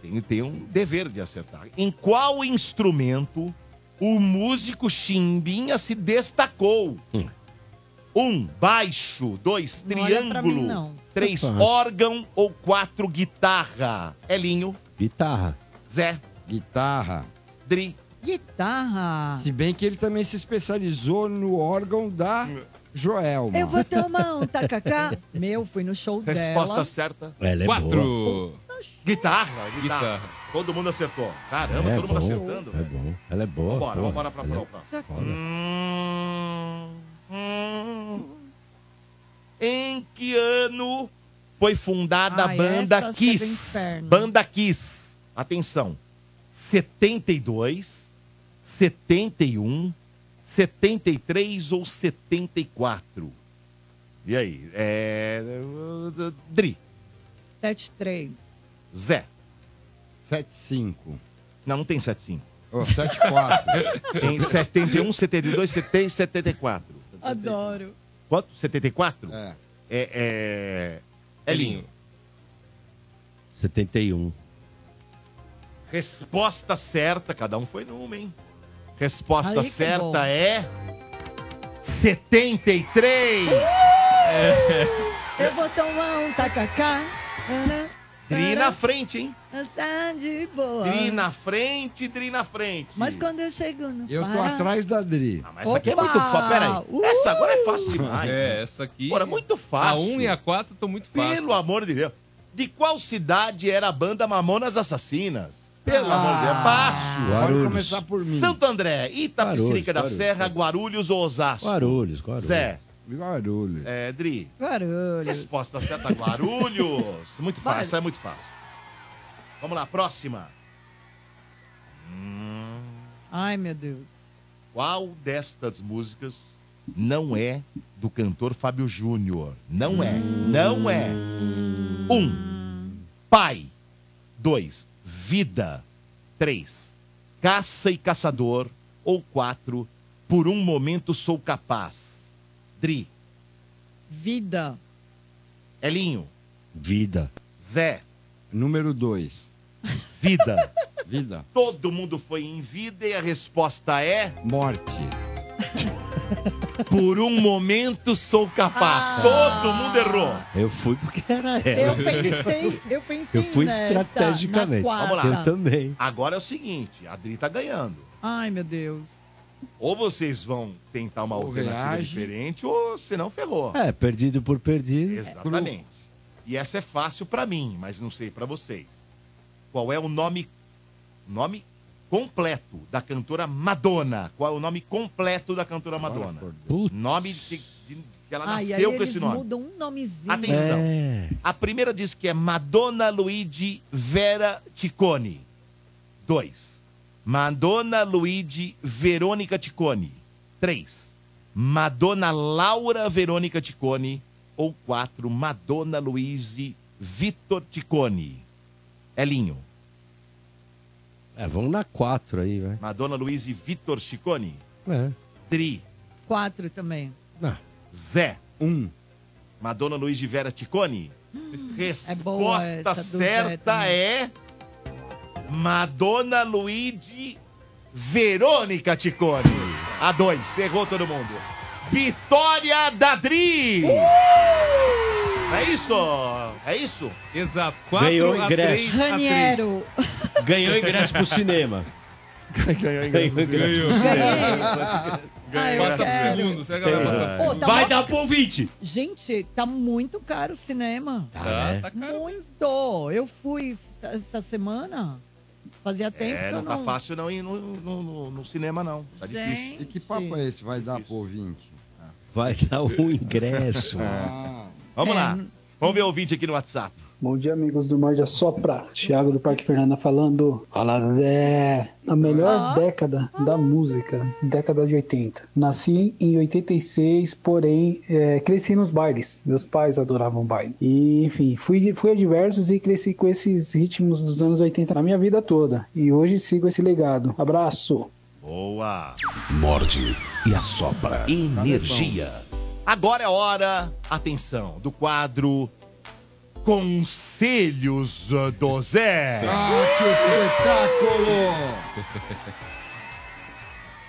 Tem, tem um dever de acertar. Em qual instrumento o músico Chimbinha se destacou? Hum. Um, baixo. Dois, Não olha pra triângulo. mim, não. três, Capaz. órgão ou quatro, guitarra? Elinho, Guitarra. Zé, Guitarra. Dri. Guitarra. Se bem que ele também se especializou no órgão da Joelma. Eu vou tomar um tacacá. Meu, fui no show Resposta dela. certa. Ela é Quatro. Guitarra, guitarra, Todo mundo acertou. Caramba, é todo mundo bom, acertando. É bom. Ela é boa. Vambora, pô. vambora pra Ela é prova. foda. Hum, Em que ano foi fundada Ai, a banda essas que é do Kiss? inferno. Banda Kiss. Atenção. 72, 71, 73 ou 74? E aí? É... Dri, 7-3. Zé. 75. Não, não tem 75. Ô, 74. Tem 71, 72, 70 e 74. Adoro. Quanto? 74? É. É. é... Elinho. 71. Resposta certa, cada um foi numa, hein? Resposta Aí que bom. certa é. 73! É. Eu vou tomar um tacacá. Dri na frente, hein? Tá de boa. Dri na frente, Dri na frente. Mas quando eu chego no Eu tô Pará- atrás da Dri. Ah, Mas essa aqui é Opa! muito fácil. Peraí. Essa agora é Uh! fácil demais. É, essa aqui. Agora, muito fácil. A 1 e a 4 estão muito fáceis. Pelo amor de Deus. De qual cidade era a banda Mamonas Assassinas? Ah. Pelo amor de Deus. Fácil. Pode começar por mim. Santo André, Itapecerica Guarulhos, da Guarulhos, Serra, Guarulhos ou Osasco? Guarulhos, Guarulhos. Zé, Guarulhos. é, Dri. Guarulhos. Resposta certa, Guarulhos. Muito fácil, essa é muito fácil. Vamos lá, próxima. Ai, meu Deus. Qual destas músicas não é do cantor Fábio Júnior? Não é, não é. Um, pai. Dois, vida. Três, caça e caçador. Ou quatro, por um momento sou capaz. Dri. Vida. Elinho. Vida. Zé. Número 2. Vida. Vida. Todo mundo foi em vida e a resposta é. Morte. Por um momento sou capaz. Todo mundo errou. Eu fui porque era Ah. Eu ela. pensei, eu pensei Eu fui nessa, estrategicamente. na quarta. Eu também. Agora é o seguinte: a Dri tá ganhando. Ai, meu Deus. Ou vocês vão tentar uma alternativa reage. diferente, ou senão ferrou. É, perdido por perdido. Exatamente. E essa é fácil pra mim, mas não sei pra vocês. Qual é o nome nome completo da cantora Madonna? Qual é o nome completo da cantora Madonna? Nome de, de- que ela Ai, aí nasceu com eles esse nome. mudam um nomezinho. Atenção. A primeira diz que é Madonna Luigi Vera Ticone. Dois. Madonna Luigi Verônica Ticone. Três. Madonna Laura Verônica Ticone. Ou quatro. Madonna Luigi Vitor Ticone. Elinho. É, vamos na quatro aí, vai. Madonna Luigi Vitor Ticone. É. Tri. Quatro também. Zé. Um. Madonna Luigi Vera Ticone. boa essa Hum. Resposta do Zé certa também. é Madonna Luigi Verônica Ticone. A dois, errou todo mundo. Vitória da Uh! Dri! É isso, é isso. Exato. Ganhou o ingresso. Raniero. Ganhou ingresso pro cinema. Ganhou ingresso pro cinema. Ah, eu Passa pro quero. segundo, se né, a galera passar pro Pô, segundo. tá Vai mó- dar pro ouvinte. Gente, tá muito caro o cinema. Tá, é? tá Muito. Eu fui esta- essa semana. Fazia tempo É, que eu não tá não... fácil não ir no, no- no- no cinema, não. Tá difícil. E que papo é esse? Vai dar pro ouvinte? Ah. Vai dar o ingresso. Vamos lá. Vamos ver o ouvinte aqui no WhatsApp. Bom dia, amigos do Morde Sopra. Thiago do Parque Fernanda falando. Fala, Zé. A melhor década da música, década de 80. Nasci em 86, porém é, cresci nos bailes. Meus pais adoravam baile. E, enfim, fui, fui a diversos e cresci com esses ritmos dos anos 80 na minha vida toda. E hoje sigo esse legado. Abraço. Boa. Morde e assopra. Energia. Agora é hora, atenção, do quadro Conselhos do Zé. que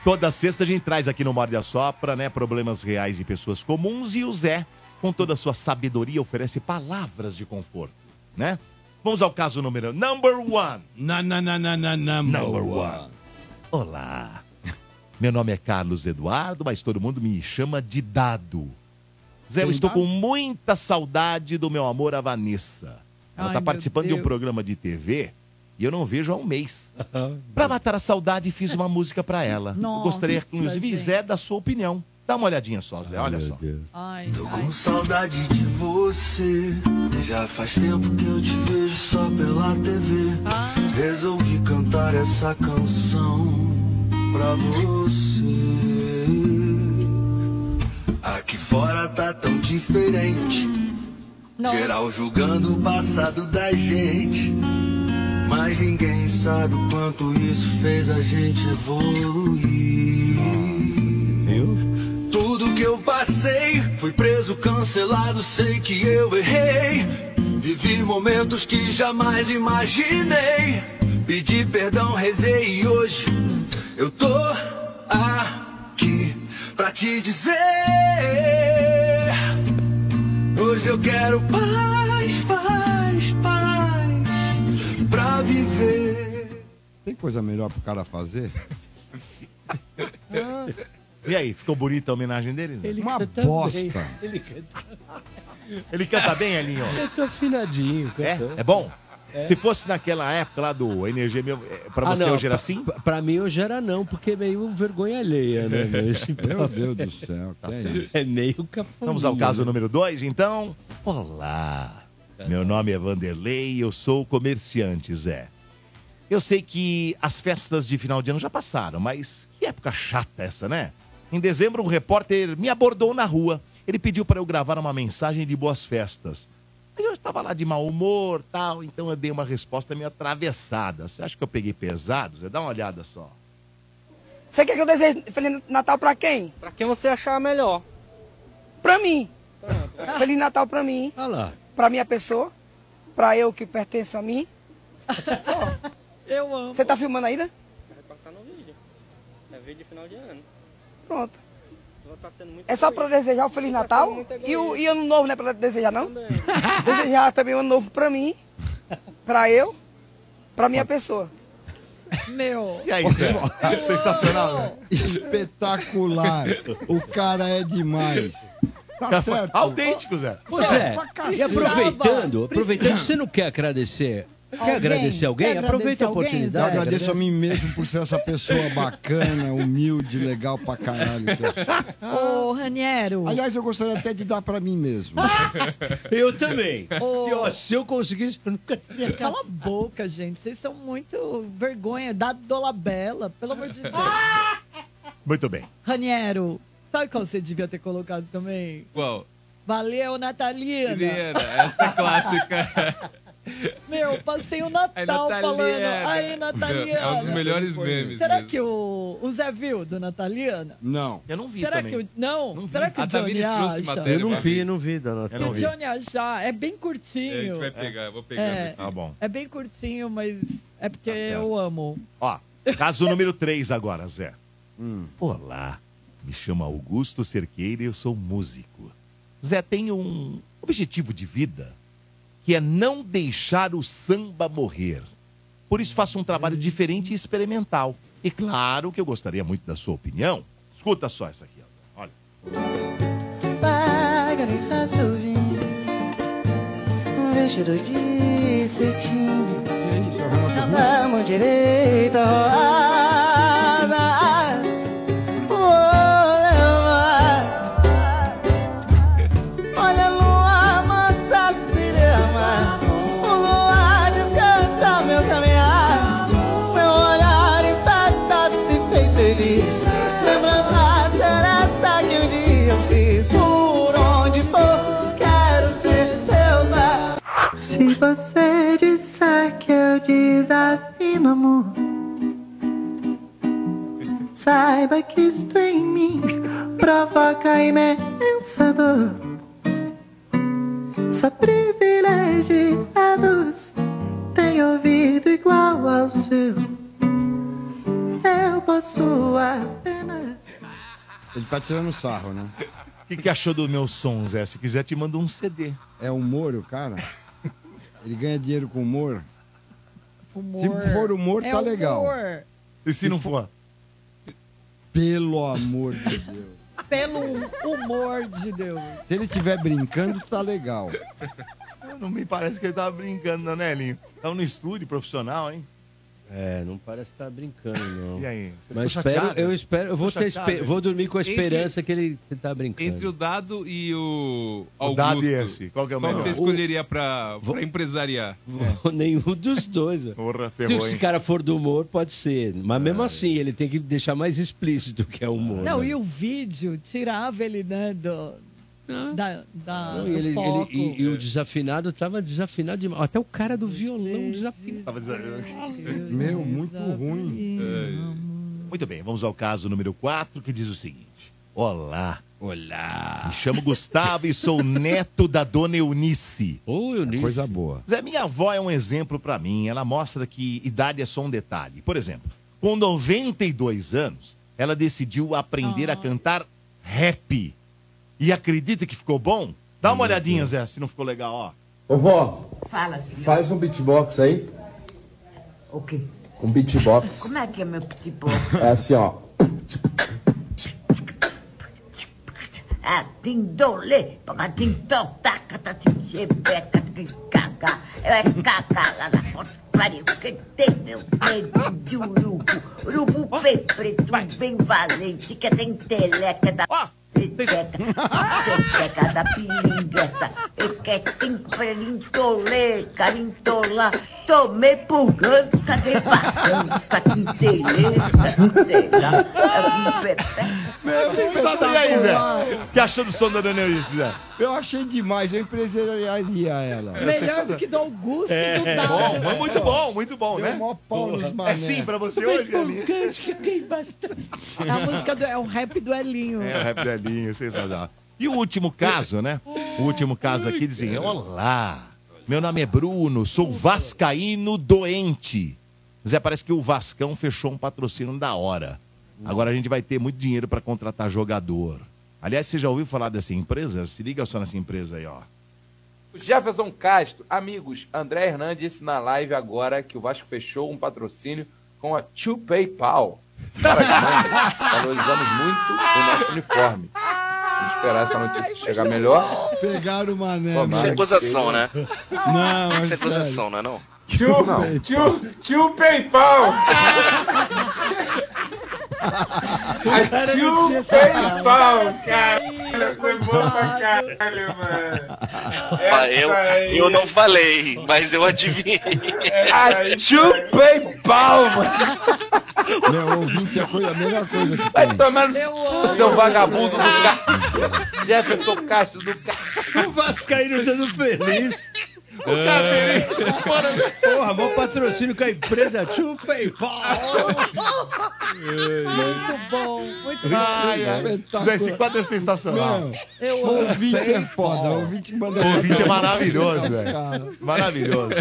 Toda sexta a gente traz aqui no Morde a Sopra, né, problemas reais de pessoas comuns e o Zé, com toda a sua sabedoria, oferece palavras de conforto, né? Vamos ao caso número number one. Na, na, na, na, na, number, one. Olá. Meu nome é Carlos Eduardo, mas todo mundo me chama de Dado. Zé, eu Tem estou dado? com muita saudade do meu amor, a Vanessa. Ai, Ela está meu participando de um Deus. programa de TV e eu não vejo há um mês. Para matar a saudade, fiz uma música para ela. eu Nossa, gostaria, inclusive, gente. Zé, da sua opinião. Dá uma olhadinha só, Zé, olha só. Ah. Tô com saudade de você. Já faz tempo que eu te vejo só pela TV. Resolvi cantar essa canção pra você. Aqui fora tá tão diferente. Geral julgando o passado da gente. Mas ninguém sabe o quanto isso fez a gente evoluir. Tudo que eu passei, fui preso, cancelado, sei que eu errei. Vivi momentos que jamais imaginei. Pedi perdão, rezei e hoje eu tô aqui pra te dizer. Hoje eu quero paz, paz, paz pra viver. Tem coisa melhor pro cara fazer? E aí, ficou bonita a homenagem dele? Zé? Uma bosta. Ele canta. Ele canta bem, Elinho? Eu tô afinadinho. É? É bom? Se fosse naquela época lá do Energia Meu... é, Pra Ah, você hoje era assim? Pra, pra mim hoje era não, porque é meio vergonha alheia, É né? mas- então. Meu Deus do céu, Tá que é certo. isso? É meio cafuninho. Vamos ao caso né? número 2, então? Olá! Tá Meu nome é Vanderlei e eu sou comerciante, Zé. Eu sei que as festas de final de ano já passaram, mas que época chata essa, né? Em dezembro, um repórter me abordou na rua. Ele pediu para eu gravar uma mensagem de boas festas. Mas eu tava lá de mau humor tal, então eu dei uma resposta meio atravessada. Você acha que eu peguei pesado? Zé? Dá uma olhada só. Você quer que eu deseje Feliz Natal pra quem? Pra quem você achar melhor. Pra mim. Feliz Natal pra mim. Olha lá. Pra minha pessoa. Pra eu que pertenço a mim. Só. Eu amo. Você tá filmando ainda? Vai passar no vídeo. É vídeo de final de ano. Pronto. Vou tá sendo muito É só pra eu egoísta. desejar o Feliz Tá sendo Natal. muito E, o, egoísta. e ano novo, né? Pra desejar, não? desejar também o ano novo pra mim. Pra eu. Pra minha pessoa. Meu. E aí, Zé? Sensacional, né? Espetacular. O cara é demais. Tá certo. Autêntico, Zé. Pois Zé, Pra e cacete. aproveitando, aproveitando, você não quer agradecer? Quer Alguém? agradecer alguém? Quer Aproveita a agradecer alguém, oportunidade. Eu agradeço a mim mesmo por ser essa pessoa bacana, humilde, legal pra caralho. que eu sou. Ô, Raniero. Aliás, eu gostaria até de dar pra mim mesmo. Eu também. Ô. Se, ó, se eu conseguisse, eu nunca teria. Cala a boca, gente. Vocês são muito vergonha. Dá dolabella, pelo amor de Deus. Muito bem. Raniero, sabe qual você devia ter colocado também? Qual? Valeu, Natalina. Helena, essa é clássica. Meu, passei o Aí, Natal Natalina. falando. Aí, Nataliana. É um dos melhores memes. né? Será que o, o Zé viu do Nataliana? Não. Eu não vi Será também. que o. Não? Será que o A Johnny Tamires trouxe acha? matéria, Eu não uma vi, vez. não vi, dona Que o Johnny achar é bem curtinho. É, a gente vai pegar, eu vou pegar. É, Tá bom. é bem curtinho, mas é porque eu amo. Ó, caso número 3 agora, Zé. Olá, me chamo Augusto Cerqueira e eu sou músico. Zé, tenho um objetivo de vida que é não deixar o samba morrer. Por isso faço um trabalho diferente e experimental. E claro que eu gostaria muito da sua opinião. Escuta só essa aqui, ó, Zé. Olha. Paga, me faz ouvir. Vem cheiro de cetim. Na mão direita, rodas. Vou levar. Olha a lua, mansa cinema. O luar descansa meu caminhar. Meu olhar em festa se fez feliz. Lembrando a seresta que um dia eu fiz. Por onde for, quero ser seu bar. Se você disser que eu desafino, amor. Saiba que isto em mim provoca imensa dor. Sou privilegiados, tem ouvido igual ao seu. Eu posso apenas. Ele tá tirando sarro, né? O que, que achou do meu som, Zé? Se quiser, te mando um CD. É humor, o cara? Ele ganha dinheiro com humor? Humor. Se for humor, tá legal. É humor. E se não for? Pelo amor de Deus. Pelo humor de Deus. Se ele estiver brincando, tá legal. Não me parece que ele tava brincando, não, né, Elinho? Tava no estúdio profissional, hein? É, não parece estar brincando, não. E aí? Você Mas ficou espero, chateado? né? eu espero, eu vou, Ficou ter chateado? espe- vou dormir com a Entre- esperança que ele que tá brincando. Entre o dado e o O Augusto. dado e esse, qual que é o melhor? você escolheria pra, pra empresariar? É. Nenhum dos dois. ó. ferrou, Se esse hein? É. cara for do humor, pode ser. Mas mesmo assim, ele tem que deixar mais explícito que é humor. Não, né? e o vídeo tirava ele, né, do, da, da, Não, do e, ele- foco. ele- e- e o desafinado tava desafinado demais. Até o cara do violão desafinou. Tava Meu, muito ruim. É. Muito bem, vamos ao caso número 4, que diz o seguinte. Olá. Olá. Me chamo Gustavo e sou neto da dona Eunice. Ô, Eunice. É Coisa boa. Zé, minha avó é um exemplo pra mim. Ela mostra que idade é só um detalhe. Por exemplo, com 92 anos, ela decidiu aprender a cantar rap. E acredita que ficou bom? Dá uma olhadinha, Zé, se não ficou legal, ó. Ô vó, Fala, filho. faz um beatbox aí. O quê? Um beatbox. Como é que é meu pitbull? É assim, ó. Ah, tindolê, paga tindão, taca, tá tatinche, peca, caca. Eu é caca lá na porta do pariu, que tem meu medo de urubu. Urubu bem preto, bem valente, que tem teleca da... Peteca, peteca da pilingueta, pequetim, prelintolê, carintolá, tomei por grande, cadê bacana, caquintelê, caquintelá, é um pepeca. Meu, Sensacional. E aí, Zé? O que achou do som da Dona Eunice, Zé? Eu achei demais, eu empresariaria ela. Melhor do que do Augusto É, do é Dado. bom, mas muito bom, muito bom, Deu né? É mó pau nos Porra. mané. É sim pra você hoje, Eunice? É a música do, é o rap do Elinho. É, o rap do Elinho, sensacional. E o último caso, né? O último caso aqui dizem: Olá, meu nome é Bruno, sou vascaíno doente. Zé, parece que o Vascão fechou um patrocínio da hora. Agora a gente vai ter muito dinheiro para contratar jogador. Aliás, você já ouviu falar dessa empresa? Se liga só nessa empresa aí, ó. Jefferson Castro, amigos, André Hernandes disse na live agora que o Vasco fechou um patrocínio com a Two PayPal. Para as mangas, valorizamos muito o nosso uniforme. Vamos esperar essa notícia chegar melhor. Pegaram o mané. Tomara mano. que Gozação, né? Não, Isso é sério. gozação, né? não é não? Tio, tio, tio PayPal! Tio PayPal, cara. Foi bom pra caralho, mano. Ah, eu, eu não falei, mas eu adivinhei. É A PayPal, mano. Meu, ouvinte é a, coisa, a melhor coisa que Vai tem. tomar no seu, seu vagabundo do carro. Jefferson Castro do carro. O Vascaíno dando feliz. O cara É. feliz. Porra, mó patrocínio com a empresa Chupa e é É. Muito bom, muito bom. Ai, ai. Zé, esse quadro é sensacional. Eu amo. Ouvinte é foda, ouvinte manda. O ouvinte é maravilhoso, velho. Cara. Maravilhoso.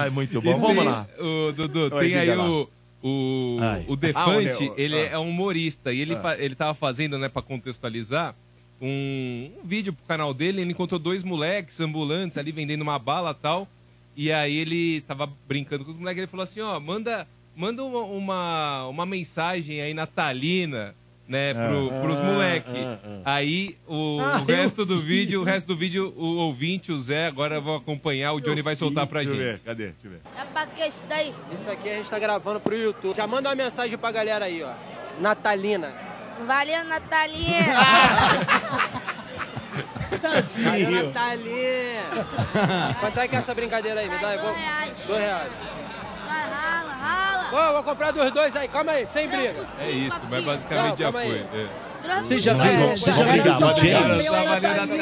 Ai, muito bom. E Vamos tem- lá. O Dudu, Oi, tem aí diga lá. o. O, Ai. Ah, o onde é Defante, o- ele ah. é um humorista e ele, Ah. fa- ele tava fazendo, né, pra contextualizar, um, um vídeo pro canal dele. Ele encontrou dois moleques ambulantes ali vendendo uma bala e tal. E aí ele tava brincando com os moleques. Ele falou assim: ó, manda, manda uma, uma, uma mensagem aí natalina, né, pro, Ah. pros moleques. Ah, ah, ah. Aí o, Ah, o eu resto do vi. vídeo, o resto do vídeo, o ouvinte, o Zé, agora vão acompanhar, o Johnny vai soltar pra gente. cadê? Deixa eu ver. É pra que isso daí? é- Isso aqui a gente tá gravando pro YouTube. Já manda uma mensagem pra galera aí, ó. Natalina. Valeu, Natalinha! Ah. Valeu, Natalina. Quanto é que é essa brincadeira aí? Me dá aí. Vou... Dois reais. Vai, rala, rala! Vou, vou comprar dos dois aí. Calma aí, sem briga. É isso, mas basicamente Não, já calma aí. foi. é. Troca- Você já Não, viu- é, você já já era viu só Gabá de pegar James? meu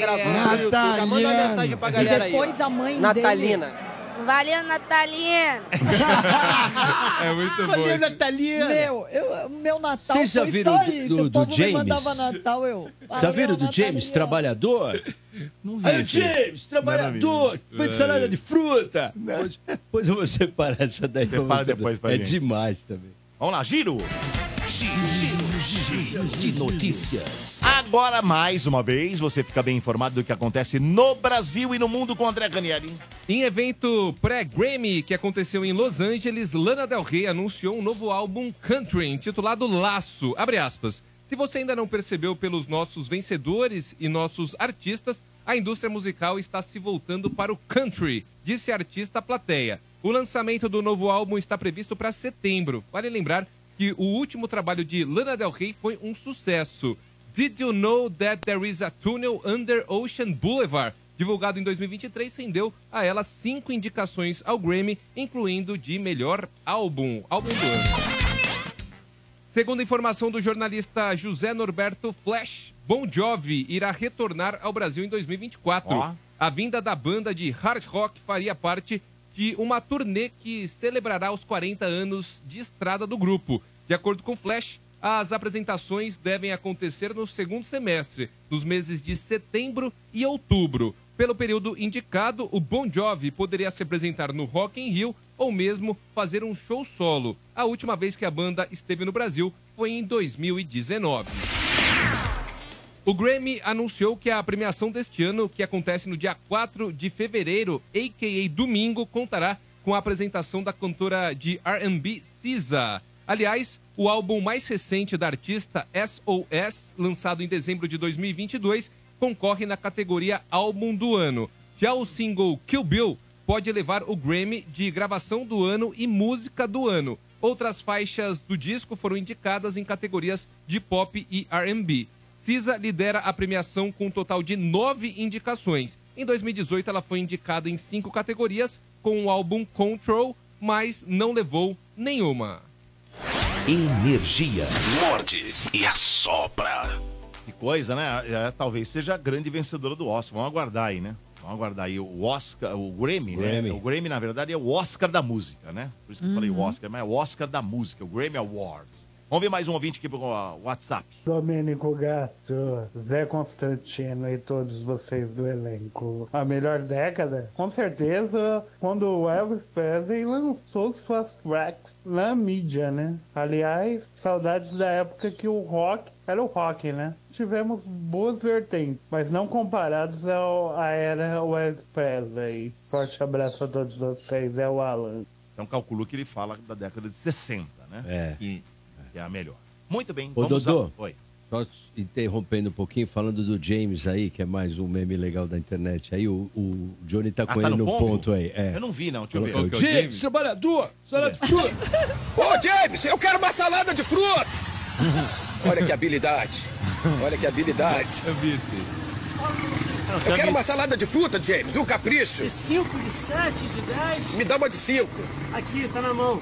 Trabalhou Natalina. Tá Gravando na Tailândia. pro YouTube. Manda uma mensagem pra E galera aí. ó. depois a mãe dele. Natalina. Valeu, Natalinha! É muito Valeu, bom. isso. Meu, eu, meu Natal Vocês já foi viram só do- isso. do- o do povo me James? mandava Natal, eu... Tá vendo do James, trabalhador? Não vi Aí, esse. James, trabalhador, vi. vende É. salada de fruta. Pois, pois eu vou separar essa daí. pra Separa você. depois pra É gente. demais também. Vamos lá, giro. Giro, giro, giro de notícias. Agora, mais uma vez, você fica bem informado do que acontece no Brasil e no mundo com André Ranieri. Em evento pré-Grammy que aconteceu em Los Angeles, Lana Del Rey anunciou um novo álbum country intitulado Laço. Abre aspas. Se você ainda não percebeu pelos nossos vencedores e nossos artistas, a indústria musical está se voltando para o country, disse a artista à plateia. O lançamento do novo álbum está previsto para setembro. Vale lembrar que o último trabalho de Lana Del Rey foi um sucesso. Did you know that there is a tunnel under Ocean Boulevard? Divulgado em 2023, rendeu a ela cinco indicações ao Grammy, incluindo de melhor álbum, álbum do ano. Segundo informação do jornalista José Norberto Flash, Bon Jovi irá retornar ao Brasil em 2024. Ó. A vinda da banda de hard rock faria parte de uma turnê que celebrará os 40 anos de estrada do grupo. De acordo com Flash, as apresentações devem acontecer no segundo semestre, nos meses de setembro e outubro. Pelo período indicado, o Bon Jovi poderia se apresentar no Rock in Rio ou mesmo fazer um show solo. A última vez que a banda esteve no Brasil foi em 2019. O Grammy anunciou que a premiação deste ano, que acontece no dia 4 de fevereiro, a.k.a. domingo, contará com a apresentação da cantora de R&B SZA. Aliás, o álbum mais recente da artista, SOS, lançado em dezembro de 2022, concorre na categoria Álbum do Ano. Já o single Kill Bill pode levar o Grammy de gravação do ano e música do ano. Outras faixas do disco foram indicadas em categorias de pop e R&B. Cisa lidera a premiação com um total de nove indicações. Em 2018, ela foi indicada em cinco categorias com o álbum Control, mas não levou nenhuma. Energia. Morde e assopra. Que coisa, né? É, Talvez seja a grande vencedora do Oscar. Vamos aguardar aí, né? Vamos aguardar aí o Oscar, o Grammy, Grammy. né? O Grammy, na verdade, é o Oscar da música, né? Por isso que eu falei Uhum. Oscar, mas é o Oscar da música, o Grammy Awards. Vamos ver mais um ouvinte aqui pro ó, WhatsApp. Domênico Gato, Zé Constantino e todos vocês do elenco. A melhor década? Com certeza, quando o Elvis Presley lançou suas tracks na mídia, né? Aliás, saudades da época que o rock era o rock, né? Tivemos boas vertentes, mas não comparados ao, à era Elvis Presley. Forte abraço a todos vocês, é o Alan. Então calculou que ele fala da década de 60, né? É. Que, que é a melhor. Muito bem, Ô, vamos Dodô. a... Oi. Só interrompendo um pouquinho, falando do James aí, que é mais um meme legal da internet. Aí o, o Johnny tá Ah, com tá ele no no pombo? ponto aí. É. Eu não vi, não. Deixa eu ver. Colocou Qual o que é o James. James? trabalhador, salada de fruta. Ô, James, eu quero uma salada de fruta! Olha que habilidade. Olha que habilidade. Eu quero uma salada de fruta, James, um capricho. De 5, de 7, de 10. Me dá uma de cinco. Aqui, tá na mão.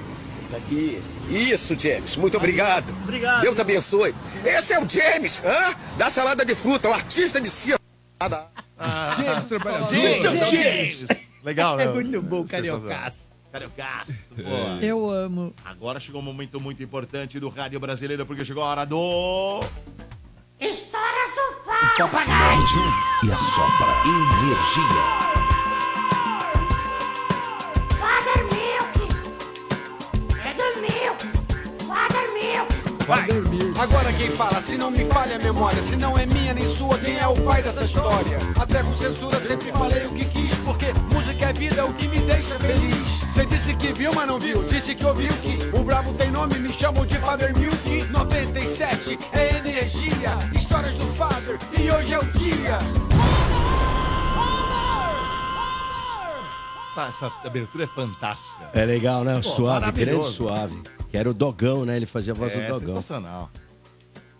Tá aqui. Isso, James, muito obrigado. Obrigado. Deus abençoe. Esse é o James, hã? Da salada de fruta, o artista de circo. James, trabalhador. Legal, né? É muito bom, Sensacional. É. cariocaço. Cariocaço. Boa. Eu amo. Agora chegou um momento muito importante do Rádio Brasileiro, porque chegou a hora do... Estoura Papagaio. E assopra. Energia. Father Milk! Father Milk! Father Milk! Vai. Agora quem fala, se não me falha a memória, se não é minha nem sua, quem é o pai dessa história? Até com censura sempre falei o que quis, porque música é vida, é o que me deixa feliz. Você disse que viu, mas não viu, disse que ouviu que o brabo tem nome, me chamam de Father Milk. 97 é energia, histórias do Father, e hoje é o dia. Tá, essa abertura é fantástica. É legal, né? Pô, suave, grande maravilhoso. suave. Que era o Dogão, né? Ele fazia a voz É do Dogão. sensacional.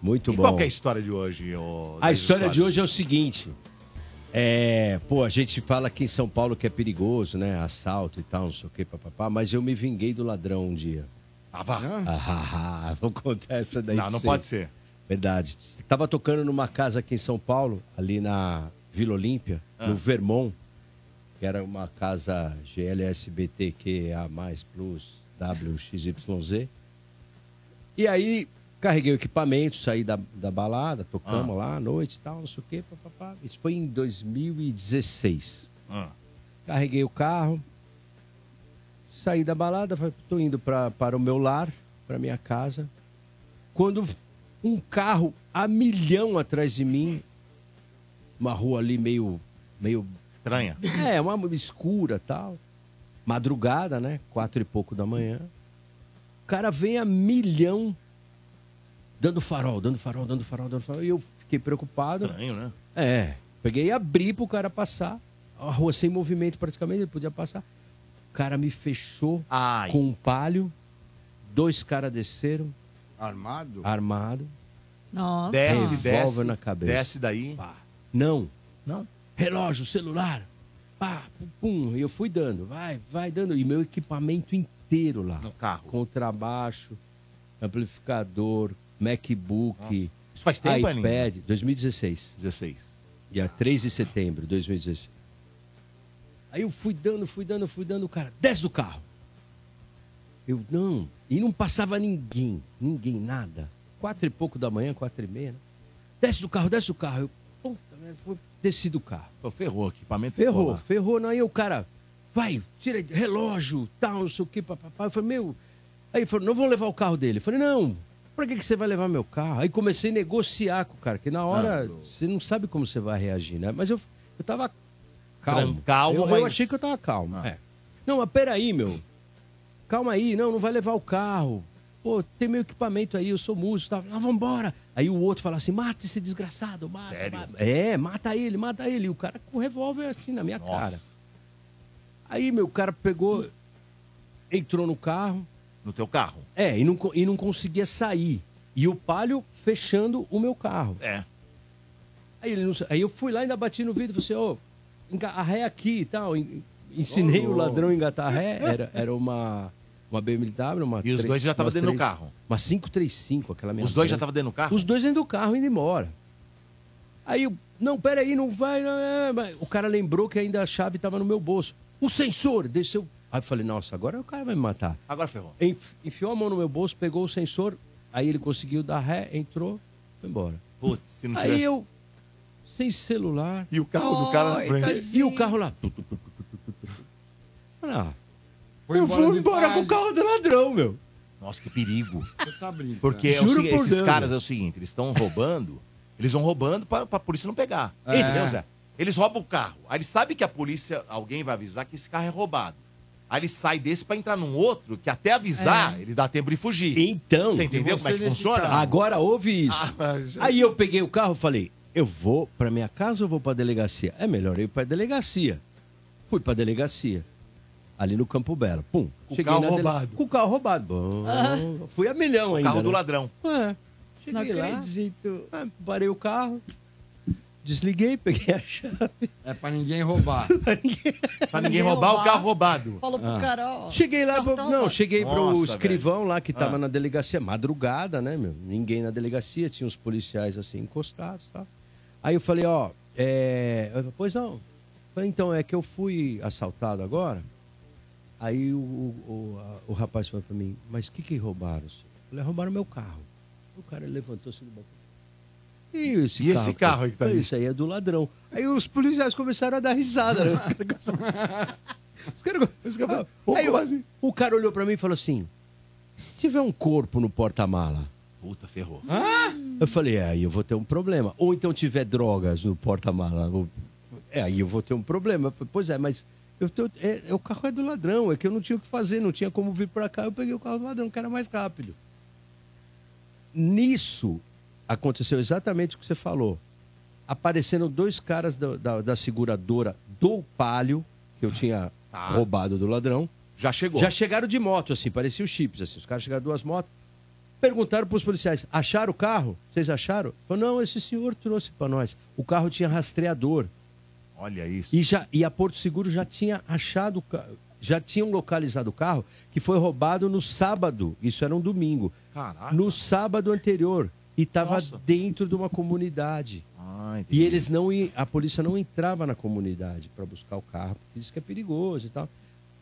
Muito e bom. qual que é a história de hoje? ô, A Denis história Osório? de hoje é o seguinte. É, pô, a gente fala aqui em São Paulo que é perigoso, né? Assalto e tal, não sei o que, papapá, mas eu me vinguei do ladrão um dia. Ah, vá. Ah, vou contar essa daí. Não, pra não você. pode ser. Verdade. Tava tocando numa casa aqui em São Paulo, ali na Vila Olímpia, Ah. no Vermont, que era uma casa GLSBTQA+, plus, WXYZ. E aí, carreguei o equipamento, saí da, da balada, tocamos Ah. lá à noite e tal, não sei o quê, papapá. Isso foi em 2016. Carreguei o carro, saí da balada, falei, tô indo pra, para o meu lar, para minha casa. Quando um carro a milhão atrás de mim, uma rua ali meio. meio Estranha. É, uma escura tal. Madrugada, né? Quatro e pouco da manhã. O cara vem a milhão dando farol, dando farol, dando farol, dando farol. E eu fiquei preocupado. Estranho, né? É. Peguei e abri pro cara passar. A rua sem movimento praticamente, ele podia passar. O cara me fechou com um palio. Dois caras desceram. Armado? Armado. Nossa. Desce, desce. na cabeça. Desce daí. Não. Não. Relógio, celular. Pá, pum, pum. E eu fui dando. Vai, vai dando. E meu equipamento inteiro lá. No carro. Contrabaixo, amplificador, MacBook. Nossa. Isso faz tempo, iPad, 2016. 16. Dia 3 de setembro de 2016. Aí eu fui dando, fui dando, fui dando, cara, desce do carro. Eu, não. E não passava ninguém, ninguém, nada. Quatro e pouco da manhã, quatro e meia, né? Desce do carro, desce do carro. Eu, puta merda, vou desci do carro. Pô, ferrou, equipamento ficou Ferrou, lá. ferrou. Não, aí o cara, vai, tira relógio, tal, não sei o que, papapá. Eu falei, meu. Aí ele falou, não vão levar o carro dele. Eu falei, não, pra que, que você vai levar meu carro? Aí comecei a negociar com o cara, que na Ah, hora você não sabe como você vai reagir, né? Mas eu, eu tava calmo. Tran- calmo, eu, eu mas- Ah. achei que eu tava calmo. é. Não, mas peraí, meu. Calma aí, não, não vai levar o carro. Pô, tem meu equipamento aí, eu sou músico, tá? Ah, vambora. Aí o outro fala assim, mata esse desgraçado, mata, mata. É, mata ele, mata ele. E o cara com o revólver assim na minha cara. Aí, meu, o cara pegou, entrou no carro. No teu carro? É, e não, co- e não conseguia sair. E o palio fechando o meu carro. É. Aí, ele não sa- aí eu fui lá e ainda bati no vidro e falei assim, ô, enga- a ré aqui e tal. En- Ensinei Ô, o louco. ladrão a engatar a ré. Era, era uma Uma BMW, uma E os tre- dois já tava umas dentro do três- carro? Uma 535, aquela minha. Os dois já grande. tava dentro do carro? Os dois dentro do carro, indo embora. Aí, eu, não, peraí, não vai. não, é, mas O cara lembrou que ainda a chave tava no meu bolso. O sensor desceu. Aí eu falei, nossa, agora o cara vai me matar. Agora ferrou. Enf- Enfiou a mão no meu bolso, pegou o sensor, aí ele conseguiu dar ré, entrou, foi embora. Putz, se não Aí tivesse- eu, sem celular. E o carro do cara na frente. tá- E o carro lá. tu, tu, tu, tu, tu, tu, tu. Ah, eu embora vou de embora com tarde. o carro do ladrão, meu. Nossa, que perigo. Tá brincando. Porque é o Juro seguinte, por esses Deus. caras é o seguinte, eles estão roubando, eles vão roubando pra, pra polícia não pegar. É. Entendeu, Zé? Eles roubam o carro. Aí eles sabem que a polícia, alguém vai avisar que esse carro é roubado. Aí eles saem desse pra entrar num outro, que até avisar, É. eles dá tempo de fugir. Então. Você entendeu como é que funciona? Ah, Agora ouve isso. Aí eu peguei o carro e falei: eu vou pra minha casa ou vou pra delegacia? É melhor eu ir pra delegacia. Fui pra delegacia. Ali no Campo Belo. Pum. Com o carro roubado. Com o carro roubado. Bom, Ah. Fui a milhão ainda. carro do né? ladrão. É. Cheguei Não lá, acredito. ah, parei o carro. Desliguei, peguei a chave. É pra ninguém roubar. Pra ninguém roubar o carro roubado. Falou pro Ah. cara, ó. Cheguei lá, pro- não, cheguei pro Nossa, escrivão lá que tava Ah. na delegacia, madrugada, né, meu? Ninguém na delegacia, tinha os policiais assim encostados, tá? Aí eu falei, ó, é, eu falei, pois não. Eu Falei, então, é que eu fui assaltado agora. Aí o, o, o, a- o rapaz falou pra mim, mas o que que roubaram? senhor?" Eu falei, roubaram meu carro. O cara levantou-se do banco. E esse E carro? esse carro aí que tá aí? Isso aí é do ladrão. Aí os policiais começaram a dar risada, né? Os caras os caras- Ah, tá- Aí eu- o cara olhou pra mim e falou assim: se tiver um corpo no porta-mala. Puta, ferrou. Eu falei: é, aí eu vou ter um problema. Ou então tiver drogas no porta-mala. eu- É, aí eu vou ter um problema. Eu falei, Pois é, mas eu tô- é, é, o carro é do ladrão. É que eu não tinha o que fazer, não tinha como vir pra cá. Eu peguei o carro do ladrão, que era mais rápido. Nisso, aconteceu exatamente o que você falou. Apareceram dois caras da, da- da seguradora do Palio, que eu tinha roubado do ladrão. Tá. Já chegou. Já chegaram de moto, assim, parecia os chips, assim. Os caras chegaram duas motos. Perguntaram pros policiais, acharam o carro? Vocês acharam? Falou, não, esse senhor trouxe para nós. O carro tinha rastreador. Olha isso. E, já, e a Porto Seguro já tinha achado, o ca- já tinham localizado o carro que foi roubado no sábado. Isso era um domingo. Caraca. No sábado anterior. E estava Nossa. dentro de uma comunidade. Ah, entendi. E eles não i- a polícia não entrava na comunidade para buscar o carro, porque isso que é perigoso e tal.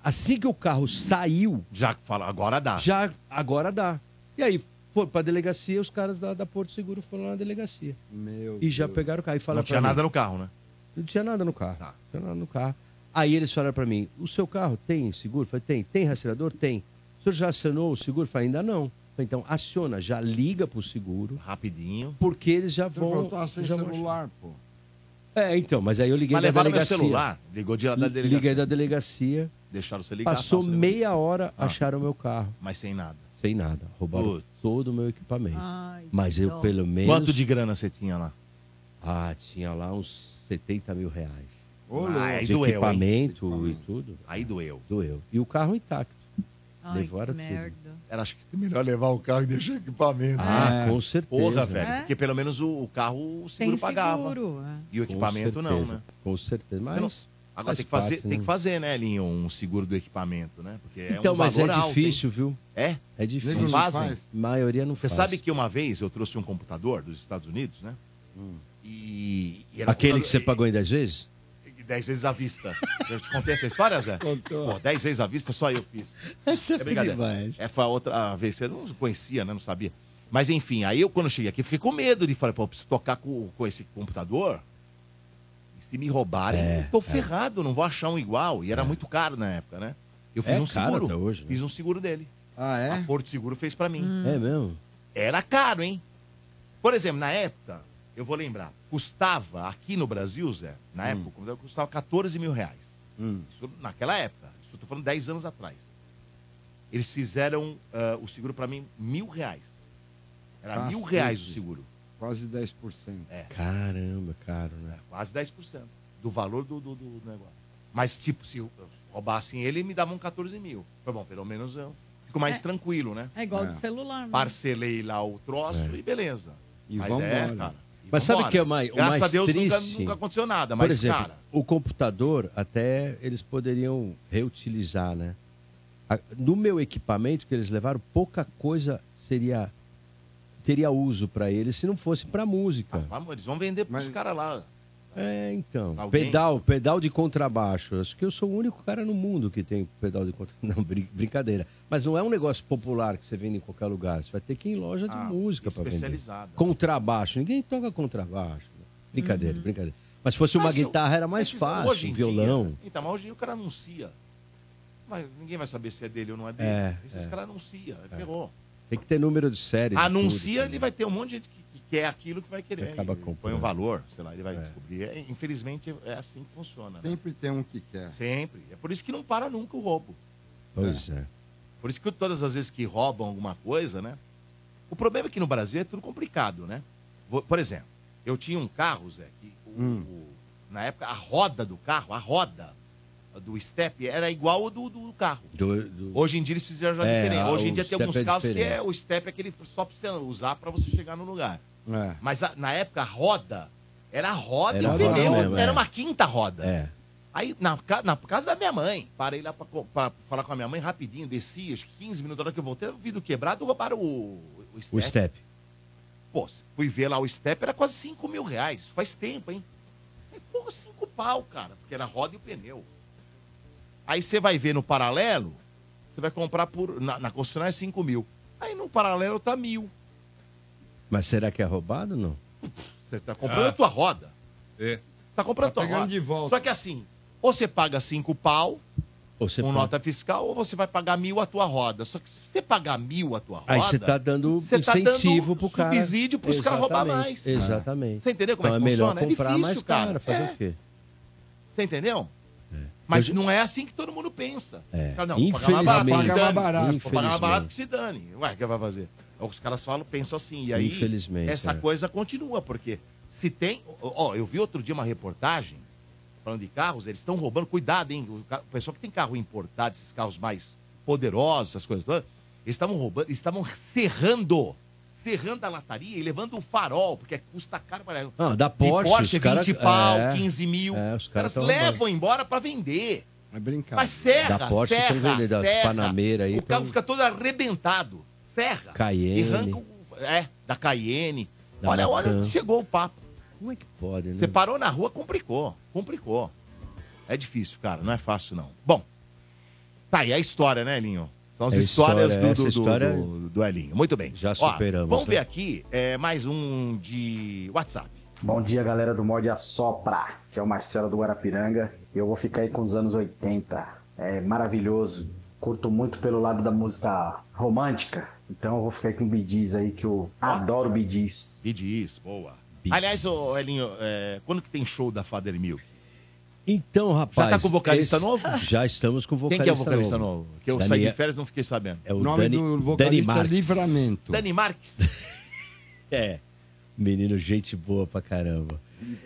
Assim que o carro saiu, Já fala, agora dá. já agora dá. E aí foram para delegacia, os caras da, da Porto Seguro foram lá na delegacia. Meu e já pegaram o carro e falaram Não tinha pra mim- nada no carro, né? Tá. não tinha nada no carro. Não tinha nada no carro. Aí eles falaram pra mim: o seu carro tem seguro? Eu Falei: tem. Tem rastreador? Tem. O senhor já acionou o seguro? Eu Falei: ainda não. Eu Falei, então aciona, já liga pro seguro. Rapidinho. Porque eles já Você falou, vão. tá sem já vão- celular, pô. É, então, mas aí eu liguei Mas da levaram meu delegacia. celular. Ligou de lá da delegacia. Liguei da delegacia. Deixaram você ligar. tá, Passou não, você ligou. meia hora, Ah. acharam meu carro. Mas sem nada. Sem nada. Roubaram Putz. todo o meu equipamento. Ai, mas que eu, dó. pelo menos. Quanto de grana você tinha lá? Ah, tinha lá uns 70 mil reais. Ô, louco. Aí de doeu, hein? equipamento e tudo. Aí doeu. Doeu. E o carro intacto. Ai, Levaram que tudo. merda. Era, acho que é melhor levar o carro e deixar o equipamento. Ah, né? com certeza. Porra, velho. É? Porque pelo menos o, o carro o seguro Tem pagava. seguro. é. E o Com equipamento não, certeza, né? Com certeza. Mas. Agora faz tem que, fazer, parte, tem né? que fazer, né, Linho, um seguro do equipamento, né? Porque é então, um mas é valor alto, hein? difícil, viu? É? É difícil. Não fazem? A maioria não Você faz. sabe que uma vez eu trouxe um computador dos Estados Unidos, né? E, e era um Hum. Aquele que computador- você pagou em 10 vezes? e- e dez vezes à vista. Eu te contei essa história, Zé? Contou. Pô, dez vezes à vista só eu fiz. Essa É brincadeira. É, foi a outra a vez que eu não conhecia, né? Não sabia. Mas enfim, aí eu quando eu cheguei aqui, fiquei com medo de falar, pô, eu preciso tocar com, com esse computador. E se me roubarem, É, eu tô ferrado, não vou achar um igual. E era muito caro na época, né? Eu fiz É um caro seguro. até hoje, né? Fiz um seguro dele. Ah, é? A Porto Seguro fez pra mim. É mesmo? Era caro, hein? Por exemplo, na época, eu vou lembrar, custava aqui no Brasil, Zé, Hum. na época, o computador custava 14 mil reais. Isso naquela época, isso eu tô falando 10 anos atrás. Eles fizeram ah, o seguro pra mim mil reais. Era mil Cacete. reais o seguro. Quase 10%. É, Caramba, caro, né? quase 10% do valor do, do, do negócio. Mas, tipo, se roubassem ele, me davam 14 mil. Foi bom, pelo menos eu fico mais É. tranquilo, né? É igual do celular. né? Parcelei lá o troço É. e beleza. E mas vambora. é, cara. e Mas sabe vambora. que é o mais, o Graças mais a Deus nunca, triste? nunca aconteceu nada, mas, Por exemplo, cara. o computador até eles poderiam reutilizar, né? a- no meu equipamento que eles levaram, pouca coisa seria teria uso para eles se não fosse para música. Vamos, eles vão vender pros caras lá. É, então. Alguém? Pedal, pedal de contrabaixo. Acho que eu sou o único cara no mundo que tem pedal de contrabaixo. Não, brin- brincadeira. Mas não é um negócio popular que você vende em qualquer lugar. Você vai ter que ir em loja de Ah, música para vender. especializada. Contrabaixo. Ninguém toca contrabaixo. Brincadeira, Uhum. brincadeira. Mas se fosse uma Mas eu- guitarra era mais mas isso fácil, hoje um em violão. dia- então, mas hoje em dia o cara anuncia. Mas ninguém vai saber se é dele ou não é dele. É, Esses é. caras anunciam, ferrou. Tem que ter número de série. de Anuncia, ele vai ter um monte de gente que, que quer aquilo que vai querer. né? Acaba Ele põe comprando. um valor, sei lá, ele vai descobrir. É, infelizmente é assim que funciona. né? Sempre tem um que quer. Sempre. É por isso que não para nunca o roubo. né? tudo. Pois é. Por isso que todas as vezes que roubam alguma coisa, né? O problema é que no Brasil é tudo complicado, né? Vou- Por exemplo, eu tinha um carro, Zé, que o- Hum. o- na época a roda do carro, a roda do step era igual ao do, do carro. Do- do- Hoje em dia eles fizeram já É, diferente. a- Hoje em o dia tem step alguns é carros que diferente. é o step é aquele só pra você usar pra você chegar no lugar. É. Mas a- na época a roda era a roda e Era o a roda pneu mesmo, era é. uma quinta roda. É. Aí, na, ca- na casa da minha mãe, parei lá pra, co- pra falar com a minha mãe rapidinho, desci, acho que 15 minutos, na hora que eu voltei, o vidro quebrado, roubaram o, o O step. Pô, fui ver lá o step, era quase 5 mil reais. Faz tempo, hein? Aí, porra, 5 pau, cara, porque era a roda e o pneu. Aí você vai ver no paralelo, você vai comprar por, na, na concessionária 5 mil. Aí no paralelo tá mil. Mas será que é roubado ou não? Você tá comprando Ah. a tua roda. É. Você tá comprando Tá a tua pegando roda. de volta. Só que assim, ou você paga cinco pau Ou você com paga- nota fiscal, ou você vai pagar mil a tua roda. Só que se você pagar mil a tua roda... Aí você tá dando você tá dando incentivo pro cara. subsídio pros caras roubar Exatamente, mais. Exatamente. Você entendeu como Então é que é melhor funciona? É comprar difícil, mais cara. cara. Fazer É. o quê? Você entendeu? Mas não é assim que todo mundo pensa. É. Fala, não, vou pagar mais Infelizmente. barato, que se Pagar mais dane. barato. Vou pagar mais Infelizmente. barato que se dane. Ué, o que vai fazer? Os caras falam, pensam assim. E aí, Infelizmente, essa é. coisa continua, porque se tem... Ó, ó, eu vi outro dia uma reportagem falando de carros, eles estão roubando. Cuidado, hein? O ca- o pessoal que tem carro importado, esses carros mais poderosos, essas coisas todas, eles estavam roubando, eles estavam serrando. Serrando a lataria e levando o farol, porque custa caro. Para... Ah, da Porsche, os cara- 20 pau, é. 15 mil. É, os os caras caras tão roubando. levam embora pra vender. É brincadeira. Mas serra, Da Porsche tão serra, vendendo, das serra. Panamera aí O carro tão- fica todo arrebentado. Serra. Cayenne. E arranca o... É, da Cayenne. Da olha, olha, Macan. chegou o papo. Como é que pode, né? Você parou na rua, complicou. Complicou. É difícil, cara. Não é fácil, não. Bom, tá aí a história, né, Elinho? São as É a histórias história, do, essa do, história- do, do- do Elinho. Muito bem. Já Ó, superamos, vamos né? ver aqui é, mais um de WhatsApp. Bom dia, galera do Morde Assopra, que é o Marcelo do Guarapiranga. Eu vou ficar aí com os anos 80. É maravilhoso. Curto muito pelo lado da música romântica. Então eu vou ficar aí com o Bidiz aí, que eu adoro Bidiz. Bidiz, boa. Aliás, ô, Elinho, é, quando que tem show da Father Milk? Então, rapaz. Já tá com vocalista novo? Já estamos com Quem vocalista que é o vocalista novo? Que eu saí de Daniel- férias e não fiquei sabendo. É o Nome Dani- do vocalista Dani Marques. Livramento. Dani Marques. É. Menino, gente boa pra caramba.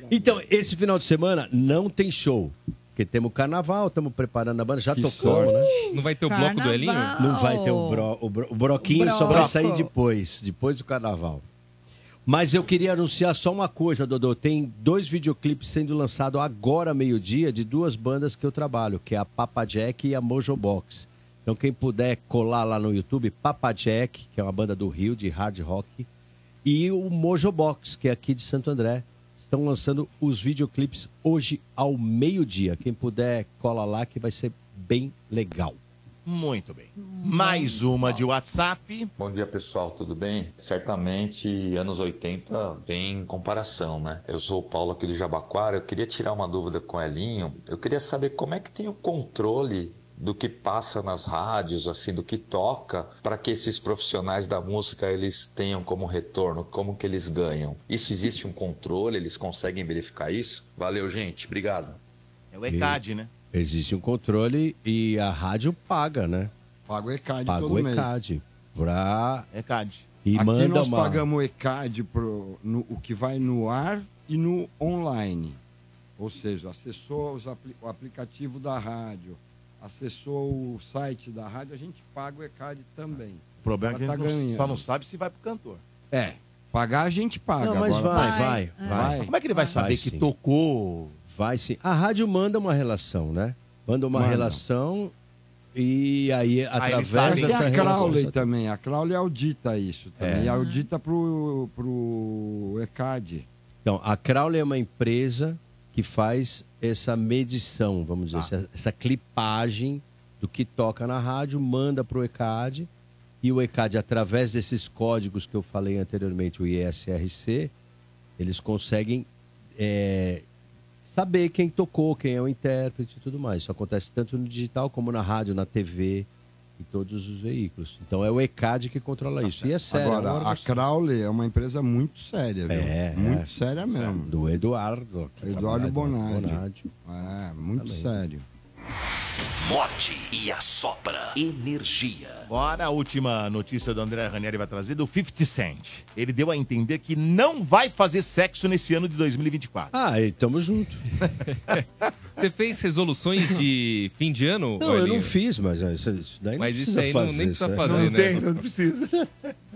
Então, esse final de semana não tem show. Porque temos carnaval, estamos preparando a banda, já tocamos, né? Não vai ter o bloco do Elinho? Não vai ter o, bro, o, bro- o broquinho, só vai Broco. sair depois, depois do carnaval. Mas eu queria anunciar só uma coisa, Dodô. Tem dois videoclipes sendo lançados agora, meio-dia, de duas bandas que eu trabalho, que é a Papa Jack e a Mojo Box. Então quem puder colar lá no YouTube, Papa Jack, que é uma banda do Rio, de hard rock, e o Mojo Box, que é aqui de Santo André, estão lançando os videoclipes hoje ao meio-dia. Quem puder, cola lá, que vai ser bem legal. Muito bem. Mais uma de WhatsApp. Bom dia pessoal, tudo bem? Certamente anos 80 vem em comparação, né? Eu sou o Paulo aqui do Jabaquara, eu queria tirar uma dúvida com o Elinho. Eu queria saber como é que tem o controle do que passa nas rádios, assim, do que toca, para que esses profissionais da música eles tenham como retorno, como que eles ganham. Isso existe um controle, eles conseguem verificar isso? Valeu, gente. Obrigado. É o ECAD, né? Existe um controle e a rádio paga, né? Paga o ECAD Paga todo o mês. ECAD. Pra... ECAD. E Aqui manda nós uma... pagamos o ECAD pro, no, o que vai no ar e no online. Ou seja, acessou os apli- o aplicativo da rádio, acessou o site da rádio, a gente paga o ECAD também. O problema é que Ela a gente tá não- ganhando. só não sabe se vai pro cantor. É, pagar a gente paga. Não, mas agora vai, vai, vai, Como é que ele vai saber que sim. tocou? Vai sim. A rádio manda uma relação, né? Manda uma Manda. relação E aí, através Mas tem dessa é a Crowley relação. também. A Crowley audita isso também. É. E audita pro, pro ECAD. Então, a Crowley é uma empresa que faz essa medição, vamos dizer, Tá. essa, essa clipagem do que toca na rádio, manda para o ECAD, e o ECAD, através desses códigos que eu falei anteriormente, o ISRC, eles conseguem é, saber quem tocou, quem é o intérprete e tudo mais. Isso acontece tanto no digital como na rádio, na TV e todos os veículos. Então é o ECAD que controla isso. E é sério. é um Tá Agora, órgão a Crowley é uma empresa muito séria, viu? É, muito é. séria mesmo. Do Eduardo. aqui, Eduardo camarada, né? Bonardi. Bonardi. É, muito Também. sério. Morde e assopra energia. Agora a última notícia do André Ranieri vai trazer do 50 Cent. Ele deu a entender que não vai fazer sexo nesse ano de 2024. Ah, e tamo junto. Você fez resoluções de fim de ano? Não, eu não Elinho? fiz, mas ah, isso, isso daí não Mas isso precisa aí não- fazer, nem isso precisa aí. fazer, Não né? tem, não precisa.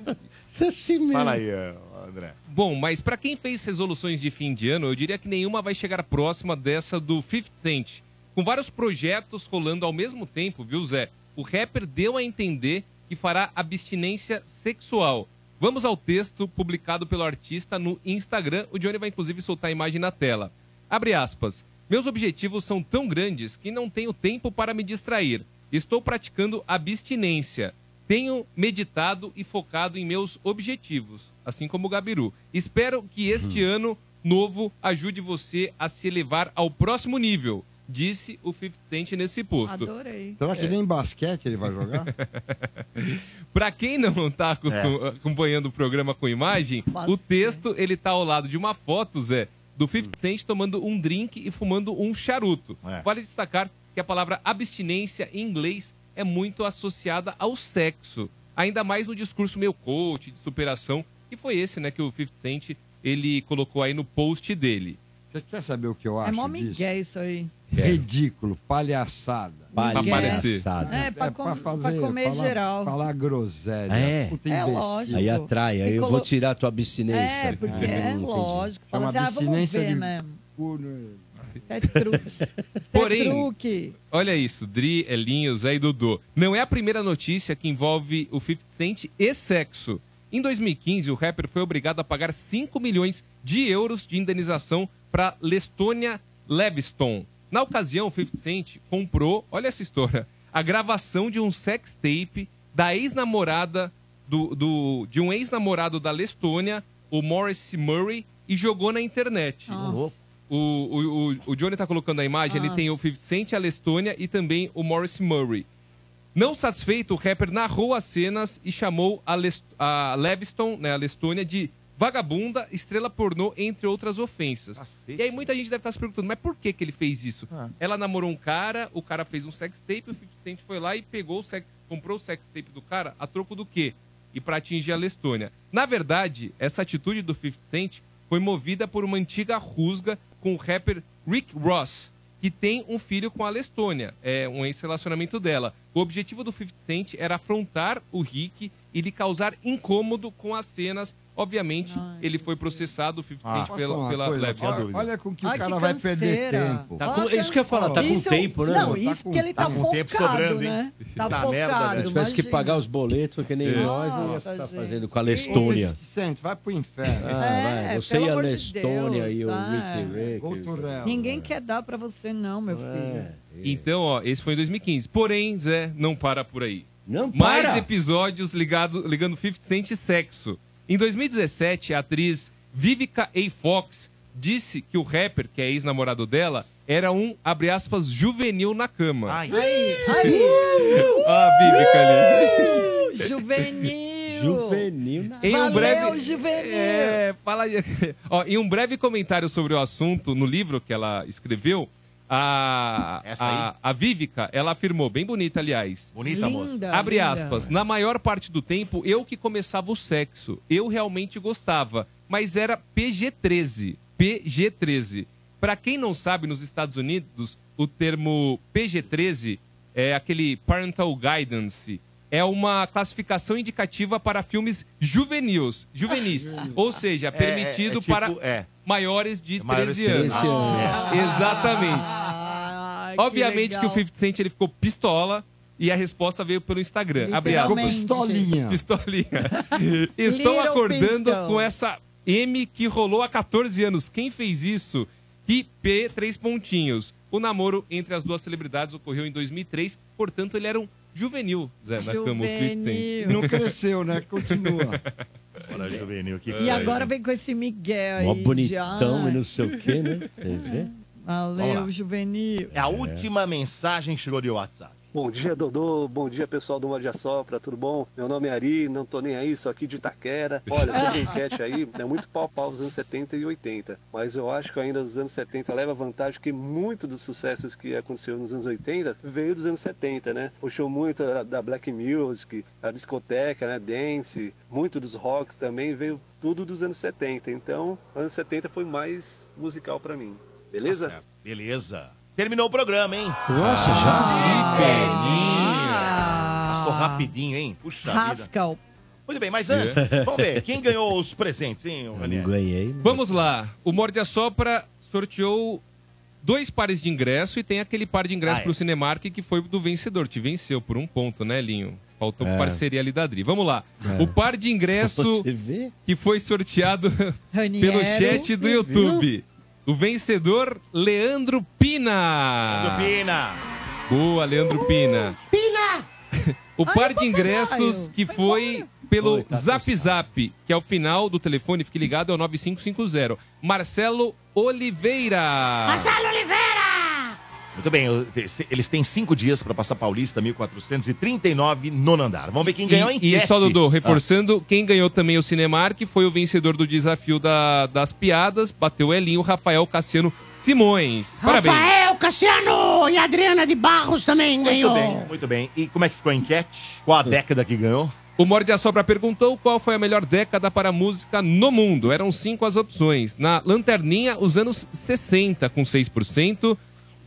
Isso é assim mesmo. Fala aí, André. Bom, mas pra quem fez resoluções de fim de ano, eu diria que nenhuma vai chegar próxima dessa do 50 Cent. Com vários projetos rolando ao mesmo tempo, viu, Zé? O rapper deu a entender que fará abstinência sexual. Vamos ao texto publicado pelo artista no Instagram. O Johnny vai inclusive soltar a imagem na tela. Abre aspas. Meus objetivos são tão grandes que não tenho tempo para me distrair. Estou praticando abstinência. Tenho meditado e focado em meus objetivos, assim como o Gabiru. Espero que este ano novo ajude você a se elevar ao próximo nível, disse o 50 Cent nesse posto. É. Adorei. Será que nem basquete ele vai jogar? Pra quem não tá acostum- acompanhando o programa com imagem, o texto ele tá ao lado de uma foto, Zé, do 50 Cent tomando um drink e fumando um charuto. Vale destacar que a palavra abstinência em inglês é muito associada ao sexo, ainda mais no discurso meio coach de superação, que foi esse, né, que o 50 Cent ele colocou aí no post dele. Você quer saber o que eu É acho mó disso? migué isso aí. Ridículo, palhaçada. Pra aparecer. Palhaçada. É, pra com- pra comer falar, geral. Falar groselha. É. Puta É imbecil. lógico. Aí atrai, aí Se eu colo- vou tirar a tua abstinência. É, porque é, Entendi. lógico. Fala Chama assim, ah, vamos abstinência ver de mesmo. É Porém, truque. Olha isso, Dri, Elinho, Zé e Dudu. Não é a primeira notícia que envolve o 50 Cent e sexo. Em 2015, o rapper foi obrigado a pagar 5 milhões de euros de indenização para Lestônia Leviston. Na ocasião, o 50 Cent comprou, olha essa história, a gravação de um sex tape da ex-namorada do, do- de um ex-namorado da Lestônia, o Morris Murray, e jogou na internet. O, o, o, o Johnny tá colocando a imagem, ele Ah. tem o 50 Cent, a Lestônia e também o Morris Murray. Não satisfeito, o rapper narrou as cenas e chamou a, Lest a Leviston, né, a Lestônia, de vagabunda, estrela pornô, entre outras ofensas. E aí muita gente deve estar se perguntando, mas por que, que ele fez isso? Ela namorou um cara, o cara fez um sex tape, o 50 Cent foi lá e pegou o sex, comprou o sex tape do cara a troco do quê? E para atingir a Lestônia. Na verdade, essa atitude do 50 Cent foi movida por uma antiga rusga com o rapper Rick Ross, que tem um filho com a Lestônia, é um ex-relacionamento dela. O objetivo do 50 Cent era afrontar o Rick e lhe causar incômodo com as cenas. Obviamente, ele foi processado, o 50 Cent, Ah, Posso falar pela, uma pela coisa? Levi. Olha- Olha com que Ai, o que cara vai perder canseira. tempo. Tá com- isso que eu ia falar, tá com Isso- tempo, né? Não, isso porque ele tá, com focado, tempo sobrando, sobrando, hein? né? Tá Tá focado, merda, né? Se tivesse que imagina. pagar os boletos que nem É. nós, não ia Nossa, estar gente. fazendo com a Lestônia. Vicente, vai pro inferno. Ah, É, vai. Você pelo e a amor de Lestônia Deus, e o ah. Ricky Rick. É. Ninguém quer dar pra você, não, meu filho. Então, ó, esse foi em 2015. Porém, Zé, não para por aí. Não Mais para! episódios ligado, ligando 50 Cent e sexo. Em 2017, a atriz Vivica A. Fox disse que o rapper, que é ex-namorado dela, era um, abre aspas, juvenil na cama. Ai, Aí, aí. Ah, Vivica ali. Uh, Juvenil. Juvenil na Valeu, um breve- Juvenil. É, fala aí. Ó, em um breve comentário sobre o assunto no livro que ela escreveu, a, Essa aí? a, a Vívica, ela afirmou, bem bonita, aliás. Bonita, moça. Linda, Abre linda. aspas. Na maior parte do tempo, eu que começava o sexo. Eu realmente gostava, mas era PG-13. PG-13. Pra quem não sabe, nos Estados Unidos, o termo PG-13 é aquele Parental Guidance. É uma classificação indicativa para filmes juvenis. juvenis ou seja, É, é, é permitido tipo- para é. maiores de 13 maiores de anos. Ah, 13 anos. Exatamente. que Obviamente que, legal. o 50 Cent ele ficou pistola E a resposta veio pelo Instagram. Abre aspas. Pistolinha. Pistolinha. Estou Little acordando pistol. com essa M que rolou há 14 anos. Quem fez isso? E P, três pontinhos. O namoro entre as duas celebridades ocorreu em 2003, portanto ele era um juvenil, Zé Nakamoto Itzen. Não cresceu, né? Continua. Bora, juvenil. Que E agora vem com esse Miguel aí. Mó de, bonitão ai, e não sei o quê, né? Você vê? Valeu, Vamos lá. juvenil. É a última mensagem que chegou de WhatsApp. Bom dia, Dodô. Bom dia, pessoal do Morde a Sopra. Tudo bom? Meu nome é Ari, não tô nem aí, sou aqui de Itaquera. Olha, sobre a enquete aí, é muito pau-pau dos anos 70 e 80. Mas eu acho que ainda dos anos 70 leva vantagem que muito dos sucessos que aconteceu nos anos 80 veio dos anos 70, né? Puxou muito da, da Black Music, a discoteca, né? Dance, muito dos rocks também veio tudo dos anos 70. Então, anos 70 foi mais musical pra mim. Beleza? Tá Beleza. Terminou o programa, hein? Nossa, já. Que peninha. Passou rapidinho, hein? Puxa vida. Rascal. Muito bem, mas antes, É. vamos ver. Quem ganhou os presentes, hein, Ranieri? Ganhei. Vamos lá. O Morde a Sopra sorteou dois pares de ingresso e tem aquele par de ingresso Ah, é. pro Cinemark que foi do vencedor. Te venceu por um ponto, né, Linho? Faltou É. parceria ali da Dri. Vamos lá. É. O par de ingresso Você vê? que foi sorteado Raniero. pelo chat do Você YouTube. O vencedor, Leandro Pina. Leandro Pina. Boa, Leandro Pina. Pina! O par de ingressos que foi pelo Zap Zap, que é o final do telefone, fique ligado, é o 9550. Marcelo Oliveira. Marcelo Oliveira! Muito bem, eu- eles têm cinco dias para passar Paulista, 1439, nono andar. Vamos ver quem ganhou a E- enquete. E só, Dudu, Ah. reforçando, quem ganhou também é o Cinemark foi o vencedor do desafio da- das piadas, bateu o Elinho, Rafael Cassiano Simões. Parabéns. Rafael, Cassiano e Adriana de Barros também Muito ganhou. bem, muito bem. E como é que ficou a enquete? Qual a década que ganhou? Hum. O Morde a Sobra perguntou qual foi a melhor década para a música no mundo. Eram cinco as opções. Na Lanterninha, os anos 60, com 6%.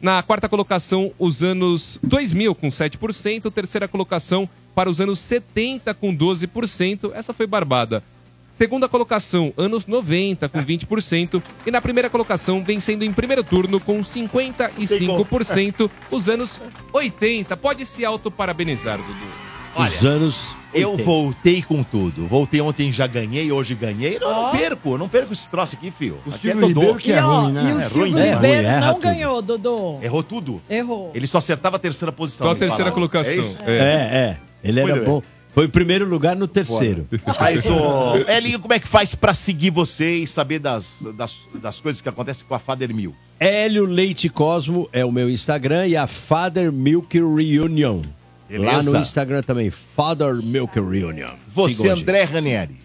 Na quarta colocação, os anos 2000, com 7%. Terceira colocação, para os anos 70, com 12%. Essa foi barbada. Segunda colocação, anos 90, com 20%. E na primeira colocação, vencendo em primeiro turno, com 55%, os anos 80. Pode se auto-parabenizar, Dudu. Os anos. Ah. Eu 80. voltei com tudo. Voltei ontem, já ganhei, hoje ganhei. Não, não perco, não perco esse troço aqui, fio. O Silvio Ribeiro que é E, ó, ruim, né? e o É Silvio ruim, Ribeiro né? não erra tudo. ganhou, Dodô. Errou tudo. Errou. Ele só acertava a terceira posição. Só a ele terceira falava. colocação. É isso? É, é. Ele era Muito bem. bom. Foi o primeiro lugar no terceiro. Mas, ô, Elinho, como é que faz pra seguir você e saber das, das, das coisas que acontecem com a Fader Mil? Hélio Leite Cosmo é o meu Instagram e a Father Milk Reunion. Lá Beleza. no Instagram também, Father Milk Reunion. Você, Sigam a gente. André Ranieri.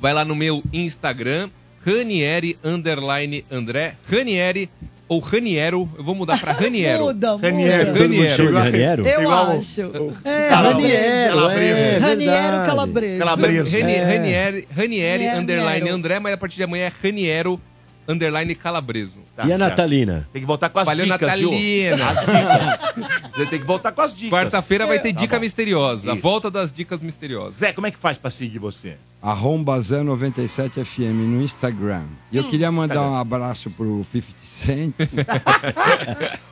Vai lá no meu Instagram, Ranieri underline André. Ranieri ou Raniero. Eu vou mudar pra Raniero. Muda, muda. Raniero. Todo mundo chama de Raniero? Eu Igual o- acho. É, Raniero, Calabreso. é, É Raniero verdade. Calabreso. Rani- É. Ranieri, Ranieri Raniero. underline André, mas a partir de amanhã é Raniero underline Calabreso. Tá E a Natalina? Tem que voltar com as Valeu, dicas, viu? Natalina. As dicas. Você tem que voltar com as dicas. Quarta-feira vai ter Tá dica bom. misteriosa. A Isso. volta das dicas misteriosas. Zé, como é que faz pra seguir você? Arromba Zé 97 FM no Instagram. E eu queria mandar Hum, Instagram. um abraço pro 50 Cent.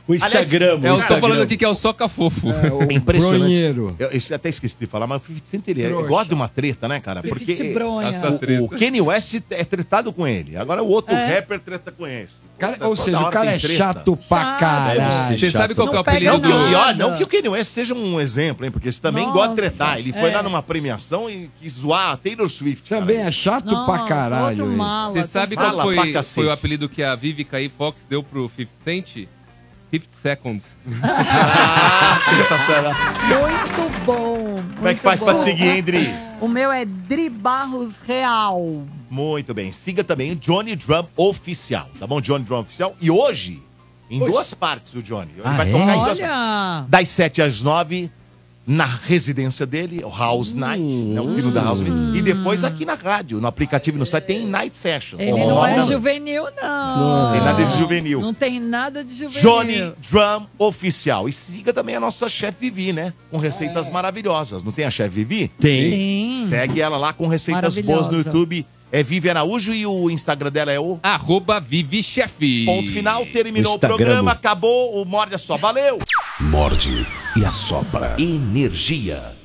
o Instagram, É, eu estou falando aqui que é o Soca Fofo. É impressionante. Bronheiro. Eu, isso eu até esqueci de falar, mas o 50 Cent ele, ele Trouxa. gosta de uma treta, né, cara? Porque Bronha. Essa o, o Kanye West é tretado com ele. Agora o É. outro rapper treta com esse. Cara, ou Toda seja, o hora cara tem é treta. chato pra caralho. Você sabe qual que é o Ah. apelido Não que, eu- e olha, do... não que o Kanye West seja um exemplo, hein? Porque esse também Nossa, gosta de tretar. Ele foi é. lá numa premiação e quis zoar a Taylor Swift. Também é chato pra Nossa, caralho. outro ele. mala. Você sabe Fala qual pra foi, cacete. foi o apelido que a Vivica e Fox deu pro 50 Cent? 50 Seconds. Ah, sensacional. Muito bom. Como é que faz pra te seguir, hein, Dri? O meu é Dri Barros Real. Muito bem. Siga também o Johnny Drum Oficial, tá bom? Johnny Drum Oficial. E hoje, em duas partes, o Johnny. Ele Ah, vai é? tocar em duas partes. Olha! Das 7 às 9, na residência dele, o House Night, né, o filho da House Night. E depois aqui na rádio, no aplicativo, no site, tem Night Session. Ele Como não nome é da- juvenil, não. Tem nada de juvenil. Não tem nada de juvenil. Johnny Drum Oficial. E siga também a nossa chefe Vivi, né? Com Ah, receitas é. maravilhosas. Não tem a chefe Vivi? Tem. Sim. Segue ela lá com receitas boas no Maravilhosa. YouTube. É Vivi Araújo e o Instagram dela é o Arroba Vivi Chefe. Ponto final, terminou o Instagram. programa, acabou o Morde Só. Valeu! Morde e assopra. Energia.